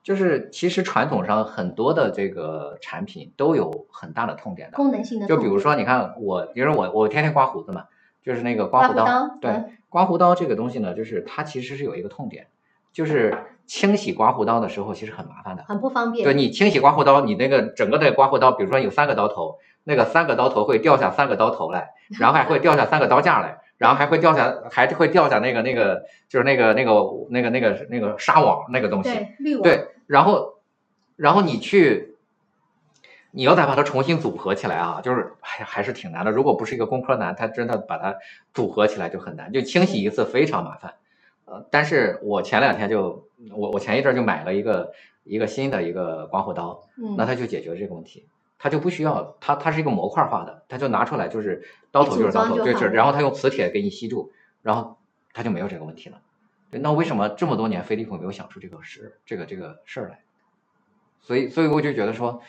Speaker 2: 就是其实传统上很多的这个产品都有很大的痛点的，
Speaker 1: 功能性的
Speaker 2: 就
Speaker 1: 痛
Speaker 2: 比如说你看我，因为我我天天刮胡子嘛，就是那个刮胡刀，
Speaker 1: 刮胡刀
Speaker 2: 对
Speaker 1: 嗯，
Speaker 2: 刮胡刀这个东西呢，就是它其实是有一个痛点，就是清洗刮胡刀的时候其实很麻烦的。
Speaker 1: 很不方
Speaker 2: 就
Speaker 1: 便，
Speaker 2: 你清洗刮胡刀，你那个整个的刮胡刀，比如说有三个刀头，那个三个刀头会掉下三个刀头来，然后还会掉下三个刀架来，然后还会掉下，还会掉下那个那个就是那个那个那个那个那个纱网那个东西。
Speaker 1: 对滤网，
Speaker 2: 对，然后然后你去，你要再把它重新组合起来啊，就是还还是挺难的。如果不是一个工科男，他真的把它组合起来就很难，就清洗一次非常麻烦。呃，但是我前两天就我我前一阵儿就买了一个一个新的一个刮胡刀，
Speaker 1: 嗯，
Speaker 2: 那它就解决这个问题。它就不需要，它它是一个模块化的，它就拿出来就是刀头就是刀
Speaker 1: 一组装
Speaker 2: 头，
Speaker 1: 就
Speaker 2: 对，
Speaker 1: 好
Speaker 2: 是，
Speaker 1: 了
Speaker 2: 然后它用磁铁给你吸住，然后它就没有这个问题了。对那为什么这么多年飞利浦没有想出这个事这个这个事儿来？所以所以我就觉得说，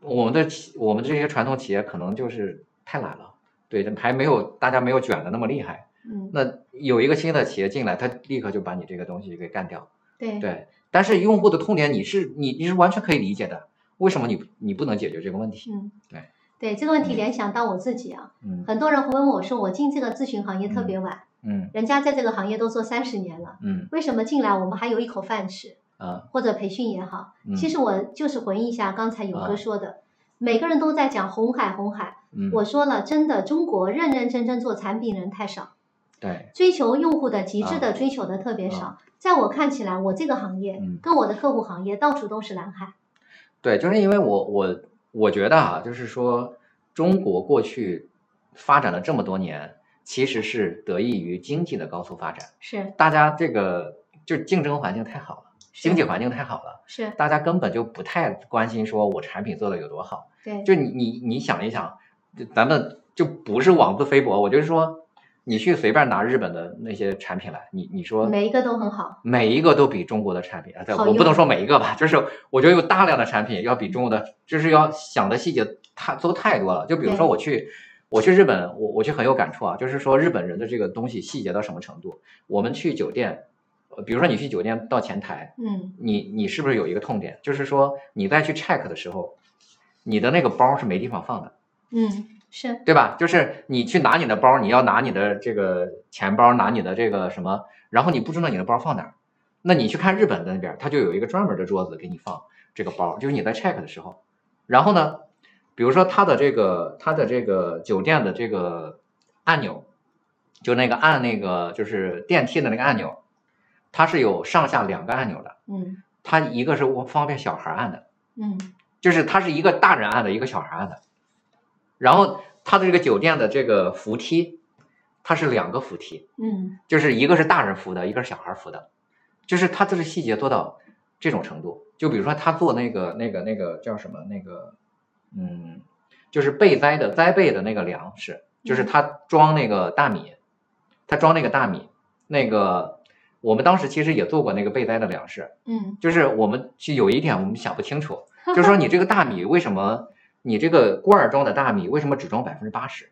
Speaker 2: 我们的企我们这些传统企业可能就是太懒了，对，还没有大家没有卷的那么厉害。
Speaker 1: 嗯，
Speaker 2: 那有一个新的企业进来，它立刻就把你这个东西给干掉。
Speaker 1: 对，
Speaker 2: 对，但是用户的痛点你是你你是完全可以理解的，为什么你你不能解决这个问题？
Speaker 1: 嗯，
Speaker 2: 对，
Speaker 1: 对这个问题联想到我自己啊，
Speaker 2: 嗯
Speaker 1: 很多人会问我说，我进这个咨询行业特别晚，
Speaker 2: 嗯
Speaker 1: 人家在这个行业都做三十年了，
Speaker 2: 嗯
Speaker 1: 为什么进来我们还有一口饭吃，
Speaker 2: 啊，
Speaker 1: 或者培训也好？
Speaker 2: 嗯
Speaker 1: 其实我就是回应一下刚才勇
Speaker 2: 啊
Speaker 1: 哥说的，每个人都在讲红海，红海。
Speaker 2: 嗯
Speaker 1: 我说了，真的，中国认认真真做产品人太少，
Speaker 2: 对
Speaker 1: 追求用户的极致
Speaker 2: 啊
Speaker 1: 的追求的特别少
Speaker 2: 啊。
Speaker 1: 在我看起来，我这个行业
Speaker 2: 嗯
Speaker 1: 跟我的客户行业到处都是蓝海。
Speaker 2: 对，就是因为我我我觉得啊，就是说中国过去发展了这么多年，其实是得益于经济的高速发展，
Speaker 1: 是
Speaker 2: 大家这个就竞争环境太好了，经济环境太好了，
Speaker 1: 是，
Speaker 2: 大家根本就不太关心说我产品做的有多好。
Speaker 1: 对，
Speaker 2: 就你你你想一想，就咱们就不是妄自菲薄，我就是说，你去随便拿日本的那些产品来，你你说
Speaker 1: 每一个都很好。
Speaker 2: 每一个都比中国的产品，啊，对，
Speaker 1: 好
Speaker 2: 我不
Speaker 1: 用
Speaker 2: 能说每一个吧，就是我觉得有大量的产品要比中国的，就是要想的细节太都太多了。就比如说
Speaker 1: 对
Speaker 2: 我去。我去日本，我我就很有感触啊，就是说日本人的这个东西细节到什么程度？我们去酒店，呃比如说你去酒店到前台，
Speaker 1: 嗯，
Speaker 2: 你你是不是有一个痛点？就是说你再去 check 的时候，你的那个包是没地方放的，
Speaker 1: 嗯，是
Speaker 2: 对吧？就是你去拿你的包，你要拿你的这个钱包，拿你的这个什么，然后你不知道你的包放哪儿，那你去看日本的那边，他就有一个专门的桌子给你放这个包，就是你在 check 的时候，然后呢，比如说他的这个他的这个酒店的这个按钮，就那个按那个就是电梯的那个按钮，它是有上下两个按钮的。
Speaker 1: 嗯
Speaker 2: 它一个是我方便小孩按的，
Speaker 1: 嗯
Speaker 2: 就是它是一个大人按的，一个小孩按的。然后它的这个酒店的这个扶梯，它是两个扶梯，
Speaker 1: 嗯，
Speaker 2: 就是一个是大人扶的，一个是小孩扶的，就是它这是细节做到这种程度。就比如说他做那个那个那个叫什么那个，嗯，就是备栽的栽备的那个粮食，就是他装那个大米，他装那个大米，那个我们当时其实也做过那个备栽的粮食，
Speaker 1: 嗯
Speaker 2: 就是我们就有一点我们想不清楚， 就是说你这个大米为什么，你这个罐儿装的大米为什么只装百分之八十，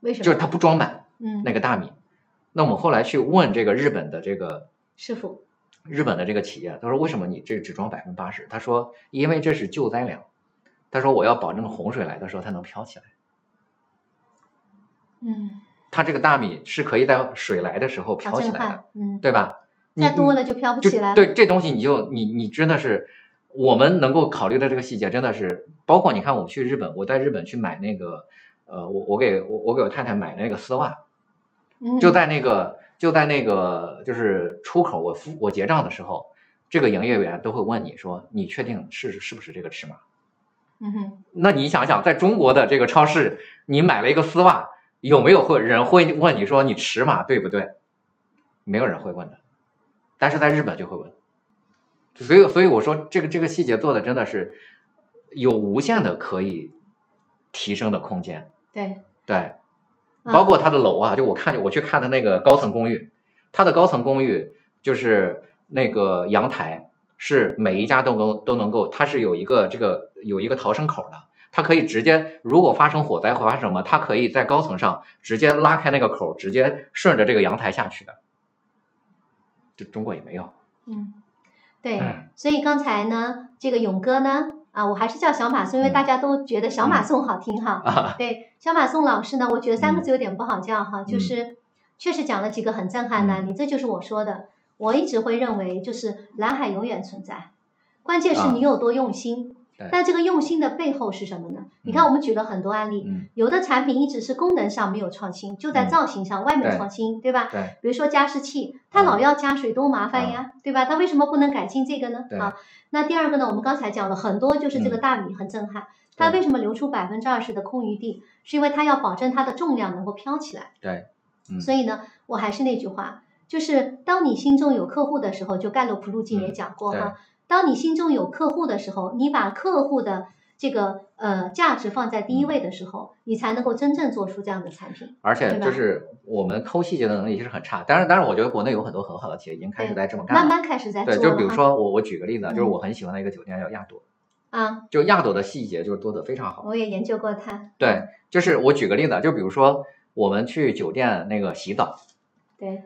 Speaker 1: 为什么？
Speaker 2: 就是它不装满
Speaker 1: 嗯
Speaker 2: 那个大米。那我们后来去问这个日本的这个
Speaker 1: 师傅，
Speaker 2: 日本的这个企业，他说为什么你这只装百分之八十？他说因为这是救灾粮，他说我要保证洪水来的时候它能飘起来。
Speaker 1: 嗯
Speaker 2: 它这个大米是可以在水来的时候
Speaker 1: 好
Speaker 2: 飘起
Speaker 1: 震
Speaker 2: 来的，
Speaker 1: 撼，嗯，
Speaker 2: 对吧？你
Speaker 1: 再多
Speaker 2: 你
Speaker 1: 了就飘不
Speaker 2: 就
Speaker 1: 起来了。
Speaker 2: 对这东西你就你你真的是，我们能够考虑的这个细节真的是，包括你看我去日本，我在日本去买那个，呃，我我给我我给我太太买那个丝袜，
Speaker 1: 嗯，
Speaker 2: 就在那个就在那个就是出口我付我结账的时候，这个营业员都会问你说你确定是是不是这个尺码？
Speaker 1: 嗯哼，
Speaker 2: 那你想想，在中国的这个超市，你买了一个丝袜，有没有会人会问你说你尺码对不对？没有人会问的，但是在日本就会问。所以，所以我说这个这个细节做的真的是有无限的可以提升的空间。
Speaker 1: 对，
Speaker 2: 对，
Speaker 1: 啊
Speaker 2: 包括它的楼啊，就我看我去看它那个高层公寓，它的高层公寓就是那个阳台是每一家都能都能够，它是有一个这个有一个逃生口的，它可以直接如果发生火灾或发生什么，它可以在高层上直接拉开那个口，直接顺着这个阳台下去的。这中国也没有，
Speaker 1: 嗯，对
Speaker 2: 哎，
Speaker 1: 所以刚才呢，这个勇哥呢，啊，我还是叫小马宋，因为
Speaker 2: 嗯
Speaker 1: 大家都觉得小马
Speaker 2: 嗯
Speaker 1: 宋好听哈。
Speaker 2: 啊
Speaker 1: 对，小马宋老师呢，我觉得三个字有点不好叫哈，就
Speaker 2: 嗯
Speaker 1: 是确实讲了几个很震撼的案例，这就是我说的，我一直会认为就是蓝海永远存在，关键是
Speaker 2: 啊
Speaker 1: 你有多用心。
Speaker 2: 对
Speaker 1: 但这个用心的背后是什么呢？你看，
Speaker 2: 嗯
Speaker 1: 我们举了很多案例，
Speaker 2: 嗯，
Speaker 1: 有的产品一直是功能上没有创新，就在
Speaker 2: 嗯
Speaker 1: 造型上外面
Speaker 2: 对
Speaker 1: 创新，对吧？
Speaker 2: 对
Speaker 1: 比如说加湿器，它
Speaker 2: 嗯
Speaker 1: 老要加水，多麻烦呀，对吧？它为什么不能改进这个呢？
Speaker 2: 啊对嗯
Speaker 1: 啊，那第二个呢，我们刚才讲了很多，就是这个大米很震撼，它
Speaker 2: 对
Speaker 1: 为什么留出百分之二十的空余地，是因为它要保证它的重量能够飘起来。
Speaker 2: 对，嗯
Speaker 1: 所以呢，我还是那句话，就是当你心中有客户的时候，就盖洛普路径也
Speaker 2: 嗯
Speaker 1: 讲过
Speaker 2: 对
Speaker 1: 哈，当你心中有客户的时候，你把客户的这个呃价值放在
Speaker 2: 嗯
Speaker 1: 第一位的时候，你才能够真正做出这样的产品。
Speaker 2: 而
Speaker 1: 对
Speaker 2: 且
Speaker 1: 吧
Speaker 2: 就是我们抠细节的能力是很差。当然，当然，我觉得国内有很多很好的企业已经开
Speaker 1: 对
Speaker 2: 始在这么干了
Speaker 1: 慢。慢开始在做
Speaker 2: 对，
Speaker 1: 了
Speaker 2: 就比如
Speaker 1: 哈
Speaker 2: 说我我举个例子啊，就是
Speaker 1: 嗯
Speaker 2: 我很喜欢的一个酒店叫亚朵，
Speaker 1: 啊，
Speaker 2: 就亚朵的细节就是做的非常好。
Speaker 1: 我也研究过它，
Speaker 2: 对，就是我举个例子啊，就比如说我们去酒店那个洗澡，
Speaker 1: 对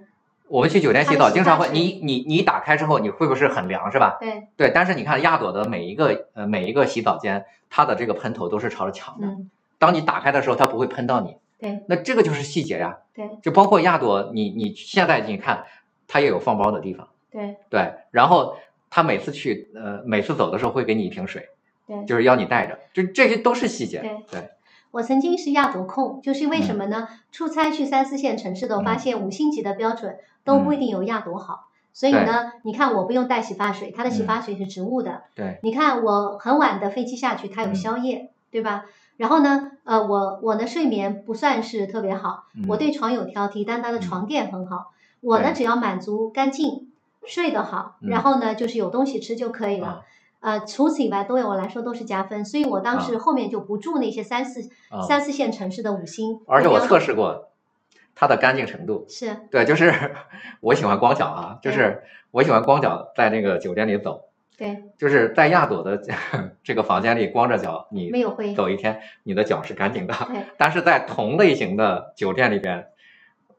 Speaker 2: 我们去酒店洗澡
Speaker 1: 啊它的洗
Speaker 2: 经常
Speaker 1: 发
Speaker 2: 会，
Speaker 1: 水
Speaker 2: 你你你一打开之后，你会不是很凉是吧？
Speaker 1: 对，
Speaker 2: 对，但是你看亚朵的每一个呃每一个洗澡间，它的这个喷头都是朝着墙的，
Speaker 1: 嗯，
Speaker 2: 当你打开的时候，它不会喷到你。
Speaker 1: 对
Speaker 2: 那这个就是细节呀，
Speaker 1: 对
Speaker 2: 就包括亚朵，你你现在你看它也有放包的地方，
Speaker 1: 对
Speaker 2: 对，然后他每次去呃每次走的时候会给你一瓶水。
Speaker 1: 对，
Speaker 2: 就是要你带着，就这些都是细节。
Speaker 1: 对
Speaker 2: 对
Speaker 1: 我曾经是亚朵控，就是为什么呢？出差去三四线城市的，我发
Speaker 2: 嗯
Speaker 1: 现五星级的标准都不一定有亚朵好。所以呢，你看我不用带洗发水，它的洗
Speaker 2: 嗯
Speaker 1: 发水是植物的。
Speaker 2: 对
Speaker 1: 你看我很晚的飞机下去，它有
Speaker 2: 嗯
Speaker 1: 宵夜，对吧？然后呢，呃，我我的睡眠不算是特别好，我
Speaker 2: 嗯
Speaker 1: 对床有挑剔，但它的床垫很好。我呢，
Speaker 2: 对
Speaker 1: 只要满足干净，睡得好，
Speaker 2: 嗯
Speaker 1: 然后呢，就是有东西吃就可以了。
Speaker 2: 啊
Speaker 1: 呃，除此以外，对我来说都是加分，所以我当时后面就不住那些三四、
Speaker 2: 啊，
Speaker 1: 三四线城市的五星。
Speaker 2: 而且我
Speaker 1: 目标
Speaker 2: 测试过它的干净程度。
Speaker 1: 是，
Speaker 2: 对，就是我喜欢光脚啊，就
Speaker 1: 对
Speaker 2: 是我喜欢光脚在那个酒店里走，
Speaker 1: 对，
Speaker 2: 就是在亚朵的 这个房间里光着脚，
Speaker 1: 没
Speaker 2: 你
Speaker 1: 有灰，
Speaker 2: 走一天，你的脚是干净的。
Speaker 1: 对，
Speaker 2: 但是在同类型的酒店里边，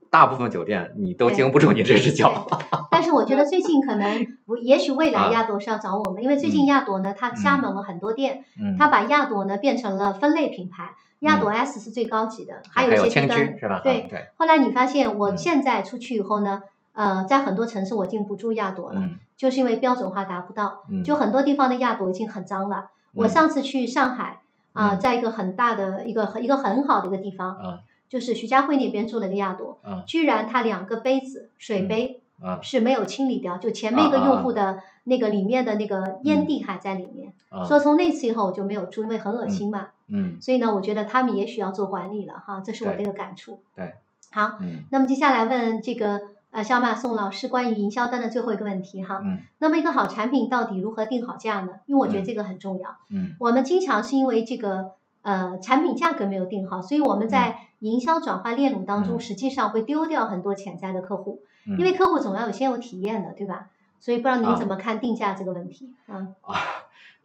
Speaker 2: 大部分酒店你都
Speaker 1: 对
Speaker 2: 经不住你这只脚。
Speaker 1: 但是我觉得最近可能，我也许未来
Speaker 2: 啊
Speaker 1: 亚朵是要找我们，因为最近
Speaker 2: 嗯
Speaker 1: 亚朵呢，它加盟了很多店，
Speaker 2: 嗯，
Speaker 1: 它把亚朵呢变成了分类品牌，亚朵 S 是最高级的，还有一些低
Speaker 2: 青
Speaker 1: 端
Speaker 2: 居是吧？
Speaker 1: 对
Speaker 2: 啊对，
Speaker 1: 后来你发现，我
Speaker 2: 嗯
Speaker 1: 现在出去以后呢，呃，在很多城市我进不住亚朵了，
Speaker 2: 嗯
Speaker 1: 就是因为标准化达不到，
Speaker 2: 嗯，
Speaker 1: 就很多地方的亚朵已经很脏了。我
Speaker 2: 嗯
Speaker 1: 上次去上海啊、
Speaker 2: 嗯
Speaker 1: 在一个很大的一个一个很好的一个地方，
Speaker 2: 啊
Speaker 1: 就是徐家汇那边住了个亚朵，
Speaker 2: 啊
Speaker 1: 居然它两个杯子水
Speaker 2: 嗯
Speaker 1: 杯
Speaker 2: 啊
Speaker 1: 是没有清理掉，就前面一个
Speaker 2: 啊啊
Speaker 1: 用
Speaker 2: 啊嗯
Speaker 1: 户的那个里面的那个烟蒂还在里面。
Speaker 2: 啊！
Speaker 1: 说从那次以后我就没有住，因为很恶心嘛。
Speaker 2: 嗯
Speaker 1: 所以呢，我觉得他们也许要做管理了哈，这是我的一个感触。
Speaker 2: 对，
Speaker 1: 好。
Speaker 2: 嗯
Speaker 1: 那么接下来问这个呃小马宋老师关于营销端的最后一个问题哈。
Speaker 2: 嗯
Speaker 1: 那么一个好产品到底如何定好价呢？因为我觉得
Speaker 2: 嗯
Speaker 1: 这个很重要。
Speaker 2: 嗯
Speaker 1: 我们经常是因为这个呃产品价格没有定好，所以我们在营销转化链路当中，
Speaker 2: 嗯
Speaker 1: 实际上会丢掉很多潜在的客户，
Speaker 2: 嗯，
Speaker 1: 因为客户总要有先有体验的，对吧？所以不知道您
Speaker 2: 啊
Speaker 1: 怎么看定价这个问题？嗯
Speaker 2: 啊，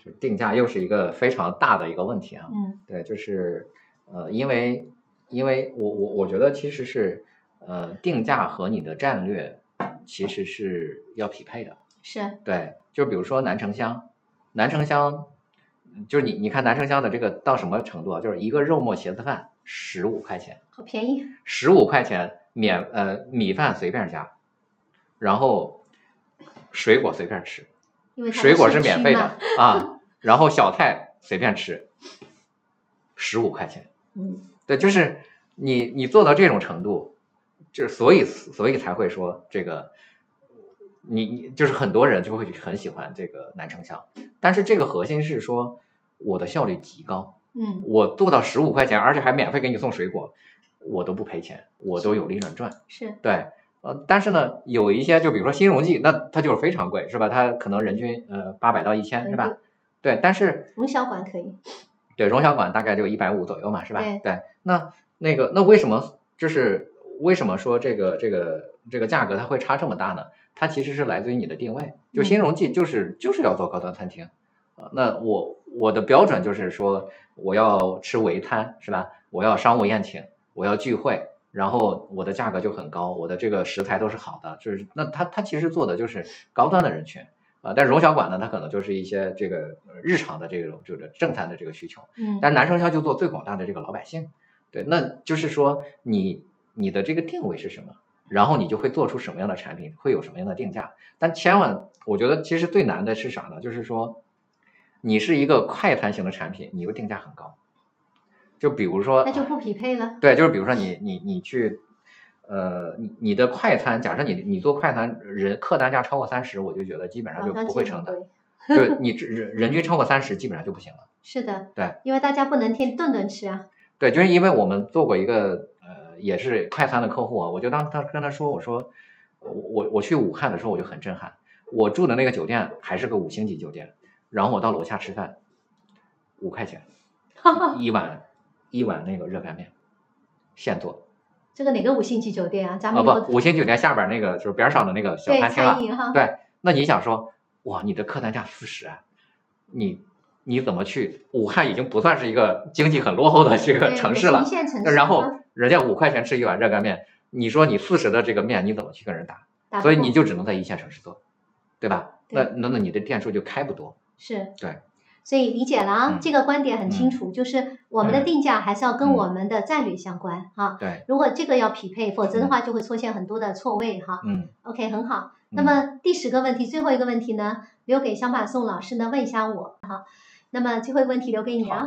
Speaker 2: 就是定价又是一个非常大的一个问题啊。
Speaker 1: 嗯
Speaker 2: 对，就是呃，因为因为我我我觉得其实是呃，定价和你的战略其实是要匹配的。
Speaker 1: 是
Speaker 2: 对，就比如说南城香，南城香就是你你看南城香的这个到什么程度啊？就是一个肉末茄子饭十五块钱，
Speaker 1: 好便宜，
Speaker 2: 十五块钱免呃米饭随便加，然后水果随便吃，
Speaker 1: 因为它
Speaker 2: 水果是
Speaker 1: 社
Speaker 2: 免
Speaker 1: 区
Speaker 2: 费
Speaker 1: 嘛
Speaker 2: 的 啊，然后小菜随便吃，十五块钱。
Speaker 1: 嗯，
Speaker 2: 对，就是你你做到这种程度，就是所以所以才会说这个，你你就是很多人就会很喜欢这个南城香，但是这个核心是说我的效率极高，
Speaker 1: 嗯，
Speaker 2: 我做到十五块钱，而且还免费给你送水果，我都不赔钱，我都有利润赚。
Speaker 1: 是，
Speaker 2: 对，呃，但是呢，有一些就比如说新荣记，那它就是非常贵，是吧？它可能人均呃八百到一千，是
Speaker 1: 嗯
Speaker 2: 吧？对，但是
Speaker 1: 我们小馆可以，
Speaker 2: 对，荣小馆大概就一百五左右嘛，是吧？
Speaker 1: 对
Speaker 2: 那那个那为什么就是为什么说这个这个这个价格它会差这么大呢？它其实是来自于你的定位，就
Speaker 1: 嗯
Speaker 2: 新荣记就是、就是要做高端餐厅，呃那我我的标准就是说我要吃围餐是吧？我要商务宴请，我要聚会，然后我的价格就很高，我的这个食材都是好的，就是那它它其实做的就是高端的人群。啊，但是荣小馆呢，它可能就是一些这个呃日常的这种就是正餐的这个需求，
Speaker 1: 嗯，
Speaker 2: 但是南生肖就做最广大的这个老百姓，对，那就是说你你的这个定位是什么，然后你就会做出什么样的产品，会有什么样的定价。但千万，我觉得其实最难的是啥呢？就是说，你是一个快餐型的产品，你又定价很高，就比如说，
Speaker 1: 那就不匹配了，
Speaker 2: 对，就是比如说你你你去，呃，你你的快餐，假设你你做快餐，人客单价超过三十，我就觉得基本上
Speaker 1: 好
Speaker 2: 就
Speaker 1: 像
Speaker 2: 不会
Speaker 1: 竞
Speaker 2: 成
Speaker 1: 争
Speaker 2: 的，
Speaker 1: 对
Speaker 2: 就是你只人人均超过三十，基本上就不行了。
Speaker 1: 是的，
Speaker 2: 对，
Speaker 1: 因为大家不能天顿顿吃啊，
Speaker 2: 对，就是因为我们做过一个呃，也是快餐的客户啊，我就当他跟他说，我说我我我去武汉的时候我就很震撼，我住的那个酒店还是个五星级酒店，然后我到楼下吃饭，五块 钱一碗一碗那个热干面，现做
Speaker 1: 这个哪个五星级酒店啊？咱
Speaker 2: 啊
Speaker 1: 们有
Speaker 2: 不，五星酒店下边那个就是边上的那个小
Speaker 1: 对
Speaker 2: 餐厅啊
Speaker 1: 餐，饮哈，
Speaker 2: 对，那你想说哇，你的客单价四十啊，你你怎么去？武汉已经不算是一个经济很落后的这个
Speaker 1: 对
Speaker 2: 城
Speaker 1: 北
Speaker 2: 市了
Speaker 1: 平。县城市
Speaker 2: 那然后
Speaker 1: 啊
Speaker 2: 人家五块钱吃一碗热干面，你说你四十的这个面你怎么去跟人打？
Speaker 1: 打
Speaker 2: 所以
Speaker 1: 不
Speaker 2: 你
Speaker 1: 过
Speaker 2: 就只能在一线城市做，对吧？那
Speaker 1: 对
Speaker 2: 那那你的店数就开不多。
Speaker 1: 是
Speaker 2: 对。
Speaker 1: 所以理解了啊，
Speaker 2: 嗯
Speaker 1: 这个观点很清楚，就是我们的
Speaker 2: 嗯
Speaker 1: 定价还是要跟
Speaker 2: 嗯
Speaker 1: 我们的战略相关哈。
Speaker 2: 对，
Speaker 1: 如果这个要匹配，否则的话就会出现很多的错位哈。
Speaker 2: 嗯
Speaker 1: OK，很好。
Speaker 2: 嗯
Speaker 1: 那么第十个问题，最后一个问题呢，留给小马宋老师呢问一下我哈。那么最后一个问题留给你啊，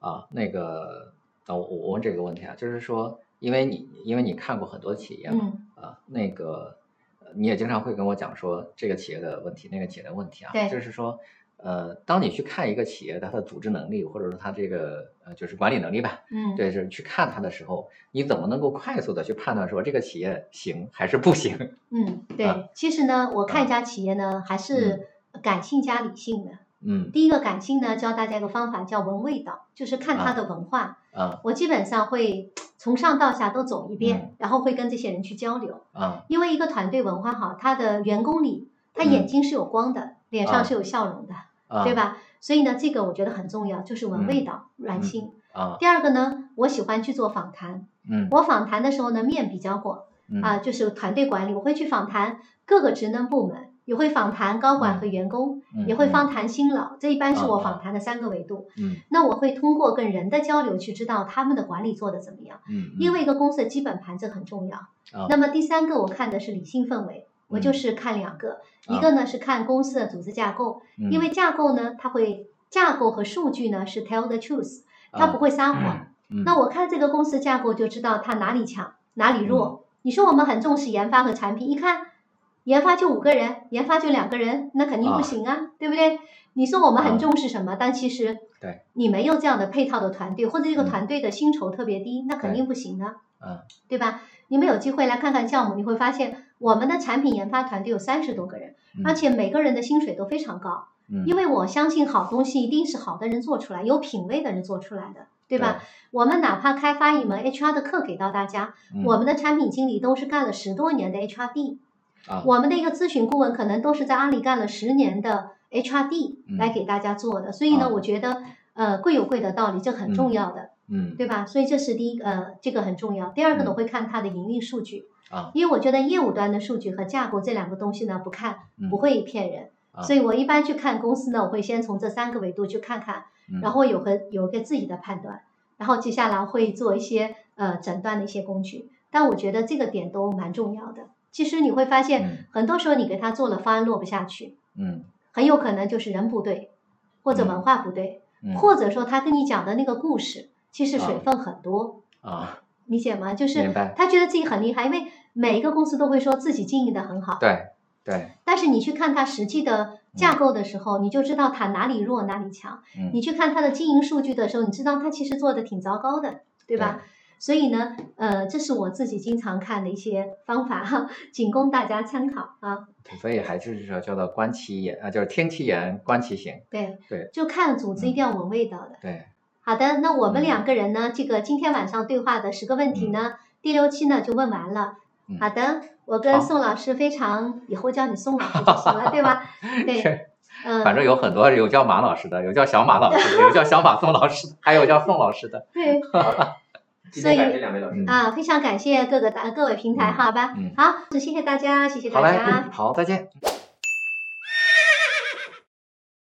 Speaker 2: 啊，那个啊，我我问这个问题啊，就是说，因为你因为你看过很多企业嘛，
Speaker 1: 嗯，
Speaker 2: 啊，那个呃你也经常会跟我讲说这个企业的问题，那个企业的问题啊，
Speaker 1: 对
Speaker 2: 就是说。呃，当你去看一个企业的它的组织能力，或者说它这个呃就是管理能力吧，
Speaker 1: 嗯，
Speaker 2: 对，是去看它的时候，你怎么能够快速的去判断说这个企业行还是不行？
Speaker 1: 嗯，对
Speaker 2: 啊。
Speaker 1: 其实呢，我看一家企业呢，还是感性加理性的。
Speaker 2: 嗯
Speaker 1: 第一个感性呢，教大家一个方法叫闻味道，就是看它的文化。
Speaker 2: 啊
Speaker 1: 我基本上会从上到下都走一遍，
Speaker 2: 嗯
Speaker 1: 然后会跟这些人去交流。
Speaker 2: 啊
Speaker 1: 因为一个团队文化好，他的员工里，他
Speaker 2: 嗯
Speaker 1: 眼睛是有光的，脸上
Speaker 2: 啊
Speaker 1: 是有笑容的，
Speaker 2: 啊，
Speaker 1: 对？吧？所以呢，这个我觉得很重要，就是闻
Speaker 2: 嗯
Speaker 1: 味道、软心。
Speaker 2: 啊
Speaker 1: 第二个呢，我喜欢去做访谈。
Speaker 2: 嗯
Speaker 1: 我访谈的时候呢，面比较广
Speaker 2: 嗯
Speaker 1: 啊、就是团队管理，我会去访谈各个职能部门，也会访谈高管和员工，
Speaker 2: 嗯
Speaker 1: 也会
Speaker 2: 嗯
Speaker 1: 访谈新老，这一般是
Speaker 2: 啊
Speaker 1: 我
Speaker 2: 啊
Speaker 1: 访谈的三个维度。
Speaker 2: 嗯
Speaker 1: 那我会通过跟人的交流去知道他们的管理做得怎么样，
Speaker 2: 嗯，
Speaker 1: 因
Speaker 2: 嗯
Speaker 1: 为一个公司的基本盘这很重要。
Speaker 2: 啊
Speaker 1: 那么第三个我看的是理性氛围，我就
Speaker 2: 嗯
Speaker 1: 是看两个，一
Speaker 2: 啊嗯
Speaker 1: 个呢是看公司的组织架构，因为架构呢它会架构和数据呢是 tell the truth，它
Speaker 2: 啊
Speaker 1: 不会撒 谎。那
Speaker 2: 我
Speaker 1: 我看这个公司架构就知道它哪里强哪里
Speaker 2: 嗯
Speaker 1: 弱。你说我们很重视研发和产品，一看研发就五个人，研发就两个人，那肯定不
Speaker 2: 啊
Speaker 1: 行啊，对不对？你说我们很
Speaker 2: 啊
Speaker 1: 重视什么，但其实
Speaker 2: 对
Speaker 1: 你没有这样的配套的团队，或者这个
Speaker 2: 嗯
Speaker 1: 团队的薪酬特别低，那肯
Speaker 2: 对
Speaker 1: 定不行的，
Speaker 2: 啊
Speaker 1: 对吧？你们有机会来看看项目，你会发现我们的产品研发团队有三十多个人，
Speaker 2: 嗯
Speaker 1: 而且每个人的薪水都非常高。因为我相信好东西一定是好的人做出来，有品位的人做出来的，对吧？我们哪怕开发一门 HR 的课给到大家，
Speaker 2: 嗯
Speaker 1: 我们的产品经理都是干了十多年的 HRD，、
Speaker 2: 啊
Speaker 1: 我们的一个咨询顾问可能都是在阿里干了十年的 HRD
Speaker 2: 嗯
Speaker 1: 来给大家做的。所以呢，
Speaker 2: 啊
Speaker 1: 我觉得呃贵有贵的道理，这很重要的，
Speaker 2: 嗯
Speaker 1: 对吧？所以这是第一个呃这个很重要。第二个呢，
Speaker 2: 嗯
Speaker 1: 我会看它的营运数据，
Speaker 2: 啊
Speaker 1: 因为我觉得业务端的数据和架构这两个东西呢，不看
Speaker 2: 嗯
Speaker 1: 不会骗人。
Speaker 2: 啊
Speaker 1: 所以我一般去看公司呢，我会先从这三个维度去看看，
Speaker 2: 嗯
Speaker 1: 然后有个有一个自己的判断。然后接下来会做一些呃诊断的一些工具。但我觉得这个点都蛮重要的。其实你会发
Speaker 2: 嗯
Speaker 1: 现，很多时候你给他做了方案落不下去，
Speaker 2: 嗯
Speaker 1: 很有可能就是人不对，或者
Speaker 2: 嗯
Speaker 1: 文化不对，
Speaker 2: 嗯
Speaker 1: 或者说他跟你讲的那个故事其实水
Speaker 2: 啊
Speaker 1: 分很多，
Speaker 2: 啊，
Speaker 1: 理解吗？就是
Speaker 2: 明白
Speaker 1: 他觉得自己很厉害，因为每一个公司都会说自己经营的很好，
Speaker 2: 对对，
Speaker 1: 但是你去看它实际的架构的时候，你就知道它哪里弱哪里强。
Speaker 2: 嗯，
Speaker 1: 你去看它的经营数据的时候，你知道它其实做的挺糟糕的，对吧？所以呢，呃，这是我自己经常看的一些方法哈， 仅供大家参考啊。
Speaker 2: 对？所以还是说叫做观其言啊，就是听其言，观其行。
Speaker 1: 对
Speaker 2: 对，
Speaker 1: 就看组织一定要闻味道的。
Speaker 2: 对，
Speaker 1: 好的，那我们
Speaker 2: 嗯
Speaker 1: 两个人呢，这个今天晚上对话的十个问题呢，第六期呢就问完了。
Speaker 2: 嗯
Speaker 1: 好的，我跟
Speaker 2: 好
Speaker 1: 宋老师非常，以后叫你宋老师就行了，对 吧？对，嗯，
Speaker 2: 反正有很多有叫马老师的，有叫小马老师的，有叫小马宋老师的，还有叫宋老师的。
Speaker 1: 对，
Speaker 3: 今
Speaker 1: 所以
Speaker 3: 天感谢两位老师。
Speaker 2: 嗯
Speaker 1: 啊，非常感谢各个大各位平台，
Speaker 2: 嗯
Speaker 1: 好吧？
Speaker 2: 嗯
Speaker 1: 好，谢谢大家，谢谢
Speaker 2: 好
Speaker 1: 大
Speaker 2: 嘞
Speaker 1: 家。，
Speaker 2: 好，再见。